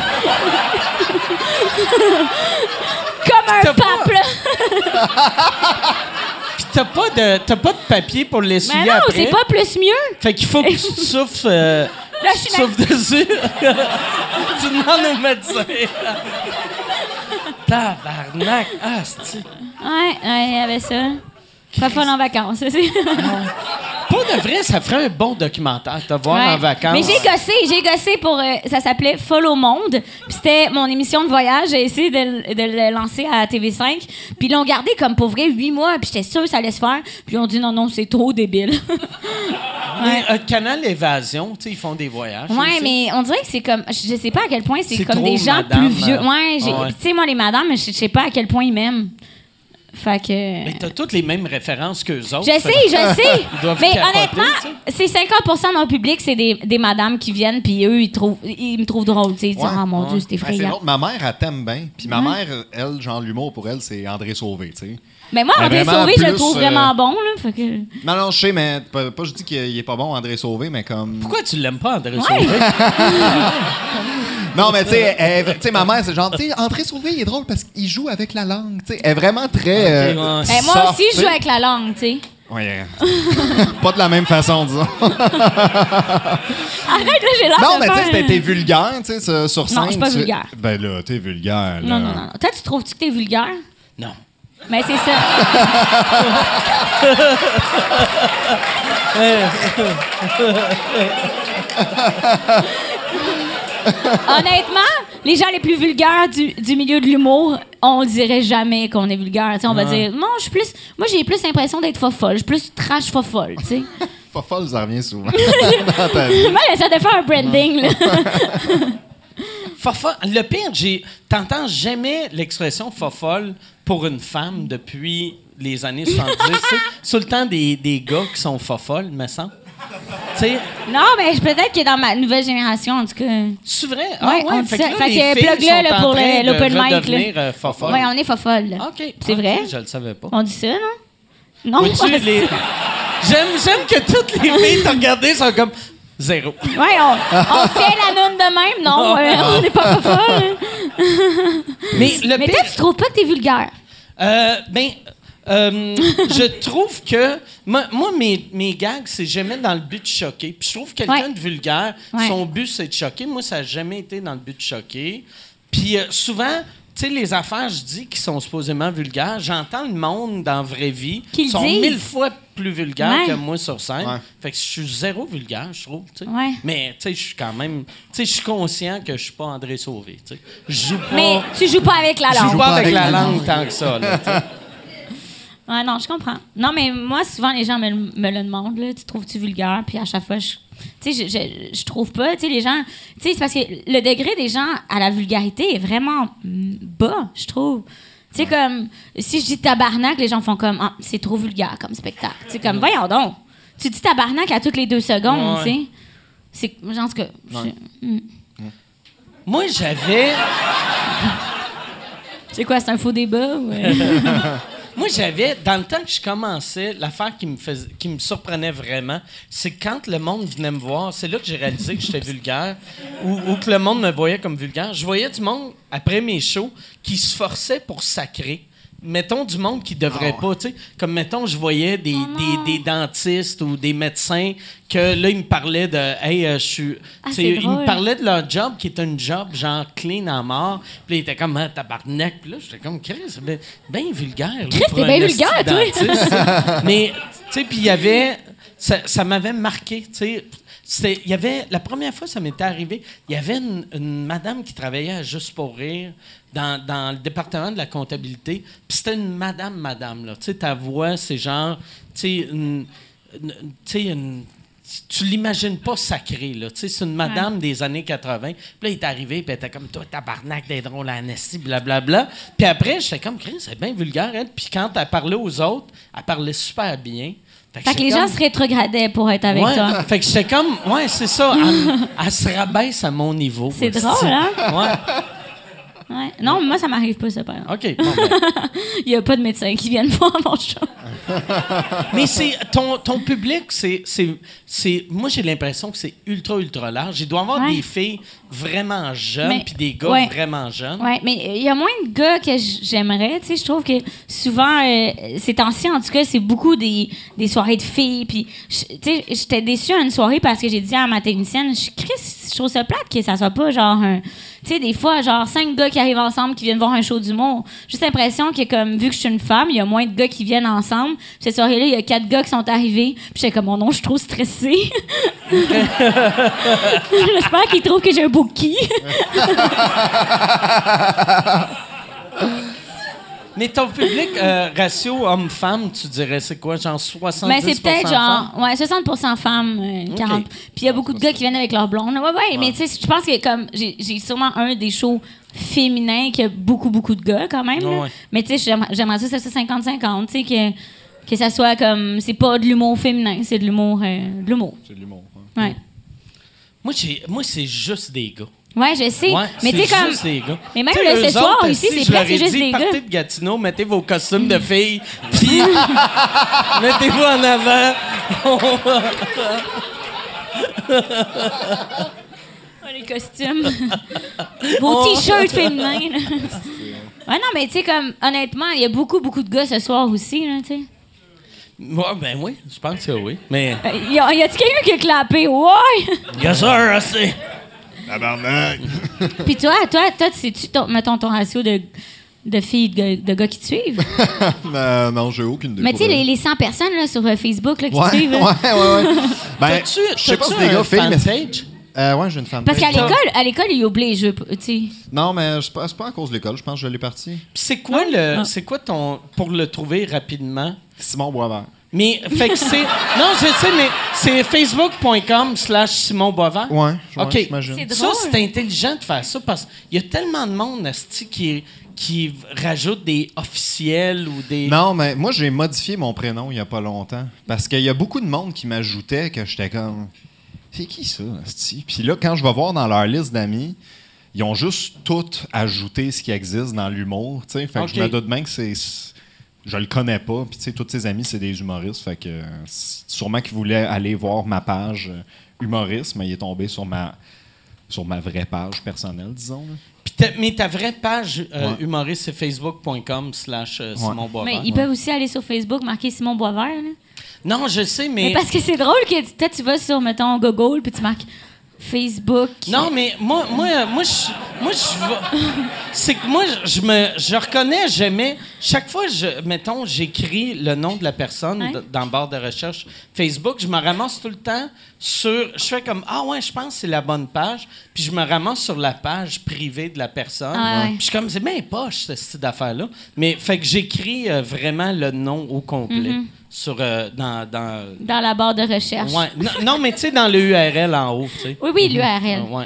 Comme un T'as pas- pape, là. Puis t'as pas, de- t'as pas de papier pour l'essuyer Mais non, après. c'est pas plus mieux. Fait qu'il faut que tu te souffles, euh, Là, tu je te suis souffles dessus. tu demandes au médecin. Tabarnak! Ah, c'est... Ouais, ouais, il y avait ça. Pas folle en vacances. ça, c'est- Ah, Pour de vrai, ça ferait un bon documentaire, te voir Ouais. en vacances. Mais j'ai gossé, j'ai gossé pour. euh, ça s'appelait Follow Monde. Puis c'était mon émission de voyage. J'ai essayé de, l- de le lancer à TV5. Puis ils l'ont gardé comme pour vrai huit mois. Puis j'étais sûre que ça allait se faire. Puis ils ont dit non, non, c'est trop débile. Mais, euh, Canal Évasion, tu sais, ils font des Ah, voyages. Ouais, aussi. mais on dirait que c'est comme. Je je sais pas à quel point c'est C'est comme trop des gens madame, plus vieux. hein. Ouais, j'ai- Ah ouais. puis tu sais, moi, les madames, je je sais pas à quel point ils m'aiment. Fait que. Mais t'as toutes les mêmes références qu'eux autres. oh, Je sais, je sais. Ils doivent mais capoter, honnêtement, c'est 50 de mon public, c'est des, des madames qui viennent, puis eux, ils, trouvent, ils me trouvent drôle. tu sais, Ils disent, Ouais, ah mon Dieu, Ben, c'est c'est effrayant. l'autre. ma mère, elle t'aime bien. Puis ma mère, elle, genre, l'humour pour elle, c'est André Sauvé, tu sais. mais moi, Mais André vraiment Sauvé, je le plus, trouve euh, vraiment bon. Là, fait que... Non, non, je sais, mais pas, pas je dis qu'il il est pas bon, André Sauvé, mais comme. Pourquoi tu l'aimes pas, André Ouais. Sauvé? Non, mais tu sais, elle- tu sais, ma mère, c'est genre, tu sais, André Sauvé, il est drôle parce qu'il joue avec la langue, tu sais. Elle est vraiment très. euh, Ok, ouais. Ben, moi aussi, je joue sortée. avec la langue, tu sais. Ouais. pas de la même façon, disons. Arrête, là, j'ai l'air Non, de mais tu faire sais, t'es- un- t'es vulgaire, tu sais, sur- sur scène. Non, je suis pas tu- vulgaire. Ben là, t'es vulgaire, là. Non, non, non. Toi, tu trouves-tu que t'es vulgaire? Non. Mais c'est ça. Honnêtement, les gens les plus vulgaires du, du milieu de l'humour, on dirait jamais qu'on est vulgaire. Tu sais, on va dire, non, je suis plus, moi j'ai plus l'impression d'être fofolle, je suis plus trash fofolle, tu sais. Pas folle, ça revient souvent. Dans ta vie. moi j'essaie de faire un branding là. Fofolle- Le pire, j'ai. T'entends jamais l'expression fofolle pour une femme depuis les années 70. c'est sur le temps des, des gars qui sont fofolles, me semble. Tu sais, Non, mais je- peut-être que dans ma nouvelle génération, en tout cas. c'est vrai. ah Ouais, on ouais, dit fait que ça. là, Fait les que filles plug-le, sont là, en pour train le- de l'open mic, là. redevenir, euh, fofolles. Ouais, on est fofolle. là. OK. C'est ok, vrai? Je le savais pas. On dit ça, non? Non, Vois-tu, pas les- ça. J'aime, j'aime que toutes les filles t'ont regardé sont comme Zéro. Ouais, on, on fait la lune de même, non? euh, on n'est pas folle. Mais Ah. le Mais pire- toi, tu trouves pas que t'es vulgaire? Euh, ben, euh, je trouve que. Moi, moi, mes, mes gags, c'est jamais dans le but de choquer. Puis je trouve que quelqu'un Ouais. de vulgaire, Ouais. son but, c'est de choquer. Moi, ça n'a jamais été dans le but de choquer. Puis euh, souvent. Tu sais, les affaires, je dis, qui sont supposément vulgaires, j'entends le monde dans la vraie vie. Qui le sont disent. mille fois plus vulgaires Ouais. que moi sur scène. Ouais. Fait que je suis zéro vulgaire, je trouve. tu sais. Ouais. Mais, tu sais, je suis quand même. Tu sais, je suis conscient que je suis pas André Sauvé. tu sais. Je joue pas. Mais tu joues pas avec la je langue. joue Ah. pas avec la langue tant que ça. là, tu sais. Ouais, non, je comprends. Non, mais moi, souvent, les gens me, le- me le demandent, là. Tu trouves-tu vulgaire? Puis à chaque fois, je. Tu sais, je, je, je trouve pas. Tu sais, les gens. Tu sais, c'est parce que le degré des gens à la vulgarité est vraiment mm, bas, je trouve. Tu sais, comme. Si je dis tabarnak, les gens font comme. Ah, c'est trop vulgaire comme spectacle. Tu sais, comme, voyons donc. Tu dis tabarnak à toutes les deux Ouais. secondes, tu sais. C'est. Genre, en tout cas. je- Mm. Moi, j'avais, C'est quoi, c'est un faux débat? ou, euh? moi, j'avais, dans le temps que je commençais, l'affaire qui me faisait, qui me surprenait vraiment, c'est quand le monde venait me voir, c'est là que j'ai réalisé que j'étais vulgaire, ou, ou que le monde me voyait comme vulgaire. Je voyais du monde, après mes shows, qui se forçait pour sacrer. Mettons du monde qui devrait pas, tu sais. Comme mettons, je voyais des, Oh des- des dentistes ou des médecins que là, ils me parlaient de Hey, euh, je suis. Ah, tu sais, c'est ils me drôle. parlaient parlait de leur job, qui était une job genre clean en mort. Puis là, il était comme un tabarnak. Puis là, j'étais comme, Chris, c'est bien, bien vulgaire. là, Chris, pour t'es un bien esti vulgaire, toi. dentiste. Mais, tu sais, puis il y avait. Ça, ça m'avait marqué, tu sais. C'était- Il y avait, la première fois, ça m'était arrivé, il y avait une, une madame qui travaillait à Juste pour rire dans, dans le département de la comptabilité. Puis c'était une madame, madame, là. Tu sais, ta voix, c'est genre, tu sais, une- une- tu sais, une- tu l'imagines pas sacré, là. Tu sais, c'est une madame des années 80. Puis là, il est arrivé, puis elle était comme, toi, tabarnak, des drôles, anesti, blablabla. Puis après, j'étais comme, Chris, c'est bien vulgaire, elle. Puis quand elle parlait aux autres, elle parlait super bien. fait que les j'étais gens comme- se rétrogradaient pour être avec Ouais. toi. Fait que j'étais comme, ouais, c'est ça. Elle, elle se rabaisse à mon niveau. C'est aussi. drôle, hein? Ouais. Ouais. Non, moi, ça m'arrive pas, ça, par exemple. OK. bon, ben. Il y a pas de médecin qui viennent voir mon show. Mais c'est ton, ton public, c'est, c'est, c'est- Moi, j'ai l'impression que c'est ultra, ultra large. Il doit y avoir Ouais. des filles vraiment jeunes Mais- puis des gars ouais. vraiment jeunes. Ouais, mais il y a moins de gars que j- j'aimerais, tu sais, je trouve que souvent euh, ces temps-ci en tout cas, c'est beaucoup des, des soirées de filles puis je- tu sais, j'étais déçue à une soirée parce que j'ai dit à ma technicienne, je Chris, je trouve ça plate que ça soit pas genre un- tu sais des fois genre cinq gars qui arrivent ensemble qui viennent voir un show d'humour. J'ai juste l'impression que comme vu que je suis une femme, il y a moins de gars qui viennent ensemble. Puis Cette soirée-là, il y a quatre gars qui sont arrivés. Puis j'étais comme mon nom, je suis trop stressée. J'espère qu'ils trouvent que j'ai un beau qui. Mais ton public, euh, ratio homme-femme, tu dirais c'est quoi? Genre 70 Mais Ben, c'est peut-être femmes? genre ouais, 60 femmes, euh, 40. Puis il y a beaucoup de gars qui viennent avec leur blonde. Ouais, ouais, mais tu sais, je pense que comme j'ai j'ai sûrement un des shows féminins qui a beaucoup, beaucoup de gars quand même. là. Ouais, ouais. Mais tu sais, j'aimerais- j'aimerais ça que ça soit 50-50, tu sais, que, que ça soit comme. C'est pas de l'humour féminin, c'est de l'humour. euh, de l'humour. C'est de l'humour. hein. Ouais. Moi, j'ai- moi, c'est juste des gars. Ouais, je sais. Ouais, mais tu sais, c'est comme. juste des gars. Mais même Tu sais, le eux ce soir, autres, ici, si c'est je leur ai presque juste dit, des gars. Partez de Gatineau, mettez vos costumes de filles, puis mettez-vous en avant. Ouais, les costumes. Vos t-shirts féminins. là. ouais, non, mais tu sais, comme, honnêtement, il y a beaucoup, beaucoup de gars ce soir aussi, là, tu sais. Ouais, ben oui, je pense que oui. Mais. euh, Euh, Y a- y a-tu quelqu'un qui a clapé? Ouais! Yes, sir, c'est. Tabarnak! Puis toi, toi, toi, tu sais-tu, ton, mettons, ton ratio de, de filles, de, de gars qui te suivent? Euh, non, j'ai aucune idée. mais tu sais, pour les, vrai. les 100 personnes là, sur euh, Facebook là, qui te Ouais, suivent. hein. ouais, là. ouais, ouais. Ben, T'as-tu- je sais pas t'as-tu si des un gars filles, mais. fanpage? Euh, ouais, j'ai une femme. Parce qu'à l'école, à l'école, ils oublient les jeux, tu sais. Non, mais je pense pas à cause de l'école. Je pense que je l'ai parti. Puis c'est quoi Ah. le. C'est quoi ton. Pour le trouver rapidement? Simon Boisvert. Mais, fait que c'est. Non, je sais, mais c'est facebook.com slash Simon Boisvert. Ouais, ouais, OK. j'imagine. C'est Ça, drôle. c'est intelligent de faire ça parce qu'il y a tellement de monde, asti, qui, qui rajoute des officiels ou des. Non, mais moi, j'ai modifié mon prénom il y a pas longtemps. Parce qu'il y a beaucoup de monde qui m'ajoutait que j'étais comme. C'est qui ça, hostie? Puis là, quand je vais voir dans leur liste d'amis, ils ont juste tout ajouté ce qui existe dans l'humour. tu sais. Fait que Ok. je me doute bien que c'est. je le connais pas. Puis, tu sais, tous ses amis, c'est des humoristes. Fait que euh, s- sûrement qu'il voulait aller voir ma page euh, humoriste, mais il est tombé sur ma, sur ma vraie page personnelle, disons. là. Puis ta- mais ta vraie page euh, Ouais. humoriste, c'est facebook.com slash euh, Simon Boisvert. Mais ils peuvent aussi aller sur Facebook, marquer Simon Boisvert. là. Non, je sais, Mais mais... parce que c'est drôle que toi, tu vas sur, mettons, Google, puis tu marques Facebook. Non, mais moi, moi, euh, moi, je, moi, je vais- C'est que moi, je- je me, je reconnais, j'aimais. Chaque fois, je, mettons, j'écris le nom de la personne Ouais. d- dans le barre de recherche Facebook, je me ramasse tout le temps sur. Je fais comme ah ouais, je pense que c'est la bonne page, puis je me ramasse sur la page privée de la personne. Ah ouais. Puis je suis comme c'est bien poche ce style d'affaire là. Mais fait que j'écris euh, vraiment le nom au complet Mm-hmm. sur euh, dans dans. Dans la barre de recherche. Ouais. Non, non, mais tu sais dans le URL en haut, tu sais. Oui, oui, l'URL. Ah, ouais.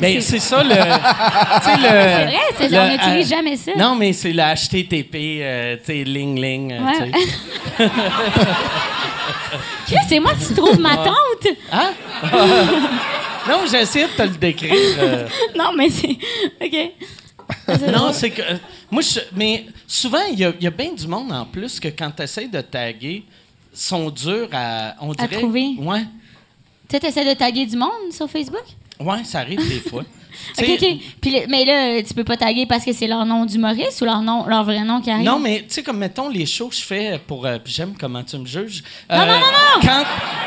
Ben, c'est ça le. tu sais, le- C'est vrai, c'est- on le- n'utilise euh, jamais ça. Non, mais c'est le HTTP, euh, tu sais, ling ling. euh, Ouais. tu sais. Chris, c'est moi qui trouve ma tante. Hein? non, j'ai essayé de te le décrire. euh. non, mais c'est. OK. Non, c'est que. euh, moi, je, mais souvent, il y a, il y a bien du monde en plus que quand tu essaies de taguer, sont durs à. On dirait, trouver. Ouais. Toi, t'essaies de taguer du monde sur Facebook? Ouais, ça arrive des fois. Tu OK, sais, OK. Puis le- mais là, tu peux pas taguer parce que c'est leur nom d'humoriste ou leur, nom, leur vrai nom qui arrive? Non, mais tu sais, comme mettons les shows que je fais pour. euh, puis j'aime comment tu me juges. euh, Non, non, non, non! Quand,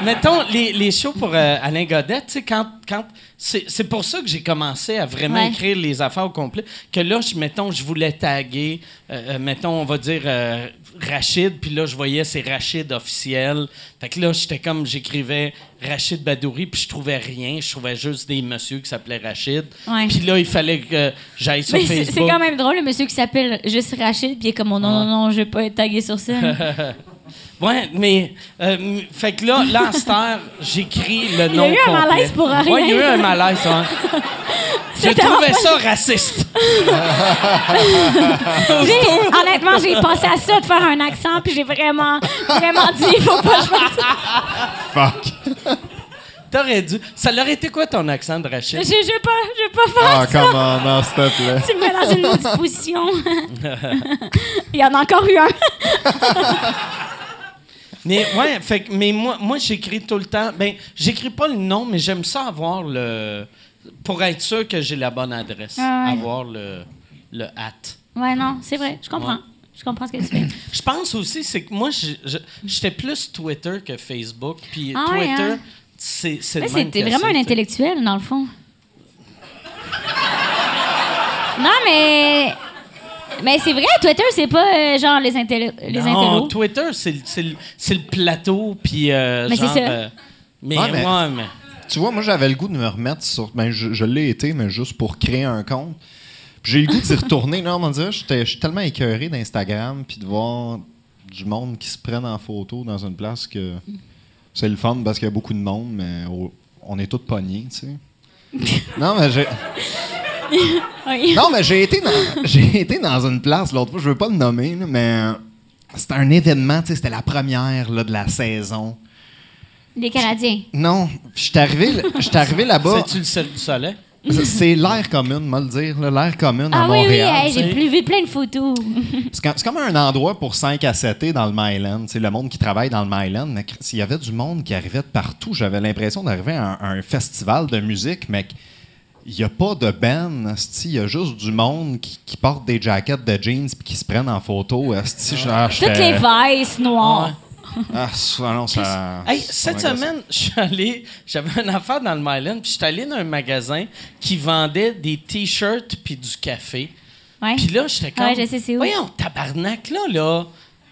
mettons les, les shows pour euh, Alain Godet, tu sais, quand. quand c'est c'est pour ça que j'ai commencé à vraiment Ouais. écrire les affaires au complet. Que là, je, mettons, je voulais taguer, euh, euh, mettons, on va dire euh, Rachid, puis là, je voyais c'est Rachid officiel. Fait que là, j'étais comme, j'écrivais Rachid Badouri, puis je trouvais rien. Je trouvais juste des messieurs qui s'appelaient Rachid. Ouais. Puis là, il fallait que j'aille sur Mais c'est- Facebook. c'est quand même drôle, le monsieur qui s'appelle juste Rachid, puis il est comme, oh, non, non, non, je vais pas être tagué sur ça. Ouais, mais. euh, m- fait que là, là, à cette heure, j'écris le y a nom. eu un complet. malaise pour rien. Ouais, il y a eu un malaise, ouais. Je C'était trouvais vraiment- ça raciste. J'ai- honnêtement, j'ai pensé à ça de faire un accent, puis j'ai vraiment, vraiment dit, il faut pas que je fasse ça. Fuck! T'aurais dû. Ça l'aurait été quoi ton accent de Rachid? Je, je vais pas, je vais pas faire Ah, ça. comment? Non, s'il te plaît. Tu me mets dans une maudite position. il y en a encore eu un. Mais ouais, fait que- mais moi, moi j'écris tout le temps. Ben, j'écris pas le nom, mais j'aime ça avoir le. Pour être sûr que j'ai la bonne adresse. Ah ouais. Avoir le. Le at. ouais, non, c'est vrai, je comprends. Ouais. Je comprends ce que tu fais. Je pense aussi, c'est que moi, je- je- j'étais plus Twitter que Facebook. Puis Ah ouais, Twitter, hein? c'est c'est Là, le même c'était que vraiment c'est, un tu sais. intellectuel, dans le fond. Non, mais. Mais c'est vrai, Twitter, c'est pas euh, genre les, intello- les Non, intellos. Twitter, c'est le, c'est le- c'est le plateau, puis euh, Mais c'est genre... ça. euh, mais, Ouais, mais- ouais, mais- Tu vois, moi, j'avais le goût de me remettre sur. Ben, je, je l'ai été, mais juste pour créer un compte. Puis J'ai eu le goût d'y retourner. Non, on dirait, j'étais- je suis tellement écœuré d'Instagram puis de voir du monde qui se prennent en photo dans une place que c'est le fun parce qu'il y a beaucoup de monde, mais au- on est tous pognés, tu sais. Non, mais j'ai. Oui. Non, mais j'ai été dans, j'ai été dans une place l'autre fois, je veux pas le nommer, là, mais euh, c'était un événement, tu sais, c'était la première là, de la saison. Les Canadiens. Non, je suis arrivé, là- j'étais arrivé là-bas. C'est-tu le Cirque du Soleil? C'est- C'est l'air commune, moi le dire, là, l'air commune à Ah oui, oui, Montréal. hey, tu sais. j'ai plus vu plein de photos. C'est comme- c'est comme un endroit pour 5 à 7 et dans le Myland. C'est le monde qui travaille dans le Myland. Mais cr- s'il y avait du monde qui arrivait de partout, j'avais l'impression d'arriver à un, à un festival de musique, mais qu- il n'y a pas de band. esti. Il y a juste du monde qui, qui porte des jackets de jeans et qui se prennent en photo. esti. Je- ah, Toutes j'étais- les vices noires. Ah, ça, non, ça- Hey, oh ça cette m'agace. semaine, je suis allé... J'avais une affaire dans le Myland, puis je suis allé dans un magasin qui vendait des T-shirts puis du café. Ouais. Puis là, j'étais comme... Ouais, je sais c'est où. Voyons, tabarnak, là, là...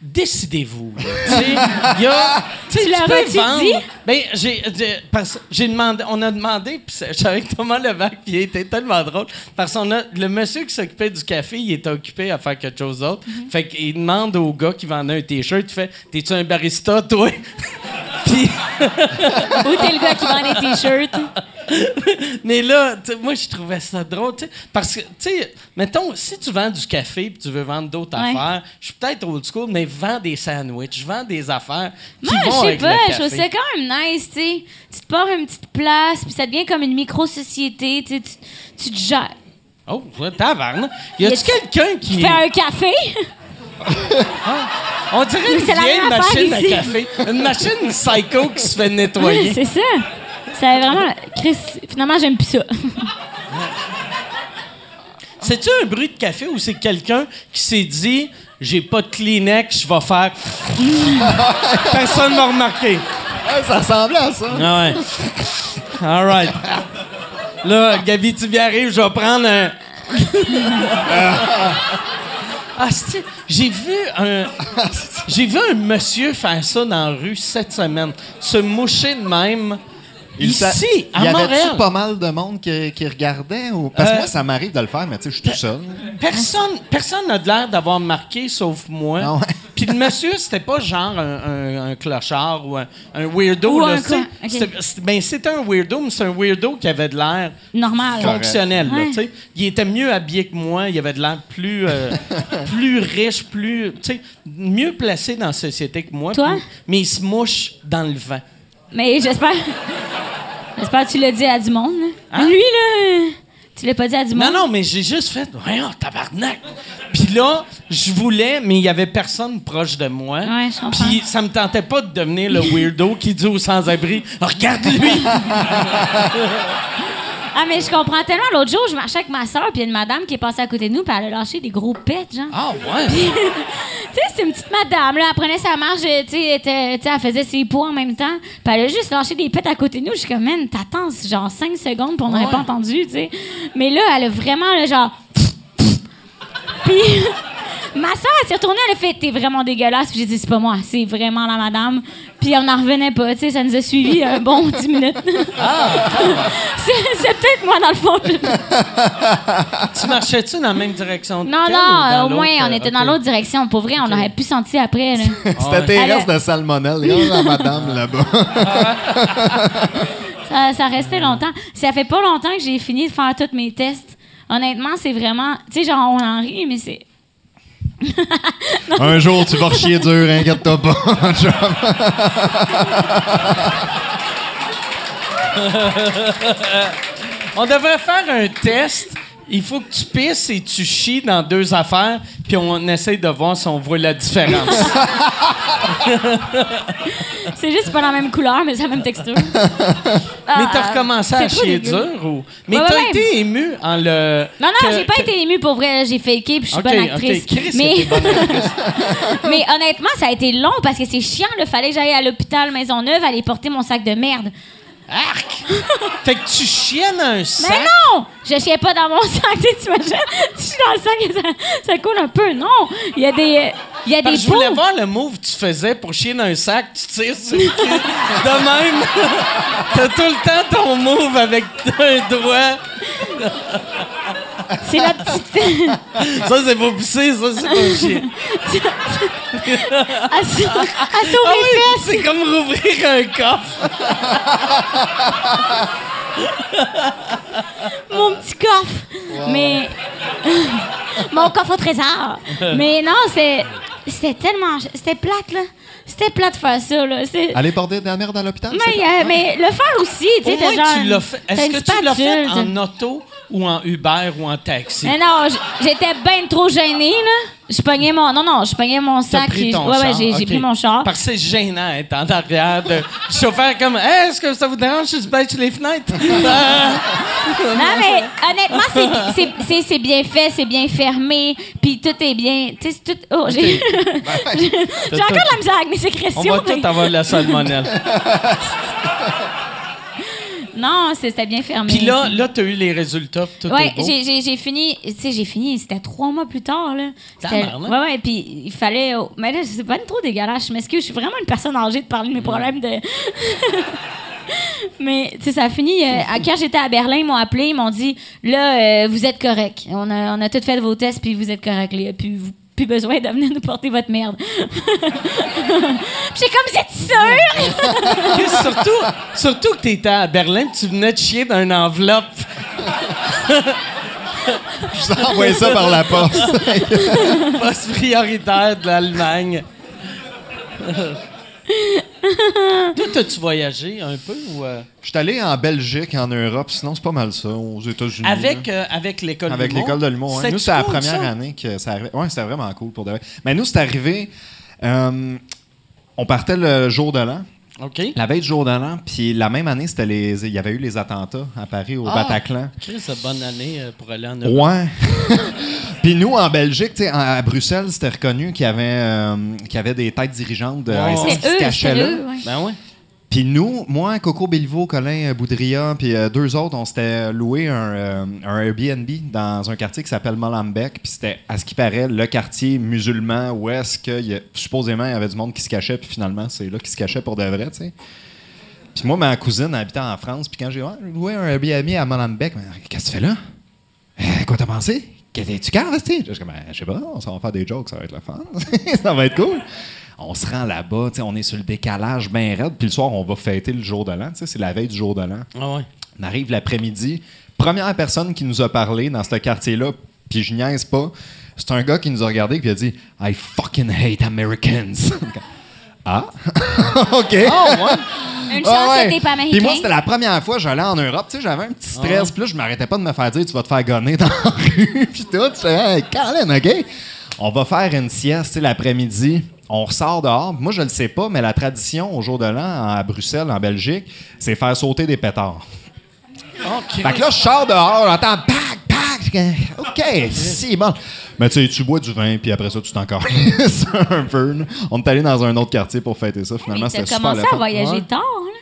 Décidez-vous. là. Tu sais, il y a- tu sais, Tu tu l'aurais-tu peux vendre. dit? Ben, j'ai, j'ai- parce- j'ai demandé, on a demandé, puis c'est- j'étais avec Thomas Levac, puis il était tellement drôle. Parce qu'on a, le monsieur qui s'occupait du café, il était occupé à faire quelque chose d'autre. Mm-hmm. Fait qu'il demande au gars qui vendait un t-shirt, il fait T'es-tu un barista, toi Puis. Ou t'es le gars qui vend les t-shirts. Mais là, tu sais, moi, je trouvais ça drôle, tu sais, parce que, tu sais, mettons, si tu vends du café et tu veux vendre d'autres Ouais. affaires, je suis peut-être old school, mais vends des sandwichs, vends des affaires qui Moi, je vont sais avec pas, le je trouve café. ça quand même nice, tu sais. Tu te pars une petite place, puis ça devient comme une micro-société, tu sais, tu, tu te gères. Oh, ouais, taverne. Y a-tu Y a-tu- quelqu'un qui... Tu fais un café, On dirait Oui, une c'est la vieille même affaire machine à ici. café. Une machine psycho qui se fait Oui, nettoyer. c'est ça. C'est vraiment. Chris, finalement, j'aime plus ça. C'est-tu un bruit de café ou c'est quelqu'un qui s'est dit j'ai pas de Kleenex, je vais faire. Personne m'a remarqué. Ouais, ça ressemblait à ça. Ah ouais. All right. Là, Gabi, tu viens arrive, je vais prendre un. ah, c'est- j'ai vu un. J'ai vu un monsieur faire ça dans la rue cette semaine. Se moucher de même. s'a- ici, à Il y Montréal. avait-tu pas mal de monde qui, qui regardait? Ou... Parce que Euh, moi, ça m'arrive de le faire, mais tu sais, je suis tout seul. Personne, personne n'a de l'air d'avoir marqué, sauf moi. Ah ouais? Puis le monsieur, c'était pas genre un, un- un clochard ou un, un weirdo. Ou là, un tu sais. quoi? Ok. C'était- c'était- ben, c'était un weirdo, mais c'est un weirdo qui avait de l'air Normal. fonctionnel. là, Ouais. tu sais. il était mieux habillé que moi, il avait de l'air plus, euh, plus riche, plus, tu sais, mieux placé dans la société que moi. Toi? puis- mais il se mouche dans le vent. Mais j'espère. J'espère que tu l'as dit à du monde. là. Hein? Lui, là. Tu l'as pas dit à du Non, monde. non, mais j'ai juste fait, voyons, tabarnak. Puis là, je voulais, mais il y avait personne proche de moi. Ouais, je comprends. Puis ça me tentait pas de devenir le weirdo qui dit aux sans-abri, regarde-lui. Ah, mais je comprends tellement. L'autre jour, je marchais avec ma soeur, puis il y a une madame qui est passée à côté de nous, puis elle a lâché des gros pets, genre. Ah, ouais. tu sais, c'est une petite madame, là. Elle prenait sa marche, euh, tu sais, elle était- tu sais, elle faisait ses poids en même temps. Puis elle a juste lâché des pets à côté de nous. Je suis comme, man, t'attends c'est genre 5 secondes, puis on n'aurait Ouais. pas entendu, tu sais. Mais là, elle a vraiment, là, genre. puis. Ma soeur, elle s'est retournée, elle a fait T'es vraiment dégueulasse. Puis j'ai dit C'est pas moi, c'est vraiment la madame. Puis on n'en revenait pas, tu sais, ça nous a suivi un bon 10 minutes. Ah! c'est c'est peut-être moi, dans le fond. tu marchais-tu dans la même direction? Non, qu'elle ou non, dans au moins, l'autre? on était Ok. dans l'autre direction. Pour vrai, on aurait pu senti après, là. C'était tes Elle- restes de salmonelle. Il y a la madame là-bas. Euh, Ça, ça restait longtemps. Ça fait pas longtemps que j'ai fini de faire tous mes tests. Honnêtement, c'est vraiment. Tu sais, genre, on en rit, mais c'est. Un jour, tu vas rechier dur, inquiète-toi pas. On devrait faire un test. Il faut que tu pisses et tu chies dans deux affaires, puis on essaye de voir si on voit la différence. C'est juste pas la même couleur, mais c'est la même texture. Euh, mais t'as recommencé à Ah, c'est trop chier dégueu. dur ou. Mais Ouais, t'as ouais, été ému en le. Non, non, que- j'ai pas que- été émue pour vrai. J'ai faké puis je suis Ok, bonne actrice. ok, Chris, mais, t'es bonne actrice. mais honnêtement, ça a été long parce que c'est chiant. Il fallait que j'aille à l'hôpital Maisonneuve aller porter mon sac de merde. Arc! fait que tu chiennes un sac. Mais non! Je chiais pas dans mon sac, tu sais, t'imagines? Tu chies dans le sac et ça, ça coule un peu. Non! Il y a des. euh, Il y a Parce des que je voulais pots. voir le move que tu faisais pour chier dans un sac, tu tires sur le cul. De même, t'as tout le temps ton move avec un doigt. C'est la petite. Ça, c'est pour pousser, ça, c'est pour chier. Ah Elle s'ou- elle s'ouvre Ah les oui, fesses. c'est comme rouvrir un coffre. mon petit coffre. Mais. mon coffre au trésor. Mais non, c'est. C'était tellement. C'était plate, là. C'était plate de faire ça, là. C'est- Ah, Allez porter de la merde à l'hôpital? Mais, c'est- euh, mais le faire aussi, Au tu sais, t'as moins, genre. tu l'as fait. t'as Est-ce une que tu l'as fait spatule, en auto ou en Uber ou en taxi? Mais non, j- j'étais bien trop gênée, là. Je pognais mon. Non, non, je pognais mon T'as sac. pris et- ton ouais, ouais, char, j'ai j'ai ok. pris mon char. Parce que c'est gênant d'être en arrière de le chauffeur comme Hey, Est-ce que ça vous dérange si je bâche les fenêtres? Non, mais honnêtement, c'est- c'est- c'est- c'est bien fait, c'est bien fermé, puis tout est bien. Tu sais, c'est tout. Oh, j'ai. j'ai j'ai encore de la misère avec mes sécrétions. Ben, On va mais- tout avoir de la salmonelle. Non, c'est- c'était bien fermé. Puis là, là t'as eu les résultats. puis Tout Ouais, est beau. j'ai- j'ai j'ai fini, tu sais, j'ai fini, c'était trois mois plus tard, là. C'était- Tabarnak. Ouais, ouais, puis il fallait. oh, mais là, c'est pas trop dégueulasse, je m'excuse, je suis vraiment une personne âgée de parler de mes problèmes de. mais, tu sais, ça a fini. euh, à- quand j'étais à Berlin, ils m'ont appelé, ils m'ont dit, là, euh, vous êtes correct. On a, on a tout fait vos tests, puis vous êtes correct, là. Puis vous plus besoin de venir nous porter votre merde. Puis J'ai comme, vous êtes sûre? Puis surtout, surtout que t'étais à Berlin, puis tu venais de chier dans une enveloppe. Je vous ai envoyé ça par la poste. poste prioritaire de l'Allemagne. Toi, t'as-tu voyagé un peu ou. euh, Je suis allé en Belgique, en Europe, sinon c'est pas mal ça, aux États-Unis. là. avec euh, avec l'école Avec de l'humour. l'école de l'humour. ouais. C'est-tu Nous, c'était la cool, première ça? année que ça arrivait. Ouais, c'était vraiment cool pour de vrai. Mais nous, c'est arrivé. euh, on partait le jour de l'an, OK. la veille du jour de l'an, puis la même année, c'était les, il y avait eu les attentats à Paris, au Bataclan. Ah, Chris, c'est bonne année euh, pour aller en Europe. Ouais. Puis nous, en Belgique, tu sais, en- à Bruxelles, c'était reconnu qu'il y, avait, euh, qu'il y avait des têtes dirigeantes de Ouais. qui C'était se eux, cachaient c'était là. eux. ouais. Ben ouais. Puis nous, moi, Coco Béliveau, Colin euh, Boudria, puis euh, deux autres, on s'était loué un, euh, un Airbnb dans un quartier qui s'appelle Molenbeek. Puis c'était, à ce qui paraît, le quartier musulman où est-ce que il y a- supposément il y avait du monde qui se cachait. Puis finalement, c'est là qu'ils se cachaient pour de vrai, tu sais. Puis moi, ma cousine habitait en France. Puis quand j'ai Ouais, loué un Airbnb à Molenbeek, mais qu'est-ce que tu fais là? Euh, quoi t'as pensé? Qu'est-ce que tu gardes, tu sais? Je suis comme, Ben, je sais pas, on s'en va faire des jokes, ça va être le fun. ça va être cool. On se rend là-bas, tu sais, on est sur le décalage bien raide, puis le soir, on va fêter le jour de l'an, tu sais, c'est la veille du jour de l'an. Ah ouais. On arrive l'après-midi. Première personne qui nous a parlé dans ce quartier-là, puis je niaise pas, c'est un gars qui nous a regardé et qui a dit I fucking hate Americans. ah, OK. Une Ah chance ouais. que t'es pas américain. Puis moi, c'était la première fois que j'allais en Europe. Tu sais, j'avais un petit stress. Puis là, je m'arrêtais pas de me faire dire tu vas te faire gonner dans la rue. Puis tout. Je faisais, hey, Colin, OK? On va faire une sieste tu sais, l'après-midi. On ressort dehors. Moi, je le sais pas, mais la tradition au jour de l'an à Bruxelles, en Belgique, c'est faire sauter des pétards. OK. Fait que là, je sors dehors, j'entends pac, pac. Je fais, OK, si, bon. Mais tu sais, tu bois du vin, puis après ça, tu t'en calisses un peu. là. On est allé dans un autre quartier pour fêter ça. Finalement, Mais c'était t'as super commencé le à fun. voyager Ouais. tard. là.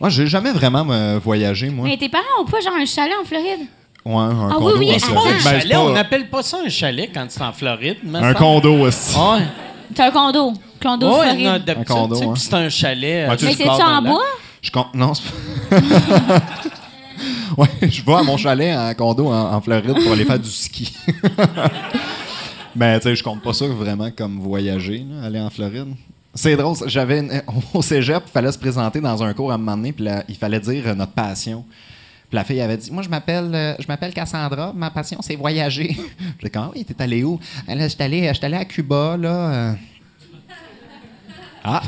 Moi, j'ai jamais vraiment euh, voyagé, moi. Mais tes parents ont pas genre un chalet en Floride? Ouais, un Ah oui, condo. oui, ouais, mais ça. C'est pas Ben, un c'est chalet, pas- on n'appelle pas ça un chalet quand c'est en Floride. me Un semble. condo aussi. Ouais. T'as un condo. Condo Ouais, Floride. non, d'habitude, Un condo, tu sais, hein. puis c'est un chalet. euh, Ouais, tu- Mais tu c'est-tu pars dans en le bois? Je con- Non, c'est pas- ouais, je vais à mon chalet en condo en, en Floride pour aller faire du ski. Mais tu sais, je compte pas ça vraiment comme voyager, là, aller en Floride. C'est drôle, ça, j'avais une- au cégep, il fallait se présenter dans un cours à un moment donné, puis la- il fallait dire euh, notre passion. Puis la fille avait dit Moi, je m'appelle euh, je m'appelle Cassandra, ma passion, c'est voyager. J'ai dit Ah oui, t'es allé où Elle a dit, J'étais allé, j'étais allé à Cuba, là. euh. Ah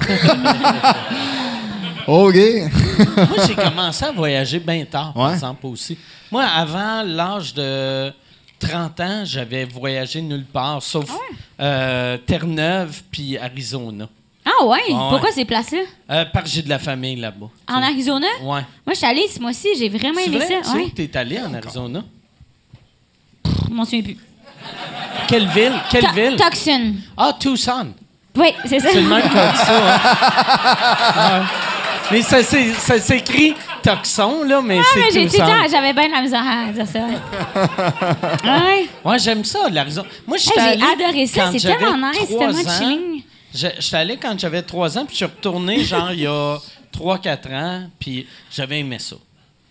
OK Moi, j'ai commencé à voyager bien tard, par Ouais. exemple, aussi. Moi, avant l'âge de 30 ans, j'avais voyagé nulle part, sauf euh, Terre-Neuve puis Arizona. Ah ouais? ouais. Pourquoi ces places-là? Euh, parce que j'ai de la famille là-bas. En Arizona? Ouais. Moi, je suis allée ce mois-ci, j'ai vraiment C'est aimé vrai? ça. C'est Ouais. où t'es allé en Arizona? Je m'en souviens plus. Quelle ville? Quelle To- ville? Tucson. Ah, Tucson. Oui, c'est ça. C'est le même qu'on dit ça. hein. Ouais. Mais ça, s'é- ça s'écrit Tucson, là, mais Ah, mais c'est j'ai dit, Tucson. ah, j'avais bien de la misère à dire ça. Ah ouais. Ouais, j'aime ça, l'Arizona. Moi, je Hey, j'ai allé adoré ça, quand c'est j'avais tellement nice, trois tellement ans. chilling. Je j'étais allé quand j'avais 3 ans, puis je suis retourné, genre, il y a 3-4 ans, puis j'avais aimé ça.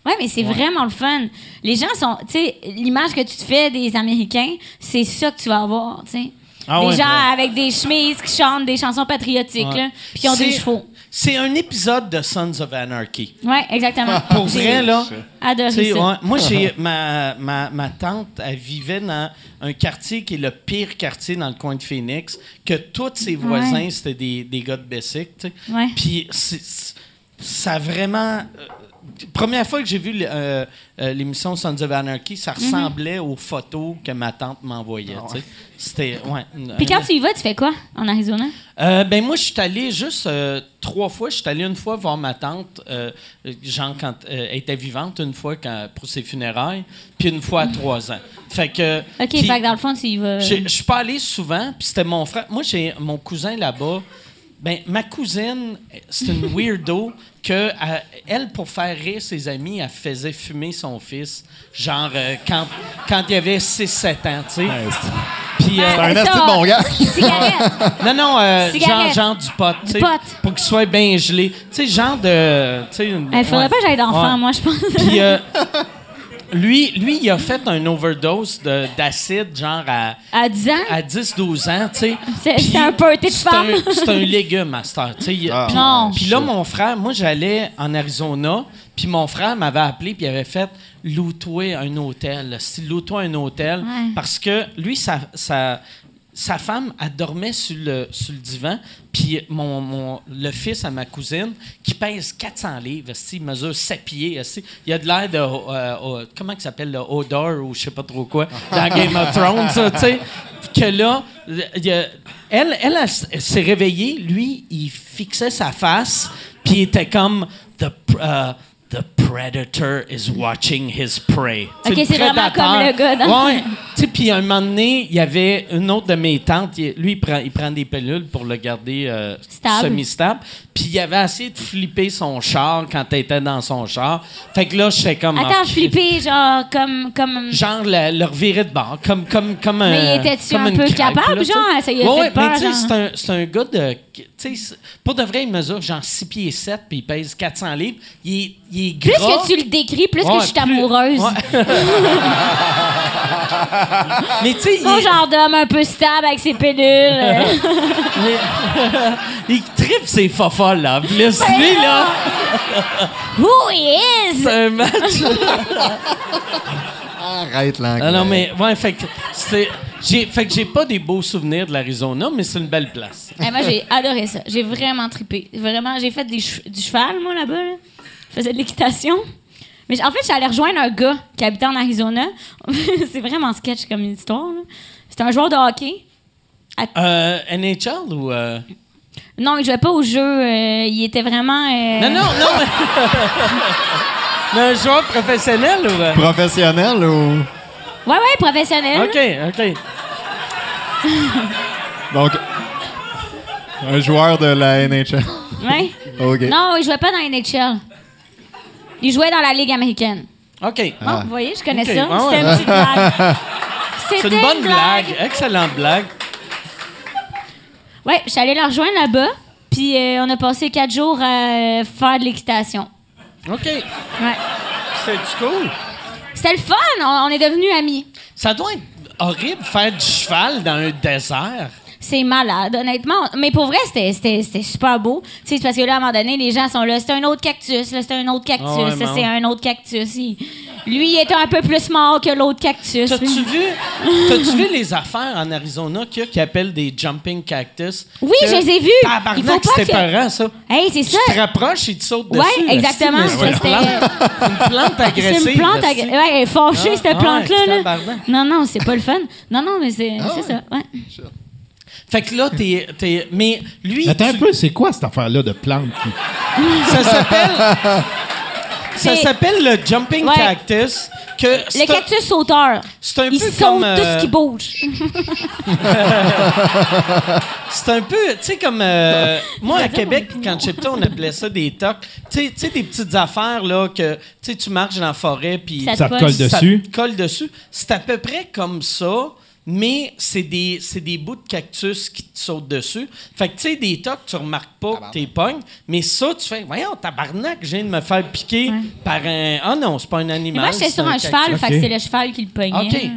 Ouais, mais c'est vraiment le fun. Les gens sont, tu sais, l'image que tu te fais des Américains, c'est ça que tu vas avoir, tu sais. Ah des ouais, gens ouais. avec des chemises qui chantent des chansons patriotiques, Ouais. là, puis qui ont des C'est- chevaux. C'est un épisode de Sons of Anarchy. Ouais, exactement. Pour J'ai vrai, là. Adoré Tu sais, ça. ouais, moi, j'ai ma, ma, ma tante, elle vivait dans un quartier qui est le pire quartier dans le coin de Phoenix, que tous ses voisins, Ouais. c'était des, des gars de Bessic. tu sais. Ouais. Puis c'est- c'est- ça a vraiment. euh, première fois que j'ai vu le- euh, euh, l'émission Sons of Anarchy, ça Mm-hmm. ressemblait aux photos que ma tante m'envoyait. tu sais. C'était. Ouais, Puis quand tu y vas, tu fais quoi en Arizona? euh, ben moi, je suis allé juste euh, trois fois. Je suis allé une fois voir ma tante, euh, genre quand euh, elle était vivante, une fois quand- pour ses funérailles, puis une fois à trois ans. Fait que. OK, puis- fait que dans le fond, tu y vas. Ben, j'ai- Je suis pas allé souvent, puis c'était mon frère. Moi, j'ai mon cousin là-bas. Ben, ma cousine, c'est une weirdo que elle, elle, pour faire rire ses amis, elle faisait fumer son fils, genre euh, quand, quand il avait 6-7 ans, tu sais. Puis, euh, Ah, un ça, asti de bon gars. Cigarette. non, non, euh, genre, Cigarette. genre du pot. tu sais, pot. Pour qu'il soit bien gelé. Tu sais, genre de. tu sais, une- Il faudrait ouais. pas que j'aille d'enfant, Ouais. moi, je pense. Puis, euh, lui, lui, il a fait un overdose de- d'acide, genre à, à 10 ans? à 10-12 ans, tu sais. Hein? C'est- Puis c'est un party de c'est femmes. un- C'est un légume, master, tu sais. il- Ah, puis- Non. Puis là, mon frère, moi, j'allais en Arizona, puis mon frère m'avait appelé, puis il avait fait loue-toi un hôtel. Si loue-toi un hôtel. Ouais. Parce que lui, ça. ça sa femme, elle dormait sur le, sur le divan, puis mon, mon- le fils à ma cousine, qui pèse 400 livres, esti, il mesure 7 pieds, esti, il a de l'air de... euh, euh, comment il s'appelle, le Odor ou je sais pas trop quoi, dans Game of Thrones, ça, tu sais. Que là, il y a- elle, elle, elle s- elle s'est réveillée, lui, il fixait sa face, puis il était comme... The, pr- euh, The predator is watching his prey. Tu Ok, sais, c'est vraiment prédateur. comme le gars dans- Ouais, tu sais, puis à un moment donné, il y avait une autre de mes tantes. il- lui, il prend, il prend des pellules pour le garder euh, Stable. semi-stable. Puis il avait essayé de flipper son char quand elle était dans son char. Fait que là, je fais comme... Attends, ah, flipper, genre, comme. comme... Genre, le, le revirer de bord, comme, comme, comme un. Mais il était-tu comme un une peu crêpe, capable, là, tu sais? genre? Ça, il a Ouais, fait ouais, peur, mais tu sais, genre. c'est un- c'est un, gars de. tu sais, c'est- Pour de vrai, il mesure genre 6 pieds 7 puis il pèse 400 livres. Il est, il est Plus gras. que tu le décris, plus que Ouais, je suis amoureuse. Ouais. mais tu sais, il Mon est- genre d'homme un peu stable avec ses pédules. Mais- il tripe ses fofolles, là. Puis là, c'est lui, là, Who is? c'est un match. Arrête l'anglais. Ah non, mais, ouais, fait que c'est- J'ai, fait que j'ai pas des beaux souvenirs de l'Arizona, mais c'est une belle place. Eh, moi, j'ai adoré ça. J'ai vraiment trippé. Vraiment, j'ai fait des chev- du cheval, moi, là-bas. là. Je faisais de l'équitation. Mais j- en fait, j'allais rejoindre un gars qui habitait en Arizona. C'est vraiment sketch comme une histoire. là. C'était un joueur de hockey. Euh, NHL ou. euh, Non, il jouait pas au jeu. euh, il était vraiment. euh, Non, non, non, mais. mais un joueur professionnel ou. euh, Professionnel ou. Ouais, ouais, professionnel. Ok, ok. Donc. Un joueur de la NHL. Ouais. Oh, OK. Non, il jouait pas dans la NHL. Il jouait dans la Ligue américaine. Ok. Bon, vous voyez, je connais Ok, ça. ah ouais. C'était une petite blague. C'était C'est une bonne blague. blague. Excellente blague. Ouais, je suis allée la rejoindre là-bas. Puis euh, on a passé quatre jours à euh, faire de l'équitation. Ok. Ouais. C'est cool. C'était le fun. On, on est devenus amis. Ça doit être horrible faire du cheval dans un désert. C'est malade, honnêtement. Mais pour vrai, c'était- c'était c'était super beau. Tu sais, c'est parce que là, à un moment donné, les gens sont là, c'est un autre cactus, là, c'est un autre cactus, Ah ouais, ça, mais c'est on- un autre cactus. Il- Lui, il était un peu plus mort que l'autre cactus. T'as-tu vu, t'as-tu vu les affaires en Arizona qu'il y a qui appellent des jumping cactus? Oui, je les ai vus. Il faut Tabarnak, pas c'était que- parent, ça. Hey, c'est ça. Tu te rapproches et tu sautes Ouais, dessus. exactement. Esti, mais Ça, C'est une c'était- euh, plante, une plante agressive. C'est une plante esti. agressive. Ouais, elle est fâchée, Ah, cette ah plante-là. ouais, c'est là. tabarnak. Ah Non, non, c'est pas le fun. Non, non, mais c'est ouais. c'est ça. Ouais. Fait que là, t'es... t'es- mais lui, Attends un tu- peu, c'est quoi cette affaire-là de plante qui. ça s'appelle... ça C'est- s'appelle le jumping Ouais. cactus. Que Le c'est- cactus sauteur. c'est un Il peu saute comme, tout euh, ce qui bouge. C'est un peu, tu sais, comme. euh, moi, à Québec, quand j'étais petit, on appelait ça des tocs. Tu sais- tu sais, des petites affaires, là, que tu sais, tu marches dans la forêt, puis. Ça te Ça te colle Ça dessus. te colle dessus. C'est à peu près comme ça, mais c'est des, c'est des bouts de cactus qui te sautent dessus. Fait que, tu sais, des tocs, tu remarques pas que t'es pognes, mais ça, tu fais, voyons, tabarnak, je viens de me faire piquer par un. Ah non, c'est pas un Mais animal. moi, j'étais c'est sur un cactus. cheval, fait que Ok. c'est le cheval qui le pognait. OK.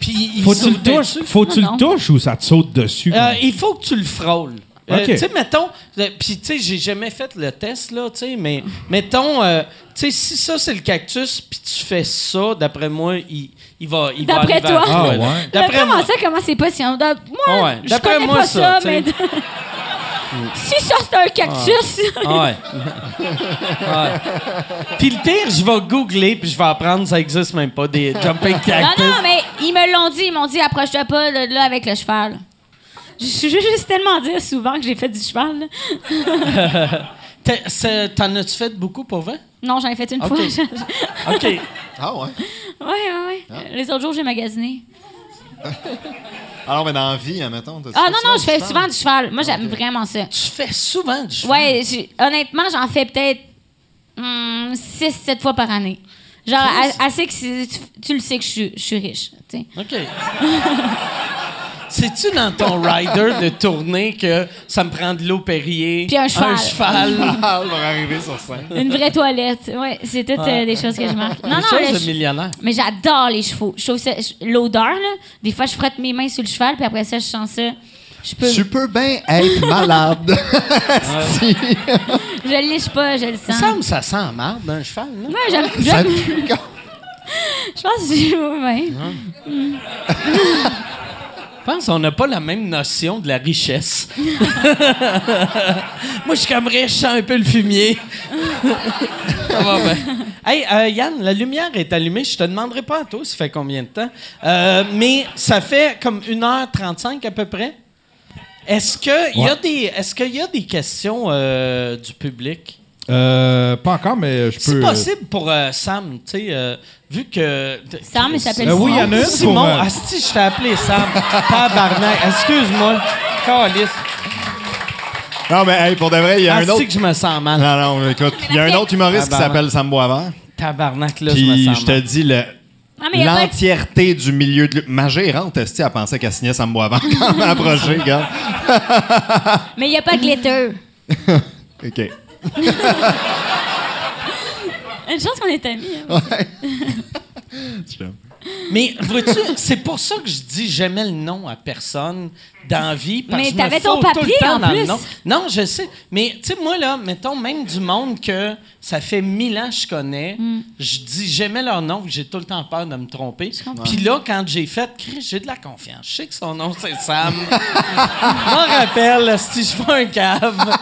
Puis il Faut-tu le saute touches? dessus. Faut-tu Non, le touches ou ça te saute dessus? Euh, il faut que tu le frôles. Euh, OK. tu sais, mettons, euh, puis tu sais, j'ai jamais fait le test, là, tu sais, mais mettons, euh, tu sais, si ça c'est le cactus, puis tu fais ça, d'après moi, il, il va. Il va D'après arriver à toi? Ah là. ouais. D'après moi. ça, comment c'est possible? Moi, Ah ouais. je D'après connais moi, pas ça, ça, mais... tu sais. Mm. si ça, c'est un cactus... Ah ouais. Ah ouais. Puis le pire, je vais googler, puis je vais apprendre, ça existe même pas, des jumping non, cactus. non, mais ils me l'ont dit. Ils m'ont dit, approche-toi pas là, là, avec le cheval. Je suis juste tellement dire souvent que j'ai fait du cheval. là. T'es- c'est- T'en as-tu fait beaucoup pour vrai? Non, j'en ai fait une OK. fois. OK. Ah. Ah ouais. Ouais, ouais, ouais. Les autres jours, j'ai magasiné. Alors, mais dans la vie, admettons. t'as-tu Ah fait non, ça, non, du je fais cheval? souvent du cheval. Moi, j'aime vraiment ça. tu fais souvent du cheval. Ouais, j'ai- honnêtement, j'en fais peut-être 6-7 fois par année. Genre, à- assez que c'est- tu, tu le sais que je suis- je suis riche. tu sais. OK. C'est-tu dans ton rider de tournée que ça me prend de l'eau Perrier, Puis un cheval. cheval, Ah, pour arriver sur scène. Une vraie toilette. Ouais, c'est toutes euh, des choses que je marque. des Non, non, le choses de che- millionnaire? mais j'adore les chevaux. Je trouve ça- je- l'odeur, là. Des fois, je frotte mes mains sur le cheval, puis après ça, je sens ça. Je peux. Tu peux bien être malade. Si. Je le liche pas, je le Il me sens. semble que ça sent marde d'un cheval, non? Moi, j'aime. Ça j'aime- te pue quand- Je pense que j'ai. Ouais. Mm. Je pense qu'on n'a pas la même notion de la richesse. Moi, je suis comme riche, je sens un peu le fumier. Ça va bien. Hey, euh, Yann, la lumière est allumée. Je te demanderai pas à toi ça fait combien de temps. Euh, mais ça fait comme 1h35 à peu près. Est-ce que il y a des est-ce qu'il y a des questions euh, du public? Euh, pas encore, mais je C'est peux. possible pour euh, Sam, tu sais, euh, vu que... Sam, il s'appelle Euh, oui, il y Simon. en a une Simon, pour, euh, asti, je t'ai appelé Sam. Tabarnak, excuse-moi. Calisse. Non, mais hey, pour de vrai, il y a un Asti Ah, autre. que je me sens mal. Non, non, écoute, il y a un autre humoriste qui Ah, ben, s'appelle Sam Boisvert. Tabarnak, là, je me Puis je sens te mal. dis, le- Ah, mais il y a pas- l'entièreté du milieu de. l'- Ma gérante, Esti, elle pensait qu'elle signait Sam Boisvert quand elle m'a approché, gars. Mais il n'y a pas Glitter. OK. Une chance qu'on est amis. hein. Mais vois-tu, c'est pour ça que je dis jamais le nom à personne dans la vie. Parce Mais que t'avais je me ton fous tout papier, le temps en dans le plus. nom. Non, je sais. Mais tu sais, moi, là, mettons, même du monde que ça fait mille ans que je connais, Mm. je dis jamais leur nom, puis j'ai tout le temps peur de me tromper. Puis là, quand j'ai fait, Christ, j'ai de la confiance. Je sais que son nom, c'est Sam. je m'en rappelle, là, si je fais un cave. Là,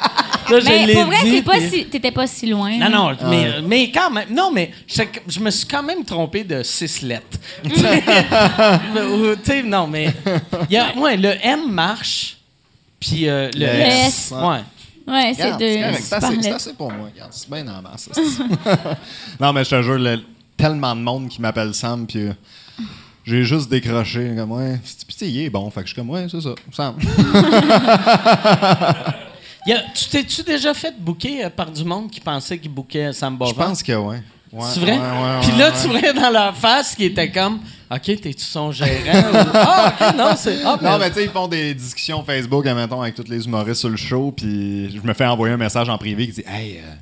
je Mais l'ai pour vrai, dit, c'est pas puis- si- t'étais pas si loin. non, non, mais, mais quand même. Non, mais je, je me suis quand même trompé de six lettres. Tu sais, ou, tu sais, non, mais. il Y a, ouais, le M marche, puis euh, le, S. S. Ouais. Ouais, c'est Regarde, c'est deux. correct. C'est assez- c'est assez pour moi. Regarde, c'est bien en masse. ça. non, mais je te jure, le- tellement de monde qui m'appelle Sam, puis euh, j'ai juste décroché. Comme, ouais, c'est- puis tu sais, il est bon. Fait que je suis comme, ouais, c'est ça, Sam. Il y a- tu t'es-tu déjà fait booker euh, par du monde qui pensait qu'il bookait Sam je Bovin? pense que, ouais. Ouais, C'est vrai? ouais, ouais, puis ouais, là, ouais. tu voyais dans leur face qui était comme. OK, t'es-tu son gérant? Ou, Ah, OK, non, c'est. ah, Non, mais mais- tu sais, ils font des discussions Facebook, admettons, avec tous les humoristes sur le show, puis je me fais envoyer un message en privé qui dit Hey, euh,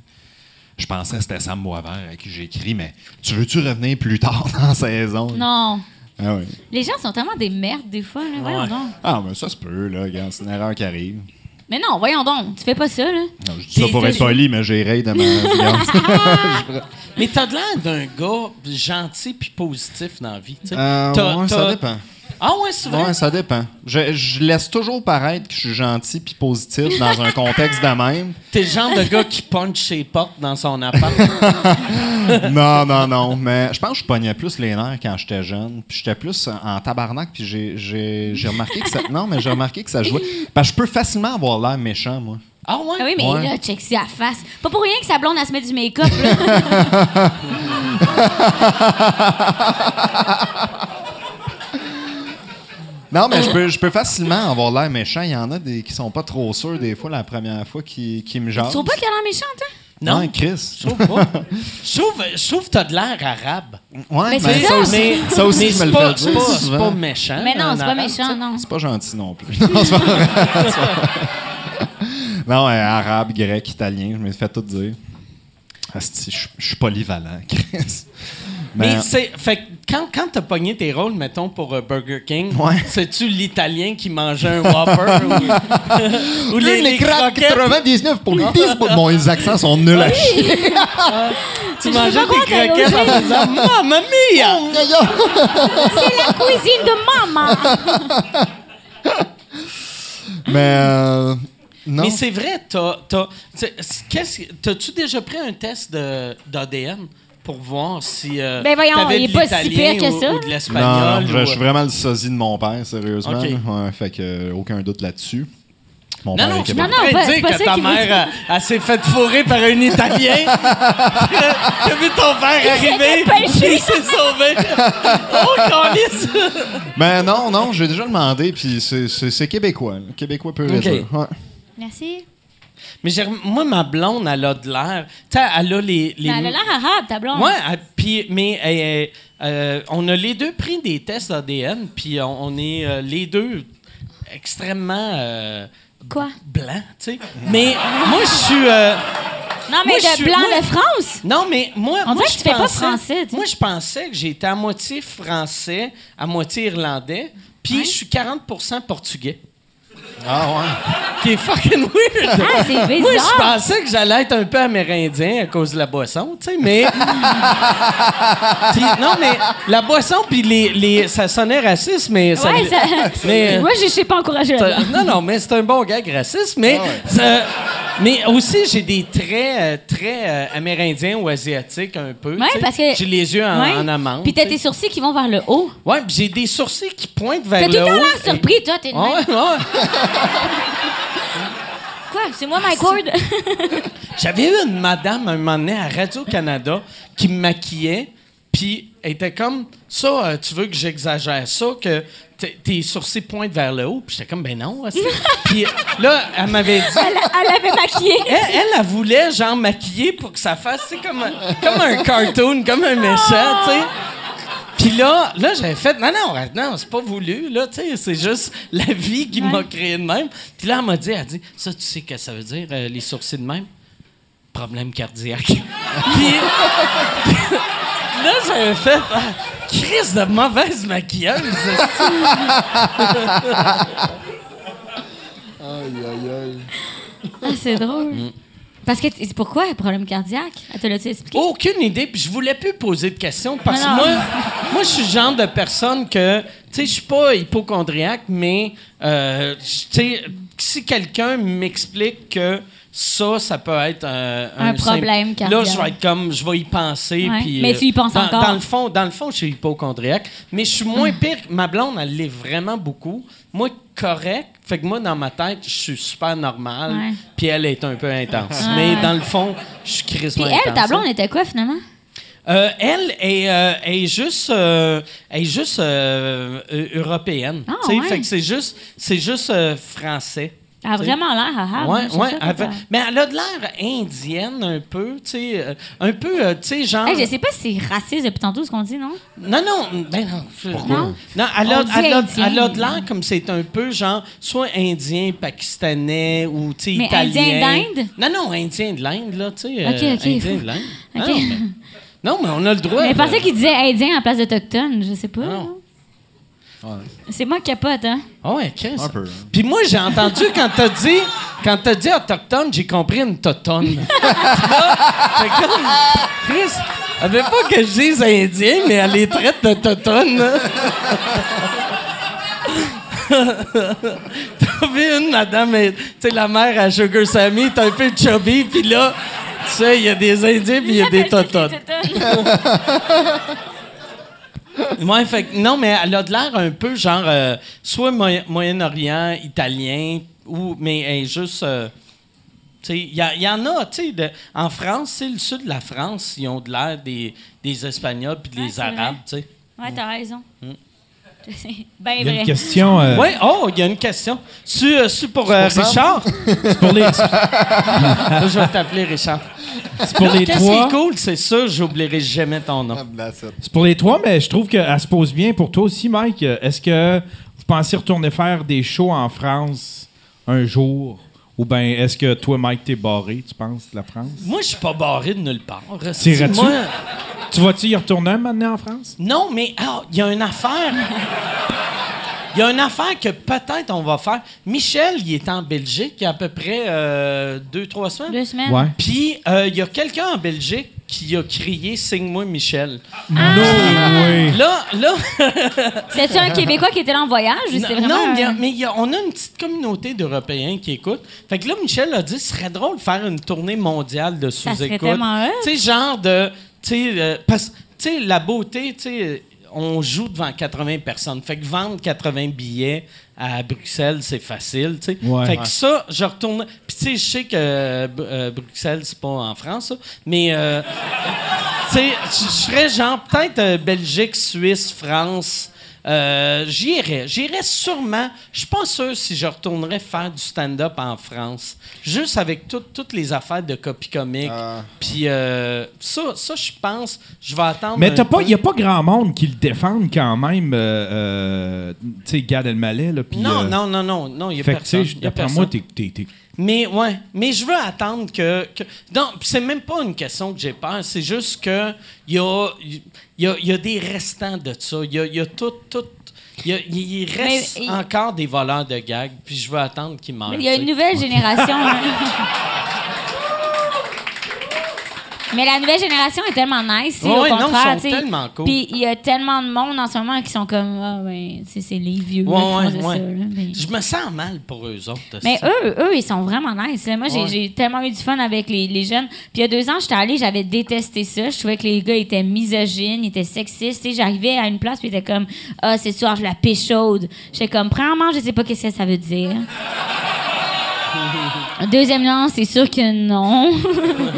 je pensais que c'était Sam Boisvert à qui j'ai écrit, mais tu veux-tu revenir plus tard dans la saison? Non. Ah oui. Les gens sont tellement des merdes des fois. Là. Voyons Ouais. donc. Ah, mais ça se peut, là, regarde, c'est une erreur qui arrive. Mais non, voyons donc. Tu fais pas ça, là. Ah Non, je dis ça pour être poli, mais j'ai ri de ma Mais t'as de l'air d'un gars gentil puis positif dans la vie. tu sais. Euh, T'as- ouais, ça t'as- dépend. Ah, ouais, c'est vrai. Ouais, ça dépend. Je, je laisse toujours paraître que je suis gentil puis positif dans un contexte de même. T'es le genre de gars qui punch ses portes dans son appart. Non, non, non. Mais je pense que je pognais plus les nerfs quand j'étais jeune. Puis j'étais plus en tabarnak. Puis j'ai- j'ai j'ai remarqué que ça. Non, mais j'ai remarqué que ça jouait. Parce que je peux facilement avoir l'air méchant, moi. Ah ouais? Ah oui, mais Ouais. là, check si la face. Pas pour rien que sa blonde, elle se met du make-up, là. Non, mais je peux, je peux facilement avoir l'air méchant. Il y en a des qui sont pas trop sûrs des fois la première fois qui, qui me tu jasent. trouves pas qu'elle a l'air méchante, hein? Non, Non, Chris. je trouve pas. Je trouve- je trouve que t'as de l'air arabe. Ouais, ben, Mais c'est ça ça. aussi, Mais, ça aussi, mais je me c'est le pas, fais c'est dire pas, c'est souvent. pas méchant. Mais non, un c'est pas arabe, méchant, non. C'est pas gentil non plus. Non, c'est pas vrai. C'est pas vrai. non, euh, arabe, grec, italien, je me fais tout dire. Asti, je je suis polyvalent, Chris. Mais Ben, c'est. Fait que quand, quand t'as pogné tes rôles, mettons, pour euh, Burger King, Ouais. c'est-tu l'Italien qui mangeait un Whopper ou, ou les, les craques, croquettes? 99 pour 10 pour bon, les accents sont nuls à chier. Tu Je peux mangeais pas croire tes qu'elle croquettes a en disant Mamma mia! Oh, C'est la cuisine de maman! Mais euh, non. Mais c'est vrai, t'as. t'as- t'sais, c'est- qu'est-ce que- T'as-tu déjà pris un test de- d'ADN pour voir si. euh, Ben voyons, t'avais de il est pas si l'italien pire que ou- ça, Ou, là. de Non, l'espagnol. je, ou- je suis vraiment le sosie de mon père, sérieusement. Ok. Ouais, fait que euh, aucun doute là-dessus. Mon euh, Non, père non, est je suis pas Non, québécois. en non, train pas- de c'est dire pas que ça ta qu'il veut mère euh, elle- elle s'est faite fourrer par un Italien. T'as vu ton père arriver, dépêché. il s'est sauvé. Oh, câlisse! Mais Ben, non, non, j'ai déjà demandé, puis c'est- c'est c'est québécois. là. Québécois pur et Ok. dur. Ouais. Merci. Mais j'ai rem- moi, ma blonde, elle a de l'air... Tu sais, elle a les... les Ben, elle a l'air arabe, ta blonde. Ouais, ah, puis mais euh, euh, on a les deux pris des tests ADN, puis on, on est euh, les deux extrêmement euh, Quoi? blancs, tu sais. Mais moi, je suis. euh, Non, mais Moi, je de suis- blanc moi- de France? non, mais moi, On moi dirait que je tu fais pas pensais- français, tu sais. Moi, je pensais que j'étais à moitié français, à moitié irlandais, puis je suis 40% portugais. Ah qui est fucking weird. Ah, c'est Moi, je bizarre. pensais que j'allais être un peu amérindien à cause de la boisson, tu sais, mais. Puis, non, mais la boisson, puis les, les- ça sonnait raciste, mais. ça- Ouais, ça- mais, euh, Moi, je ne sais pas encourager ça- là-dedans. Non, non, mais c'est un bon gag raciste, mais. ça- mais aussi, j'ai des traits euh, très euh, amérindiens ou asiatiques un peu. Ouais, tu sais. parce que. J'ai les yeux en, Ouais. en amande. Puis t'as tu tes sais. sourcils qui vont vers le haut. Ouais, puis j'ai des sourcils qui pointent vers T'as tout le le haut. euh, Ah temps l'air surpris, toi. T'es de Ouais, même. ouais. Quoi? C'est moi, Mike Ward? J'avais eu une madame un moment donné à Radio-Canada qui me maquillait, puis elle était comme Ça, euh, tu veux que j'exagère ça, que t- tes sourcils pointent vers le haut? Puis j'étais comme Ben non. hostie. puis là, elle m'avait dit. elle, elle l'avait maquillé. Elle, elle, elle voulait, genre, maquiller pour que ça fasse, tu sais, comme, un- comme un cartoon, comme un méchant, tu sais. Puis là, là j'avais fait, non, non, non, c'est pas voulu, là, tu sais, c'est juste la vie qui m'a créé de même. Puis là, elle m'a dit, elle dit, ça, tu sais que ça veut dire, euh, les sourcils de même? Problème cardiaque. Puis là, j'avais fait, ah, crise de mauvaise maquilleuse. Ah, c'est drôle. Parce que t- pourquoi problème cardiaque? Elle te l'a-tu expliqué? Aucune idée, puis je voulais plus poser de questions parce que Non, non. moi, moi je suis le genre de personne que, tu sais, je suis pas hypochondriaque, mais, euh, tu sais, si quelqu'un m'explique que ça, ça peut être euh, Un problème symp- Là, cardiaque. je vais être comme, je vais y penser. Ouais. puis, euh, Mais tu y penses dans, encore. Mm. Dans le fond, dans le fond, je suis hypochondriaque, mais je suis moins pire. que- Ma blonde, elle l'est vraiment beaucoup. Moi, correct. Fait que moi, dans ma tête, je suis super normal, Ouais. puis elle est un peu intense. Ouais, Mais ouais. dans le fond, je suis Puis crissement elle, ta intense. hein. blonde, était quoi finalement? Euh, elle est, euh, est juste, euh, est juste euh, euh, européenne. Ah, Tu sais, ouais. Fait que c'est juste, c'est juste euh, français. Elle a T'sais. vraiment l'air à hein, ouais, ouais, elle fait- mais elle a de l'air indienne un peu, tu sais, euh, un peu, euh, tu sais, genre. je sais pas si c'est raciste depuis tantôt ce qu'on dit, non? Non, non, ben non. je- Non? Non, elle a, On dit elle a- indien. elle a de l'air comme c'est un peu genre soit indien, pakistanais ou tu sais Mais italien. indien d'Inde? Non, non, indien de l'Inde là, tu sais. Ok, euh, ok, Indien faut- de l'Inde. Ok. Ah, non, mais- non, mais on a le droit. mais de- Ah je pensais qu'il disait indien en place d'autochtone, je sais pas. Non. ouais. Ouais. C'est moi qui capote, hein? Ah ouais, Chris. Un peu. hein. Puis moi, j'ai entendu quand t'as dit, quand t'as dit autochtone, j'ai compris une totone. Fait comme, Chris, elle veut pas que je dise indien, mais elle les traite de totone. T'as vu une madame, elle- tu sais, la mère à Sugar Sammy, est un peu chubby, puis là, tu sais, il y a des indiens, puis il y a des totones. Ouais, fait que- non, mais elle a de l'air un peu genre euh, soit Moy- Moyen-Orient, italien, ou mais elle est juste. euh, tu sais, il y, a- il y en a, tu sais, de- en France, c'est le sud de la France, ils ont de l'air des, des Espagnols puis des Ouais, Ah, c'est Arabes, vrai. tu sais. Ouais, t'as raison. Mm. C'est ben Il y a vrai. une question. euh, Ouais, oh, il y a une question. Tu, euh, c'est pour euh, C'est pour Richard? c'est pour les, c'est Là, je vais t'appeler Richard. pour les Qu'est-ce qui est trois. cool, c'est ça, j'oublierai jamais ton nom. Ah, that's it. C'est pour les trois, mais je trouve qu'elle se pose bien pour toi aussi, Mike. Euh, Est-ce que vous pensez retourner faire des shows en France un jour? Ou bien est-ce que toi, Mike, t'es barré, tu penses, de la France? Moi, je suis pas barré de nulle part. C'est Moi- gratuit. Tu vas-tu y retourner un moment donné en France? Non, mais ah, il y a une affaire. Il y a une affaire que peut-être on va faire. Michel, il est en Belgique il y a à peu près euh, deux, trois semaines. Deux semaines. Ouais. Puis euh, il y a quelqu'un en Belgique qui a crié Signe-moi Michel. No way! Là, là. C'est-tu un Québécois qui était là en voyage ou c'est Non, vraiment. non, mais, un- mais il y a- on a une petite communauté d'Européens qui écoutent. Fait que là, Michel a dit, ce serait drôle de faire une tournée mondiale de Ça sous-écoute. serait tellement hot. Tu sais, genre de... Tu sais, euh, parce tu sais, la beauté, tu sais, on joue devant 80 personnes. Fait que vendre 80 billets à Bruxelles, c'est facile, tu sais. Ouais. fait que ça, je retourne... Puis tu sais, je sais que euh, Bru- euh, Bruxelles, c'est pas en France, ça, mais... euh, tu sais, je je serais genre peut-être euh, Belgique, Suisse, France. Euh, j'irais. J'irais sûrement. Je suis pas sûr si je retournerais faire du stand-up en France. Juste avec tout- toutes les affaires de copy comique. Ah. Puis euh, ça, ça je pense, je vais attendre. Mais un t'as pas, peu. y a pas grand monde qui le défende quand même, euh, euh, tu sais, Gad Elmaleh, là. puis, Non, euh, non, non, non, non, il n'y a Fait que, personne. tu sais, y a d'après personne. moi, t'es- t'es- t'es Mais ouais, mais je veux attendre que, que- non, pis c'est même pas une question que j'ai peur, c'est juste que il y a, y, a, y a des restants de ça, il y a, y a tout tout il, y a- il- il reste Mais- et- encore des voleurs de gags, puis je veux attendre qu'ils meurent. Il y a tu une sais. nouvelle génération. hein. Mais la nouvelle génération est tellement nice, tu sais, Ouais, au ouais, non, ils contraire, sont tu sais. tellement cool. Puis il y a tellement de monde en ce moment qui sont comme ah ben tu sais, c'est les vieux là, qui Ouais, font ouais, de ouais. ça, là. Mais- Je me sens mal pour eux autres. aussi. Mais eux, eux, ils sont vraiment nice. là. Moi, j'ai- Ouais. j'ai tellement eu du fun avec les, les jeunes. Puis il y a deux ans, j'étais allée, j'avais détesté ça. Je trouvais que les gars étaient misogynes, étaient sexistes. Tu sais, J'arrivais à une place, puis ils étaient comme Ah, c'est sûr, je la pisse chaude. J'étais comme Premièrement, je sais pas qu'est-ce que ça veut dire. Deuxièmement, c'est sûr que non.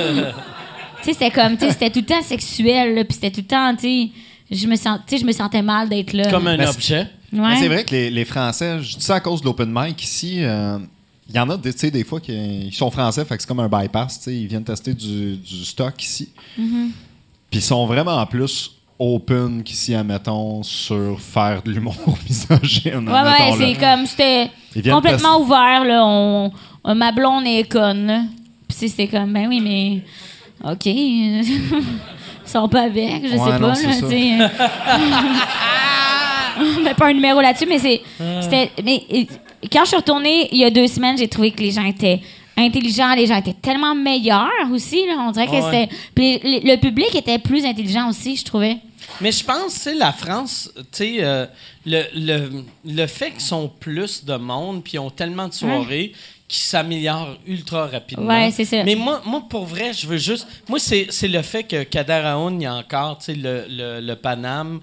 tu sais, c'était comme, tu sais, c'était tout le temps sexuel, là, puis c'était tout le temps, tu sais, je me sens- tu sais, je me sentais mal d'être là. Comme un Ben, Mais c'est- objet. Ouais. Mais C'est vrai que les, les Français, je dis ça à cause de l'open mic ici. euh, Il y en a des, tu sais, des fois qui ils sont français, fait que c'est comme un bypass. tu sais, Ils viennent tester du, du stock ici. Mm-hmm. Puis ils sont vraiment plus open qu'ici, admettons, sur faire de l'humour misogyne. Ouais, ouais, admettons, là. c'est comme, c'était Ils viennent complètement ouvert, là. On, on- ma blonde est conne, là. Puis c'est- c'était comme, ben oui, mais. OK. Ils sont pas avec, je Ouais, sais non, pas, c'est là, ça. tu sais. Mais pas un numéro là-dessus, mais c'est. Hmm. C'était. Mais euh, quand je suis retournée il y a deux semaines, j'ai trouvé que les gens étaient intelligents, les gens étaient tellement meilleurs aussi, là. On dirait que Ouais. c'était. Puis le, le public était plus intelligent aussi, je trouvais. Mais je pense, c'est la France, tu sais, euh, le, le, le fait qu'ils sont plus de monde puis ils ont tellement de soirées qu'ils s'améliorent ultra rapidement. Ouais, c'est ça. Mais moi, moi, pour vrai, je veux juste. Moi, c'est c'est le fait que Kader Aoun, il y a encore, tu sais, le, le, le Paname,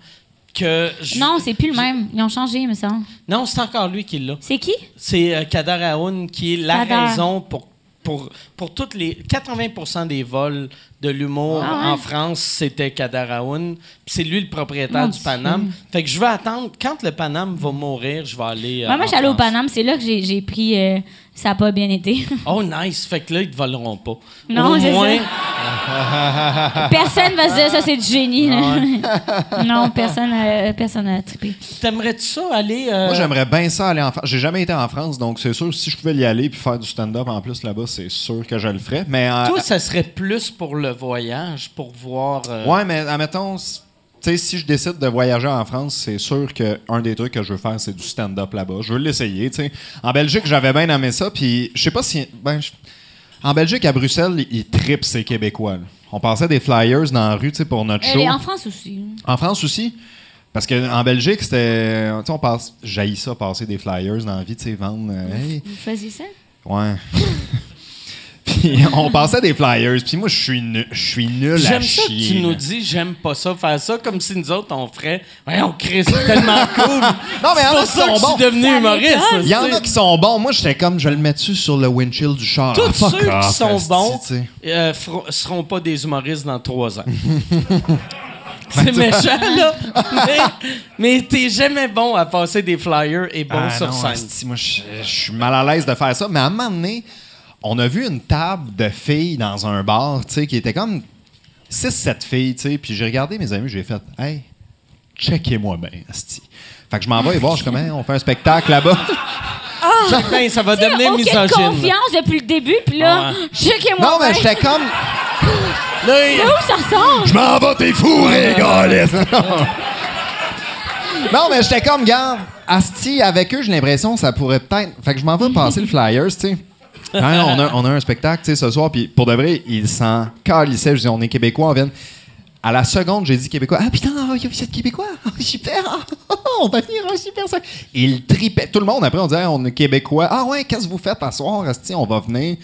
que. je- Non, c'est plus le même. Ils ont changé, il me semble. Non, c'est encore lui qui l'a. C'est qui? C'est euh, Kader Aoun qui est la Kader. raison pour, pour, pour toutes les 80 des vols de l'humour Ah ouais? en France, c'était Kader Aoun. Puis C'est lui le propriétaire Mon du Dieu. Paname. Fait que je vais attendre. Quand le Paname va mourir, je vais aller. euh, Ouais, moi, en j'allais au France. Paname, c'est là que j'ai j'ai pris. euh, ça a pas bien été. Oh, nice. Fait que là, ils te voleront pas. Non, Au c'est moins, ça. personne va se dire ça, c'est du génie. là. non, personne n'a personne a trippé. T'aimerais-tu ça aller. euh, Moi, j'aimerais bien ça aller en France. J'ai jamais été en France, donc c'est sûr, si je pouvais y aller puis faire du stand-up en plus là-bas, c'est sûr que je le ferais. Mais euh, Toi, ça serait plus pour le voyage, pour voir. euh, Ouais, mais admettons, s- tu sais, si je décide de voyager en France, c'est sûr que un des trucs que je veux faire, c'est du stand-up là-bas. Je veux l'essayer, tu sais. En Belgique, j'avais bien aimé ça, puis je sais pas si. Ben, je- en Belgique, à Bruxelles, ils tripent ces Québécois. là. On passait des flyers dans la rue, tu sais, pour notre show. Elle est en France aussi. En France aussi. Parce qu'en Belgique, c'était. Tu sais, on passe. J'haïs ça, passer des flyers dans la vie, tu sais, vendre. euh, Hey, Vous faisiez ça? Ouais. Puis on passait des flyers. Puis moi, je suis nul, je suis nul à J'aime ça que chier, tu nous là. dis, j'aime pas ça, faire ça, comme si nous autres, on ferait. Ouais, on crée, c'est tellement cool. Non, mais c'est en pour fait, ça que ils je sont suis bons. devenu Ça humoriste. m'étonne. Il y en tu sais. a qui sont bons. Moi, j'étais comme, je le mets-tu sur le windshield du char? Tous Ah, fuck ceux off, qui sont esti, bons tu sais. euh, fer- seront pas des humoristes dans trois ans. C'est méchant, là. Mais, mais t'es jamais bon à passer des flyers et bon Ah, sur non, scène. esti, moi, je je suis mal à l'aise de faire ça. Mais à un moment donné, on a vu une table de filles dans un bar, tu sais, qui était comme 6-7 filles, tu sais. Puis j'ai regardé mes amis, j'ai fait, hey, checkez-moi bien, esti. Fait que je m'en vais et voir, je suis comme, Hey, on fait un spectacle là-bas. Ben, ça va devenir aucune misogyne. oh, confiance depuis le début, puis Ah là, ouais. checkez-moi. non, mais bien. j'étais comme, Là, il- De où ça ressort? Je m'en vais, t'es fourré, gars! Non, mais j'étais comme, garde, Asti, avec eux, j'ai l'impression que ça pourrait peut-être. Fait que je m'en vais passer le Flyers, tu sais. Hein, on, a, on a un spectacle, tu sais, ce soir, puis pour de vrai, ils s'en calissaient. Je dis, on est Québécois, on vient. À la seconde, j'ai dit Québécois. Ah putain, oh, vous êtes Québécois? Ah, super! ah, on va venir, ah, super ça! Ils tripaient. Tout le monde, après, on disait, on est Québécois. Ah ouais, qu'est-ce que vous faites à soir? Asti, on va venir.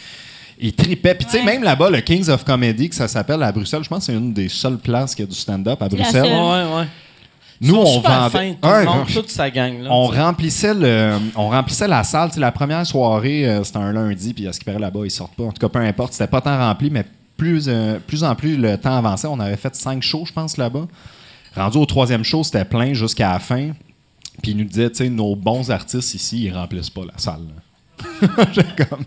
Ils tripaient. Puis tu sais, même là-bas, le Kings of Comedy, que ça s'appelle à Bruxelles, je pense que c'est une des seules places qui a du stand-up à la Bruxelles. seule. Ouais, ouais. Ils Nous, sont on super vendait. fins, tout le Ouais, monde, on- toute sa gang. Là, on remplissait le, on remplissait la salle. Tu sais, la première soirée, euh, c'était un lundi, puis à ce qui paraît là-bas, ils sortent pas. En tout cas, peu importe, c'était pas tant rempli, mais plus, euh, plus en plus le temps avançait. On avait fait cinq shows, je pense, là-bas. Rendu au troisième show, c'était plein jusqu'à la fin. Puis ils nous disaient, tu sais, nos bons artistes ici, ils remplissent pas la salle. là. J'étais comme,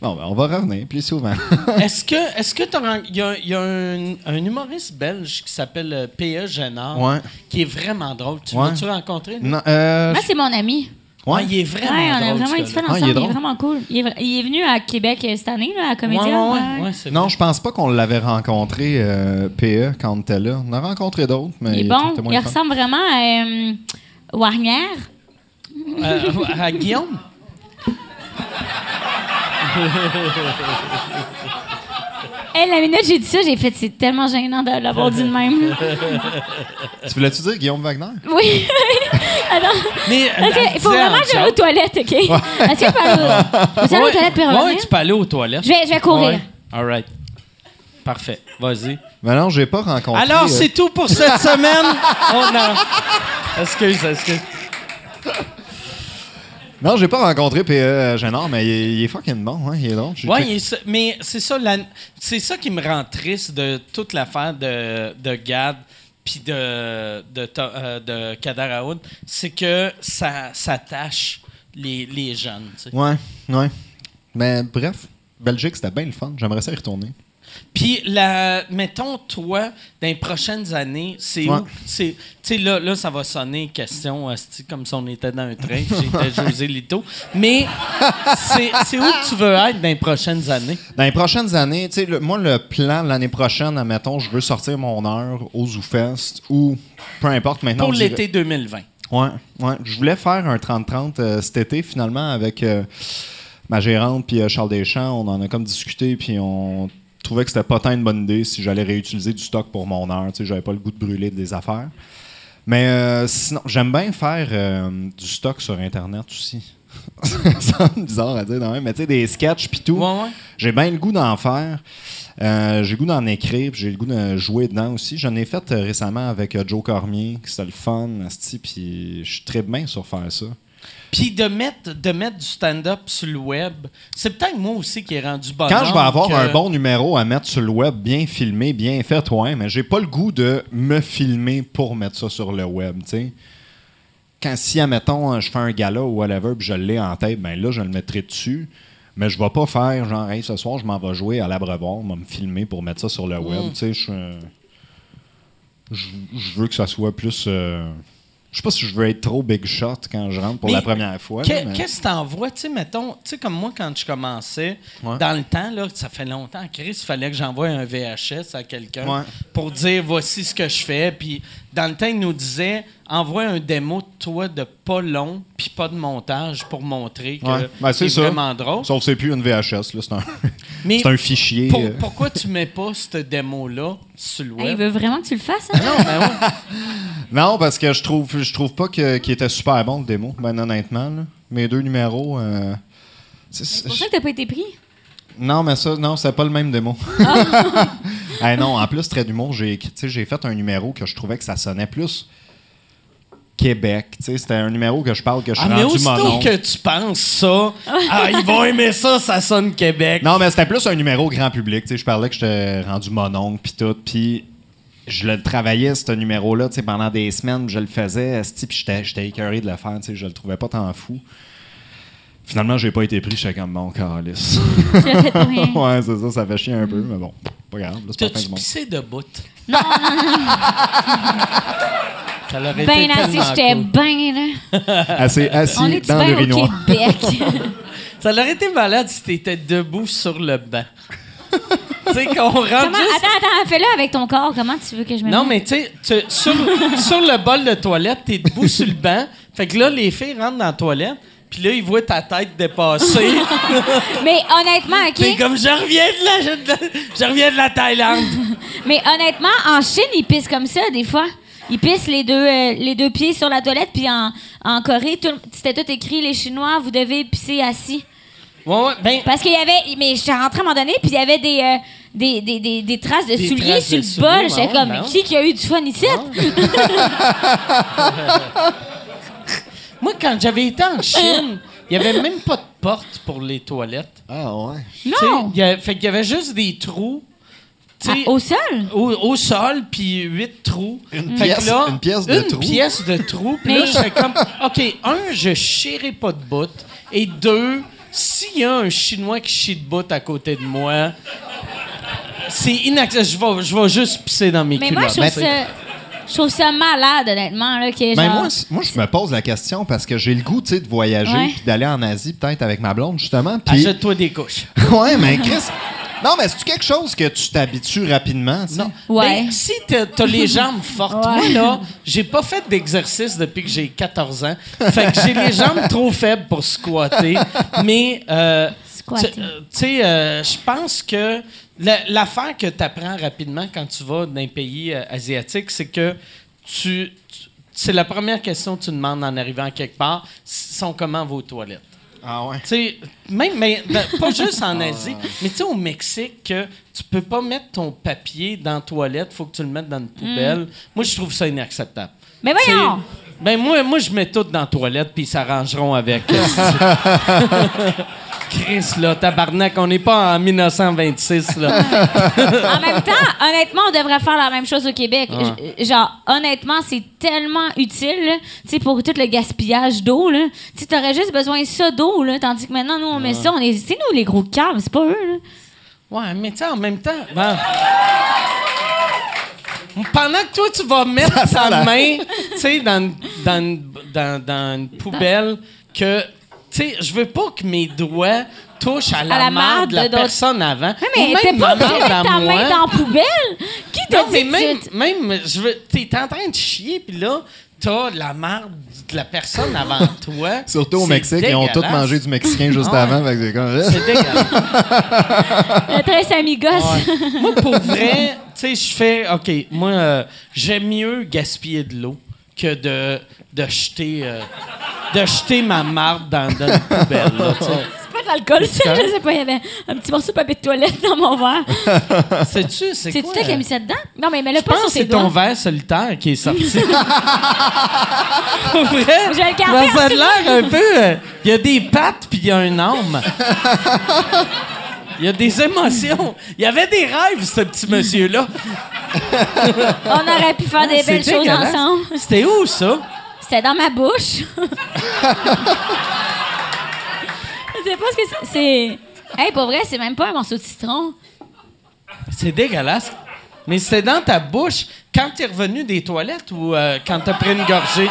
bon, ben, on va revenir plus souvent. Est-ce que est-ce que t'as ren- il y a, il y a un, un humoriste belge qui s'appelle euh, P.E. Génard Ouais. qui est vraiment drôle. Tu Ouais. l'as-tu rencontré? lui? Non, euh, Moi, c'est mon ami. ouais. Ah, il est Ouais, vraiment on drôle. a vraiment ce eu du fun gars-là. Ah, il est ensemble. il, est drôle. vraiment cool. Il est, il est venu à Québec euh, cette année, là, à Comédia. Ouais, ouais, ouais. ouais, c'est Non, vrai. je pense pas qu'on l'avait rencontré, E, euh, PE, quand on était là. On a rencontré d'autres, mais Il est était bon. moins Il fun. ressemble vraiment à. euh, Warnière. Euh, à Guillaume? Hey, la minute j'ai dit ça, j'ai fait c'est tellement gênant de l'avoir dit de même. Tu voulais-tu dire Guillaume Wagner? Oui. Attends. Mais, euh, Ok, il faut disais en vraiment que j'aille aux joke. toilettes, OK? Est-ce que je peux aller aux, Vous allez aux Ouais, toilettes puis ouais, revenir? tu peux aller aux toilettes. Je vais- je vais courir. Ouais. All right. Parfait. Vas-y. Mais non, j'ai pas rencontré. Alors, euh, c'est tout pour cette semaine. On a... Excuse, excuse. Non, j'ai pas rencontré P.E. euh, Génard, mais il est, il est fucking bon, hein? Il est drôle. J'ai- Ouais, il est ça- mais c'est ça, la- c'est ça qui me rend triste de toute l'affaire de, de Gad puis de, de, To- euh, de Kader Aoud, c'est que ça, ça tâche les, les jeunes. tu sais. Ouais, ouais. Mais bref, Belgique, c'était bien le fun. J'aimerais ça y retourner. Puis, la, mettons, toi, dans les prochaines années, c'est Ouais. où? C'est, tu sais, là, là, ça va sonner question, asti, comme si on était dans un train, puis j'étais José Lito. Mais c'est, c'est où que tu veux être dans les prochaines années? Dans les prochaines années, tu sais, le- moi, le plan l'année prochaine, admettons, je veux sortir mon heure au ZooFest ou peu importe maintenant. Pour on dirait- l'été 2020. Ouais, ouais. Je voulais faire un 30-30 euh, cet été, finalement, avec euh, ma gérante puis euh, Charles Deschamps. On en a comme discuté, puis on trouvait que c'était pas tant une bonne idée si j'allais réutiliser du stock pour mon heure. Tu sais, j'avais pas le goût de brûler des affaires. Mais euh, sinon, j'aime bien faire euh, du stock sur Internet aussi. Ça me bizarre à dire, non, mais tu sais, des sketchs puis tout. Ouais, ouais. J'ai bien le goût d'en faire. Euh, j'ai le goût d'en écrire, puis j'ai le goût de jouer dedans aussi. J'en ai fait euh, récemment avec euh, Joe Cormier, qui c'était le fun, asti, puis je suis très bien sur faire ça. Puis de mettre, de mettre du stand-up sur le web, c'est peut-être moi aussi qui ai rendu bonhomme. Quand je vais avoir que- un bon numéro à mettre sur le web, bien filmé, bien fait, ouais, mais j'ai pas le goût de me filmer pour mettre ça sur le web, tu sais. Quand si, admettons, je fais un gala ou whatever, puis je l'ai en tête, ben là, je le mettrai dessus. Mais je vais pas faire genre, hey, ce soir, je m'en vais jouer à l'abreuvoir, on va me filmer pour mettre ça sur le web, Hmm. tu sais. Je suis un- je je veux que ça soit plus. euh, Je sais pas si je veux être trop big shot quand je rentre pour Mais la première fois. là, Qu'est- mais- Qu'est-ce que t'envoies, tu sais, mettons, tu sais, comme moi, quand je commençais, Ouais. dans le temps, là, ça fait longtemps, Chris, il fallait que j'envoie un VHS à quelqu'un Ouais. pour dire voici ce que je fais. Puis dans le temps, il nous disait envoie un démo de toi de pas long, puis pas de montage pour montrer que Ouais. Ben, c'est c'est ça. vraiment drôle. Sauf que c'est plus une VHS, là, c'est un, Mais c'est un fichier. pour- euh. pourquoi tu mets pas cette démo-là sur le Hey, il web? veut vraiment que tu le fasses, hein? Non, mais ouais. Non, parce que je trouve je trouve pas que- qu'il était super bon le démo, ben honnêtement. là. Mes deux numéros. euh, c'est- C'est pour ça que t'as pas été pris. Non, mais ça, non, c'est pas le même démo. Ah. Eh non, en plus, trait d'humour, j'ai tu sais, j'ai fait un numéro que je trouvais que ça sonnait plus Québec. Tu sais, C'était un numéro que je parle que je Ah, suis mais rendu mon aussitôt nom. que tu penses ça, ah, ils vont aimer ça, ça sonne Québec. Non, mais c'était plus un numéro grand public. Tu sais, je parlais que j'étais rendu mononcle, puis tout. Puis je le travaillais, ce numéro-là, tu sais, pendant des semaines. Je le faisais, esti, puis j'étais- j'étais écœuré de le faire. Tu sais, je le trouvais pas tant fou. Finalement, j'ai pas été pris. J'étais comme, bon, calice. Tu l'as fait pour rien. ouais, c'est ça, ça fait chier un peu, mais bon, pas grave. là, C'est pas la fin T'as-tu du monde. pissé de bout? Ça l'aurait été Ben assis, tellement j'étais cool. ben là. Assez assis On est dans le bien au noir. Québec. Ça l'aurait été malade si t'étais debout sur le banc. tu sais, qu'on rentre Comment- juste- Attends, attends, fais-le avec ton corps. Comment tu veux que je me Non, mette? mais tu sais, tu- sur, sur le bol de toilette, t'es debout sur le banc. Fait que là, les filles rentrent dans la toilette, puis là, ils voient ta tête dépasser. Mais honnêtement, T'es OK? comme, je reviens de la, je, je reviens de la Thaïlande. Mais honnêtement, en Chine, ils pissent comme ça, des fois. Ils pissent les deux, euh, les deux pieds sur la toilette, puis en, en Corée, tout le- c'était tout écrit, les Chinois, vous devez pisser assis. Ouais, ouais, ben, Parce qu'il y avait. Mais j'étais rentrée à un moment donné, puis il y avait des, euh, des, des, des, des traces de Des souliers traces sur de le souliers, bol. ben J'étais ouais, comme, ben qui qui a eu du fun ici? Ah, Moi, quand j'avais été Euh. en Chine, il n'y avait même pas de porte pour les toilettes. Ah ouais. Tu sais, il y a- fait qu'il y avait juste des trous. tu sais, Ah, au sol? au, au sol, puis huit trous. Une pièce- une pièce de trou. pièce de trou. Puis là, Mais- j'étais comme, OK, un, je chierai pas de bout. Et deux, s'il y a un Chinois qui chie de bout à côté de moi, c'est inaccessible. Je vais, je vais juste pisser dans mes Mais moi, culottes. je trouve ça. Je trouve ça malade, honnêtement, là, que Ben, genre- moi, c- moi, je me pose la question parce que j'ai le goût, tu sais, de voyager Ouais. puis d'aller en Asie peut-être avec ma blonde, justement. puis- Achète-toi des couches. Ouais, mais Chris, Non, mais c'est-tu quelque chose que tu t'habitues rapidement? tu sais? Non. Ouais. Mais Ben, si t'as t'as les jambes fortes, moi, Ouais. là, j'ai pas fait d'exercice depuis que j'ai 14 ans. Fait que j'ai les jambes trop faibles pour squatter. Mais, euh, tu Squatter. euh, tu sais, euh, je pense que la- l'affaire que t'apprends rapidement quand tu vas dans un pays euh, asiatique, c'est que tu. tu- c'est la première question que tu demandes en arrivant quelque part, s- sont comment vos toilettes? Ah ouais. Tu sais, même, mais, ben, pas juste en Asie, Ah. mais tu sais, au Mexique, que tu peux pas mettre ton papier dans la toilette, faut que tu le mettes dans une poubelle. Moi, je trouve ça inacceptable. Hmm. Mais voyons! C'est- Ben, moi, moi, je mets tout dans la toilette, puis ils s'arrangeront avec. Chris, là, tabarnak, on n'est pas en 1926, là. en même temps, honnêtement, on devrait faire la même chose au Québec. J- Genre, honnêtement, c'est tellement utile, là, tu sais, pour tout le gaspillage d'eau, là. Tu sais, t'aurais juste besoin de ça d'eau, là, tandis que maintenant, nous, on met ça, on est, c'est nous les gros câbles, c'est pas eux, là. Ouais, mais tu sais, en même temps. ben- Pendant que toi, tu vas mettre ta main, tu sais, dans, une- dans, une- dans, dans une poubelle, que. Tu sais, je veux pas que mes doigts touchent à la, la marde de la d'autres- personne avant. Ouais, Ou mais même t'es pas ma marde obligé de à mettre ta moi. main dans la poubelle? Qui t'a Non, dit mais que même, tu- même je veux, t'es en train de chier, puis là, t'as la marde de la personne avant toi. Surtout C'est au Mexique, ils ont tous dégueulasse. mangé du mexicain juste Ah ouais. avant. fait que c'est euh. comme- C'est dégueulasse. Le très amigos. Ouais. moi, pour vrai, tu sais, je fais, OK, moi, euh, j'aime mieux gaspiller de l'eau que de, de jeter. euh, de jeter ma marde dans, dans une poubelle. là, tu sais. C'est pas de l'alcool, ça, je sais pas, il y avait un petit morceau de papier de toilette dans mon verre. Sais-tu, c'est C'est quoi? euh, toi qui as mis ça dedans? Non, mais mets-le Je pas pense sur que tes c'est ton doigts. verre solitaire qui est sorti. Pour vrai? Je vais le garder Ben, ça a en l'air un peu... euh, Il y a des pattes puis il y a un âme. Il y a des émotions. Il y avait des rêves, ce petit monsieur-là. On aurait pu faire des Ah, C'est belles choses dégueulasse. ensemble. C'était où, ça? C'était dans ma bouche. Je sais pas ce que c'est- c'est. Hey, pour vrai, c'est même pas un morceau de citron. C'est dégueulasse. Mais c'était dans ta bouche quand t'es revenu des toilettes ou euh, quand t'as pris une gorgée?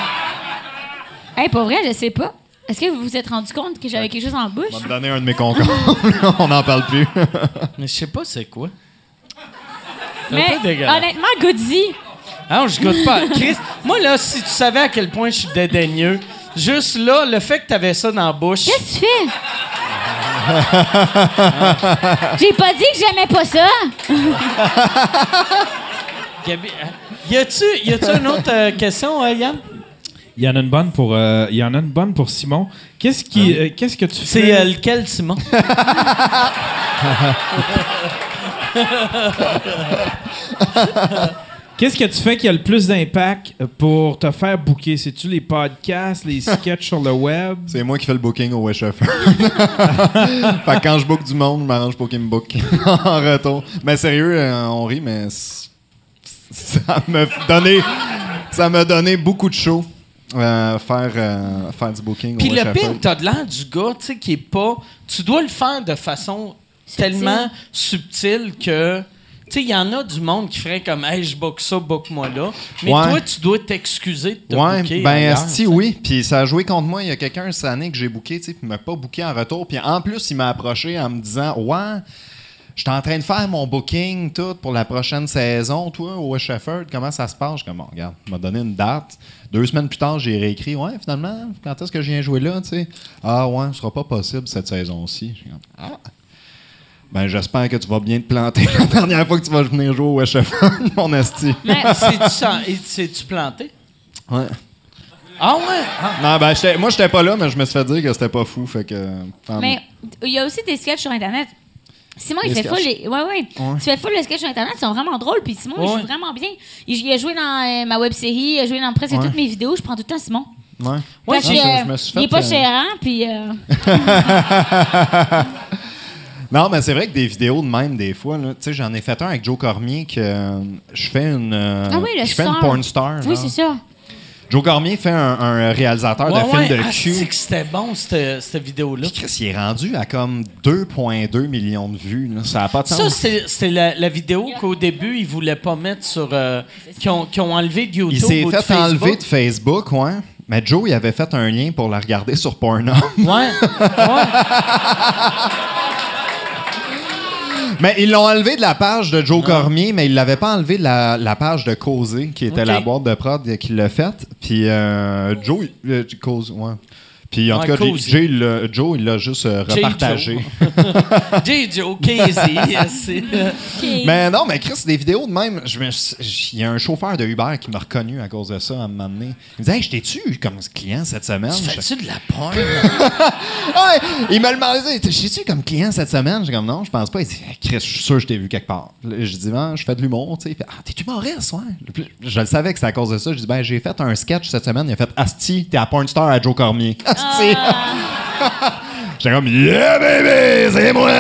Hey, pour vrai, je sais pas. Est-ce que vous vous êtes rendu compte que j'avais quelque chose en bouche? On va me donner un de mes concombres. On n'en parle plus. Mais je sais pas c'est quoi. C'est Mais un peu dégueulasse. honnêtement, Goody, Ah, je goûte pas. Chris, moi là, si tu savais à quel point je suis dédaigneux, juste là, le fait que t'avais ça dans la bouche. qu'est-ce que tu fais? J'ai pas dit que j'aimais pas ça. Gabi- hein? Y a-tu, y a-tu une autre euh, question, euh, Yann? Il y en a une bonne pour, euh, il y en a une bonne pour Simon. Qu'est-ce qui, euh, qu'est-ce que tu C'est fais euh, lequel, Simon? Qu'est-ce que tu fais qui a le plus d'impact euh, pour te faire booker? C'est-tu les podcasts, les sketchs sur le web? C'est moi qui fais le booking au Weshef. fait que quand je book du monde, je m'arrange pour qu'il me book en retour. Mais sérieux, euh, on rit, mais c- ça m'a donné, ça m'a donné beaucoup de show. euh, faire, euh, faire du booking Puis au le Weshef. pire, t'as de l'air du gars, tu sais, qui est pas. Tu dois le faire de façon tellement subtile que. Tu sais, il y en a du monde qui ferait comme, hey, je book ça, book moi là. Mais Ouais. toi, tu dois t'excuser de te Ouais, booker ben ailleurs. esti, oui. Puis ça a joué contre moi. Il y a quelqu'un cette année que j'ai booké, tu sais, puis il m'a pas booké en retour. Puis en plus, il m'a approché en me disant, ouais, je suis en train de faire mon booking tout pour la prochaine saison, toi, au Shefford, comment ça se passe? Je suis comme, Bon, regarde, il m'a donné une date. Deux semaines plus tard, j'ai réécrit, ouais, finalement, quand est-ce que je viens jouer là, tu sais? Ah ouais, ce sera pas possible cette saison-ci. Je suis comme, Ah. Ben, j'espère que tu vas bien te planter la dernière fois que tu vas venir jouer au Shefford, mon esti. Mais c'est-tu sans- et- c'est-tu planté? Ouais. Ah ouais? Ah. Non, ben, j'étais- moi, j'étais pas là, mais je me suis fait dire que c'était pas fou. Fait que. euh, tant Mais mieux. il y a aussi des sketchs sur Internet. Simon, il Des fait full sketchs. les... Ouais, ouais. Tu fais full les sketchs sur Internet, ils sont vraiment drôles. Puis Simon, il joue Ouais. vraiment bien. Il, il a joué dans euh, ma web série, il a joué dans presque Ouais. toutes mes vidéos. Je prends tout le temps Simon. Ouais. Parce non, que, je- je me suis il est fait, pas euh, chérant, puis... euh, Non, mais c'est vrai que des vidéos de même, des fois, là, tu sais, j'en ai fait un avec Joe Cormier que euh, je fais une. euh, Ah oui, le Je fais star. une porn star. là. Oui, c'est ça. Joe Cormier fait un, un réalisateur Ouais, de films ouais. de Ah, c'est cul. que c'était bon, cette, cette vidéo-là. Puis Chris, il est rendu à comme 2,2 millions de vues. là. Ça a pas de sens. Ça, c'est c'est la, la vidéo qu'au début, ils voulaient pas mettre sur. euh, qui, ont, qui ont enlevé de YouTube. il s'est ou de fait Facebook. enlever de Facebook, ouais. Mais Joe, il avait fait un lien pour la regarder sur Pornhub. Ouais. ouais. Mais ils l'ont enlevé de la page de Joe Cormier, mais ils l'avaient pas enlevé de la, la page de Causé, qui était Ok. la boîte de prod qui l'a faite. Puis euh, Joe, il- euh, Causé, ouais. Puis en Ouais, tout cas, Causé. Jay, il l'a- Joe, il l'a juste euh, Jay repartagé. J. Joe, Casey. c'est- euh, Mais non, mais Chris, des vidéos de même, je me suis- j- il y a un chauffeur de Uber qui m'a reconnu à cause de ça à un moment donné. Il me dit Hey, je t'ai-tu eu comme client cette semaine? Tu J'étais- fais-tu de la porn? Ouais, il m'a demandé, je suis comme client cette semaine? J'ai comme non, je pense pas. Il dit, Hey, Chris, je suis sûr que je t'ai vu quelque part. Là, Je dis, Ah, je fais de l'humour, tu sais. Il fait, Ah, t'es humoriste, ouais. Puis là, Je le savais que c'est à cause de ça. Je dis, ben, j'ai fait un sketch cette semaine. Il a fait, Asti, t'es à Porn Star à Joe Cormier. Asti. J'étais comme, yeah, baby, c'est moi.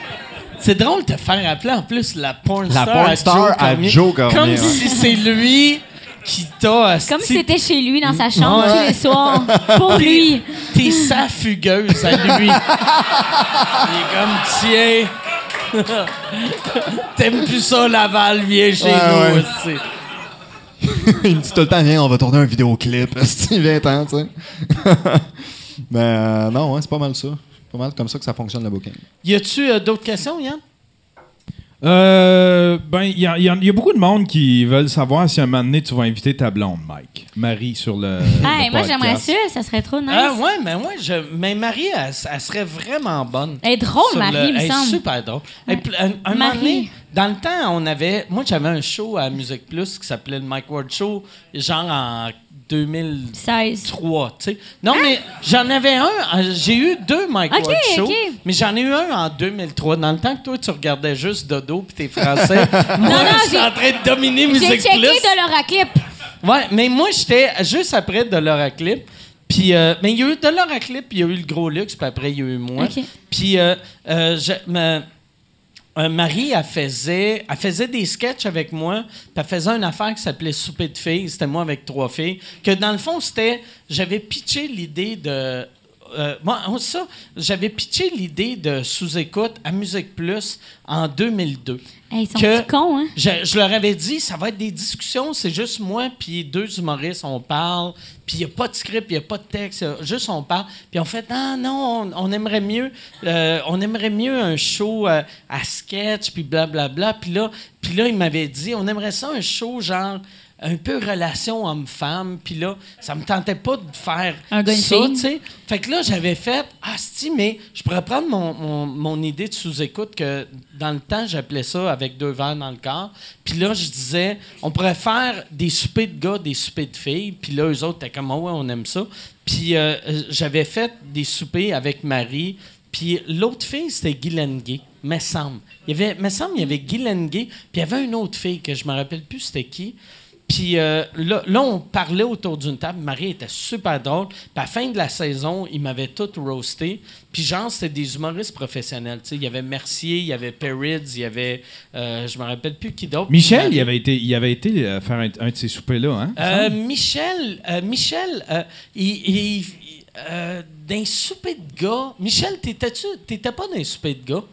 C'est drôle de te faire appeler en plus la porn La star, porn à, star Joe à Cormier. Joe Cormier, Comme ouais. si c'est lui qui t'a. Comme asti, si c'était chez lui, dans Mm, sa chambre, Ouais. tous les soirs. Pour lui. T'es sa fugueuse à lui. Il est comme, tiens. T'aimes plus ça, Laval, viens chez Ouais, nous ouais. aussi. il me dit tout le temps, viens, on va tourner un vidéoclip. Asti, 20 ans, tu sais. Mais euh, non, ouais, c'est pas mal ça. C'est Pas mal comme ça que ça fonctionne le booking. Y a-tu euh, d'autres questions, Yann? Euh, ben, il y, a- il y a- il y a beaucoup de monde qui veulent savoir si un moment donné tu vas inviter ta blonde, Mike. Marie sur le. Hey, le moi, podcast. j'aimerais ça. Ça serait trop nice. Ah, ouais, mais ouais, je, mais Marie, elle, elle serait vraiment bonne. Elle est drôle, Sur Marie, il me elle est semble. super drôle. Et puis, un, un Marie. moment donné, dans le temps, on avait. Moi, j'avais un show à Musique Plus qui s'appelait le Mike Ward Show, genre en 2003, 16. tu sais. Non, mais j'en avais un. euh, J'ai eu deux Mike Ok, Ward Show, ok. mais j'en ai eu un en 2003. Dans le temps que toi, tu regardais juste Dodo puis t'es français. moi, Non, non, je suis j'ai- en train de dominer J'ai Musique checké Plus. de leur clip. Ouais, mais moi, j'étais juste après Dolora Clip. Puis, euh, mais il y a eu Dolora Clip, il y a eu le gros luxe, puis après, il y a eu moi. Ok. Puis, euh, euh, je- ma- euh, Marie, elle faisait, elle faisait des sketchs avec moi, puis elle faisait une affaire qui s'appelait Souper de filles. C'était moi avec trois filles. Que dans le fond, c'était. J'avais pitché l'idée de. euh, moi, on- ça, j'avais pitché l'idée de sous-écoute à Musique Plus en 2002. Hey, ils sont Que- petits cons, hein? je, je leur avais dit, ça va être des discussions, c'est juste moi, puis deux humoristes, on parle, puis il n'y a pas de script, il n'y a pas de texte, y a- juste on parle. Puis on fait, ah non, on, on aimerait mieux euh, on aimerait mieux un show euh, à sketch, puis blablabla. Puis là, puis là, ils m'avaient dit, on aimerait ça un show genre un peu relation homme-femme, puis là, ça me tentait pas de faire Un gars, une ça, fille. tu sais. Fait que là, j'avais fait, ah, si, mais je pourrais prendre mon, mon- mon idée de sous-écoute que dans le temps, j'appelais ça avec deux verres dans le corps. Puis là, je disais, on pourrait faire des soupers de gars, des soupers de filles. Puis là, eux autres étaient comme, Ah ouais, on aime ça. Puis euh, euh, j'avais fait des soupers avec Marie. Puis l'autre fille, c'était Guylaine Gay, me semble. Il y avait, me semble, il y avait Guylaine Gay, puis il y avait une autre fille que je me rappelle plus c'était qui. Puis euh, là, là, on parlait autour d'une table. Marie était super drôle. Puis à la fin de la saison, ils m'avaient tout roasté. Puis genre, c'était des humoristes professionnels. tu sais. Il y avait Mercier, il y avait Perrids, il y avait... euh, je me rappelle plus qui d'autre. Michel, il avait été, il avait été euh, faire un, un de ces soupers-là, hein? Euh, Michel, euh, Michel, euh, il, il- il- euh, d'un souper de gars. Michel, t'étais-tu, t'étais pas d'un souper de gars?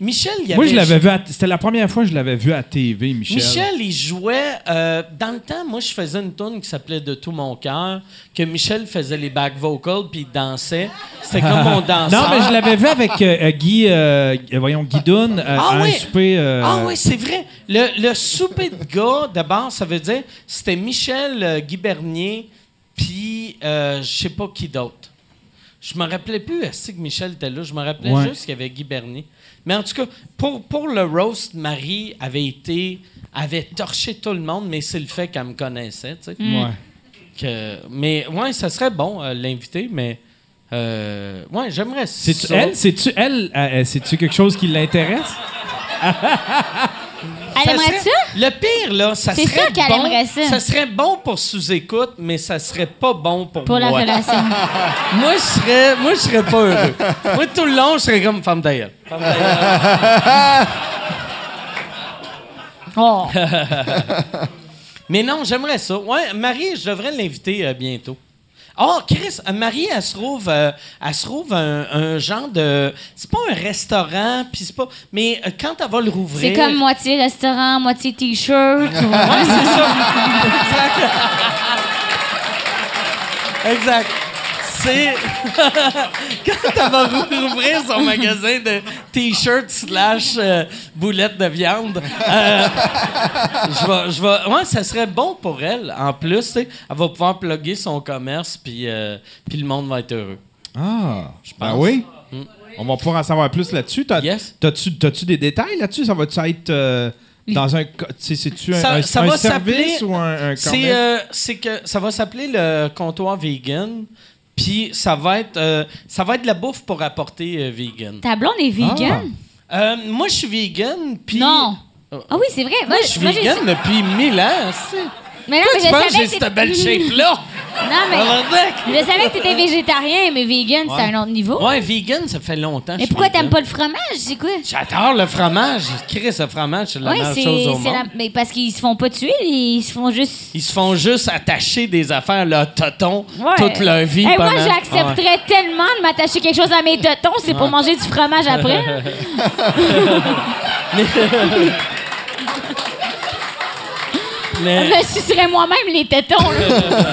Michel, il y avait. Moi, je l'avais vu. à- C'était la première fois que je l'avais vu à TV, Michel. Michel, il jouait. euh, dans le temps, moi, je faisais une tune qui s'appelait De tout mon cœur, que Michel faisait les back vocals puis il dansait. C'était comme on dansait. Ah. Non, mais je l'avais vu avec euh, euh, Guy, euh, euh, voyons, Guy Dunn, euh, Ah à un oui. souper. euh, Ah oui, c'est vrai. Le, le souper de gars, d'abord, ça veut dire c'était Michel euh, Guy Bernier, puis euh, je sais pas qui d'autre. Je me rappelais plus est-ce que Michel était là. Je me rappelais Ouais. juste qu'il y avait Guy Bernier. Mais en tout cas, pour, pour le roast, Marie avait été avait torché tout le monde, mais c'est le fait qu'elle me connaissait. tu sais. Ouais. Que- mais ouais, ça serait bon euh, l'inviter, mais euh, ouais, j'aimerais ça. C'est-tu elle? C'est-tu elle? euh, euh, C'est-tu quelque chose qui l'intéresse? Elle aimerait serait- ça? Le pire, là, ça C'est serait sûr qu'elle bon. aimerait ça. serait bon pour sous-écoute, mais ça serait pas bon pour, Pour la moi. relation. Moi, je serais, moi, je serais pas heureux. moi, tout le long, je serais comme femme d'ailleurs. Oh. Mais non, j'aimerais ça. Ouais, Marie, je devrais l'inviter euh, bientôt. Oh, Chris, euh, Marie, elle se trouve, euh, elle se trouve un, un genre de. C'est pas un restaurant, puis c'est pas. Mais euh, quand elle va le rouvrir. C'est comme moitié restaurant, moitié t-shirt. ou- Ouais, c'est ça. exact. exact. C'est. Quand elle va rouvrir son magasin de T-shirt slash euh, boulette de viande. Euh, je vais, je vais- ouais, ça serait bon pour elle. En plus, tu sais, elle va pouvoir plugger son commerce, puis euh, puis le monde va être heureux. Ah, ben oui. On va pouvoir en savoir plus là-dessus. T'as- Hmm. Yes. T'as-tu t'as-tu des détails là-dessus? Ça va-tu être euh, dans un... co- tu sais, C'est-tu un, Ça- un- ça un va service s'appeler- ou un, un C'est commerce? euh, c'est que ça va s'appeler le comptoir vegan, puis ça va être euh, ça va être de la bouffe pour apporter euh, vegan. Ta blonde est vegan? Euh, moi, je suis vegan, Ah, puis Non. Ah oui, c'est vrai. Moi, Moi, je suis moi, j'ai- vegan depuis mille ans. c'est- Mais non, Pourquoi mais tu je penses savais que j'ai que cette t'étais- belle shape-là? Non, mais Tabarnak! je savais que t'étais végétarien, mais vegan, c'est un autre niveau. Ouais, vegan, ça fait longtemps. que Mais je suis pourquoi vegan. t'aimes pas le fromage? C'est quoi? J'adore le fromage. Chris, le fromage, c'est la Ouais, meilleure c'est chose au c'est monde. la- Mais parce qu'ils se font pas tuer, ils se font juste. Ils se font juste attacher des affaires, leur toton, Ouais. toute leur vie. Hey, pendant... Moi, Ah ouais. j'accepterais tellement de m'attacher quelque chose à mes tétons, c'est pour manger du fromage après. Je Mais- me sucerais moi-même les tétons, là.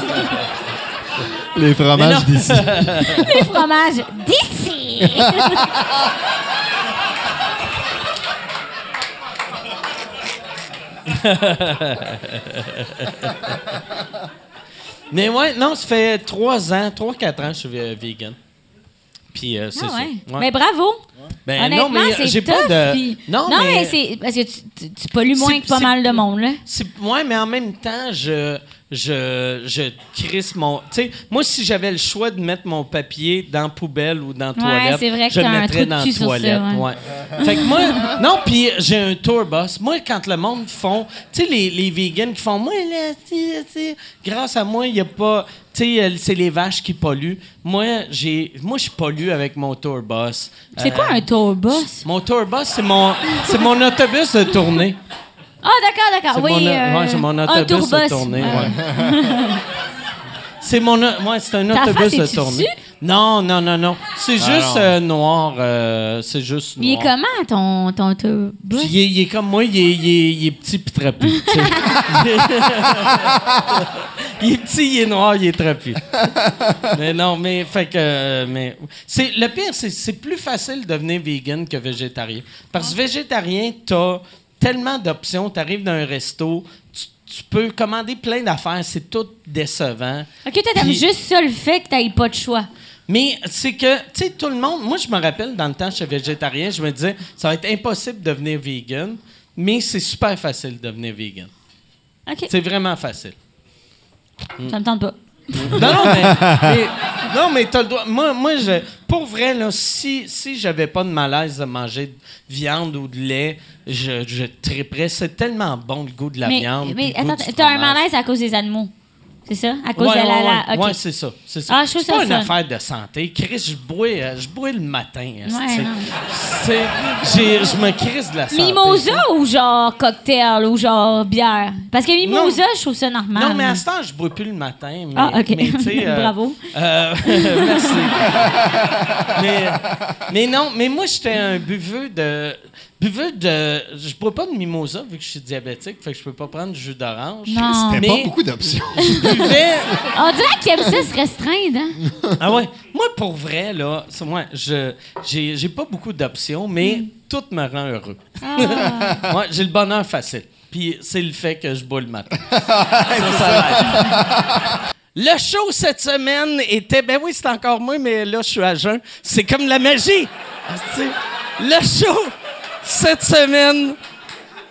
Les fromages Mais non. d'ici. les fromages d'ici. Mais ouais, non, ça fait trois ans, trois, quatre ans que je suis euh, vegan. Puis euh, c'est Ah ça. ouais. Ouais. Mais bravo. Ben, non, Honnêtement, mais c'est j'ai tough, pas de- puis- Non, non mais, mais- c'est parce que tu, tu, tu pollues moins C'est- que pas c'est- Euh, mal de monde là. C'est, ouais, mais en même temps, je, je, je crisse mon. Tu sais, moi, si j'avais le choix de mettre mon papier dans la poubelle ou dans la Ouais, toilette, c'est vrai que je le t'as un mettrais trou de dans cul la sur ça, toilette. ouais. ouais. fait que moi, non, puis j'ai un tour bus. Moi, quand le monde font. Tu sais, les, les vegans qui font. Moi, là, tu sais, tu sais, grâce à moi, il n'y a pas. Tu sais, euh, c'est les vaches qui polluent. Moi, j'ai, moi, je pollue avec mon tour bus. C'est quoi un tour boss Mon tour bus, c'est mon, c'est mon autobus de tournée. Ah d'accord C'est d'accord. Oui, mon, euh, ouais, c'est mon un autobus tour de boss. tournée. Ouais. ouais. c'est mon, o- ouais, c'est un Ta autobus face, de es-tu tournée. dessus? Non, non, non, non. C'est juste euh, noir. euh, c'est juste Il est noir. comment ton ton tour Puis boss Il est, il est comme moi, il est, il est- il est petit puis trapu. tu sais. il est petit, il est noir, il est trapu. mais non, mais fait que, euh, mais c'est le pire, c'est, c'est plus facile de devenir vegan que végétarien. Parce que végétarien, t'as tellement d'options. T'arrives dans un resto, tu, tu peux commander plein d'affaires. C'est tout décevant. Ok, toi, t'aimes Puis- juste ça le fait que t'aies pas de choix. Mais c'est que, tu sais, tout le monde, moi je me rappelle dans le temps, j'étais végétarien, je me disais, ça va être impossible de devenir vegan, mais c'est super facile de devenir vegan. Ok, C'est vraiment facile. ça me tente pas. Non, non, mais, mais- non, mais t'as le droit. Moi, moi je, pour vrai, là, si, si j'avais pas de malaise de manger de viande ou de lait, je, je triperais. C'est tellement bon le goût de la mais viande. mais puis le goût attends, du t'as un fromage. malaise à cause des animaux. C'est ça? À Ouais, cause de la. ouais, la- ouais. ok. Ouais, c'est ça. C'est ça. Ah, je trouve C'est ça pas une le fun. affaire de santé. Chris, je bois, euh, je bois le matin. esti. Ouais, non. C'est- j'ai- je me crise de la santé. Mimosa ou genre cocktail ou genre bière? Parce que mimosa, je trouve ça normal. Non, mais à ce temps, je bois plus le matin. Mais, Ah, ok. mais, tu sais, euh, Bravo. euh, merci. mais, mais non, mais moi, j'étais un buveux de. Buveux de. Je bois pas de mimosa vu que je suis diabétique, fait que je peux pas prendre du jus d'orange. Non. T'as Mais- pas beaucoup d'options. Je buvais. On dirait qu'il aime ça se restreindre. hein? Ah ouais. Moi, pour vrai, là, c'est- moi, je j'ai j'ai pas beaucoup d'options, mais tout me rend heureux. Ouais, j'ai le bonheur facile. Puis c'est le fait que je bois le matin. Ça, ça l'aide. Le show cette semaine était. Ben oui, c'est encore moi, mais là, je suis à jeun. C'est comme la magie. Asti. Le show cette semaine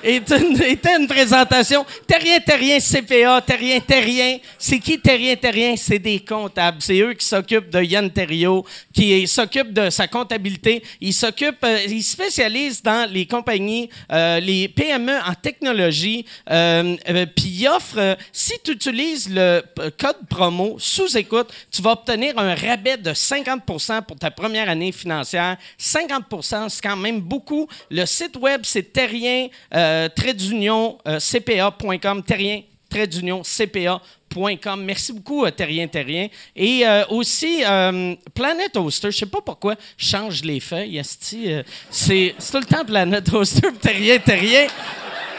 est une- était une présentation. Terrien, Terrien, CPA, Terrien, Terrien. C'est qui Terrien, Terrien? C'est des comptables. C'est eux qui s'occupent de Yann Terriot, qui s'occupent de sa comptabilité. Ils s'occupent, euh, ils spécialisent dans les compagnies, euh, les PME en technologie. euh, euh, Puis ils offrent, euh, si tu utilises le p- code promo sous écoute, tu vas obtenir un rabais de 50 pour ta première année financière. 50 c'est quand même beaucoup. Le site web, c'est terrien, euh, trait d'union, euh, cpa.com, terrien, trait d'union, cpa.com. Merci beaucoup, euh, Terrien Terrien. Et euh, aussi, euh, Planet Hoster, je sais pas pourquoi, je change les feuilles. esti, euh, c'est c'est tout le temps Planet Hoster, Terrien Terrien.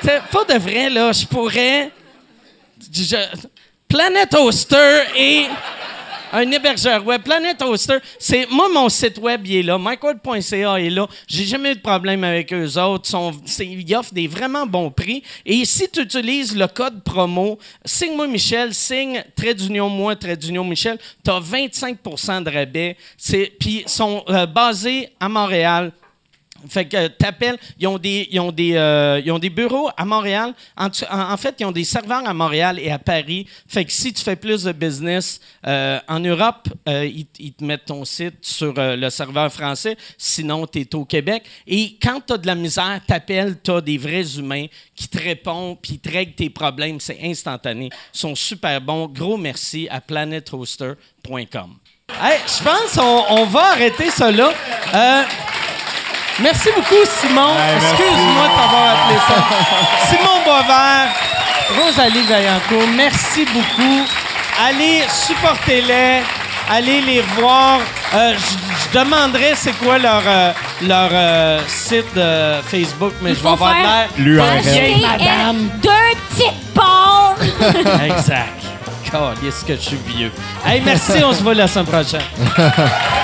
T'sais, Pas de vrai, là, je pourrais... je- Planet Hoster et... un hébergeur web. Planet Hoster, c'est moi, mon site web, il est là. MikeWard.ca est là. J'ai jamais eu de problème avec eux autres. Ils sont- c'est- ils offrent des vraiment bons prix. Et si tu utilises le code promo, signe-moi Michel, signe trait d'union moi, trait d'union Michel, tu as 25 de rabais. C'est- Puis ils sont euh, basés à Montréal. Fait que euh, t'appelles, ils ont des, ils ont des, euh, ils ont des bureaux à Montréal. En, tu- en- en fait, ils ont des serveurs à Montréal et à Paris. Fait que si tu fais plus de business euh, en Europe, euh, ils, ils te mettent ton site sur euh, le serveur français. Sinon, tu es au Québec. Et quand tu as de la misère, t'appelles, tu as des vrais humains qui te répondent puis ils te règlent tes problèmes. C'est instantané. Ils sont super bons. Gros merci à planethoster.com. Hey, je pense qu'on on va arrêter cela. Euh, Merci beaucoup, Simon. Excuse-moi de t'avoir appelé ça. Simon Boisvert, Rosalie Vaillancourt, merci beaucoup. Allez, supportez-les. Allez les voir. Euh, je- je demanderai c'est quoi leur, euh, leur euh, site euh, Facebook, mais Il je vais faut avoir de faire- l'air. L'URL. Vieille madame. Deux petites bombes. Exact. est-ce que je suis vieux. Hey, merci, on se voit la semaine prochaine.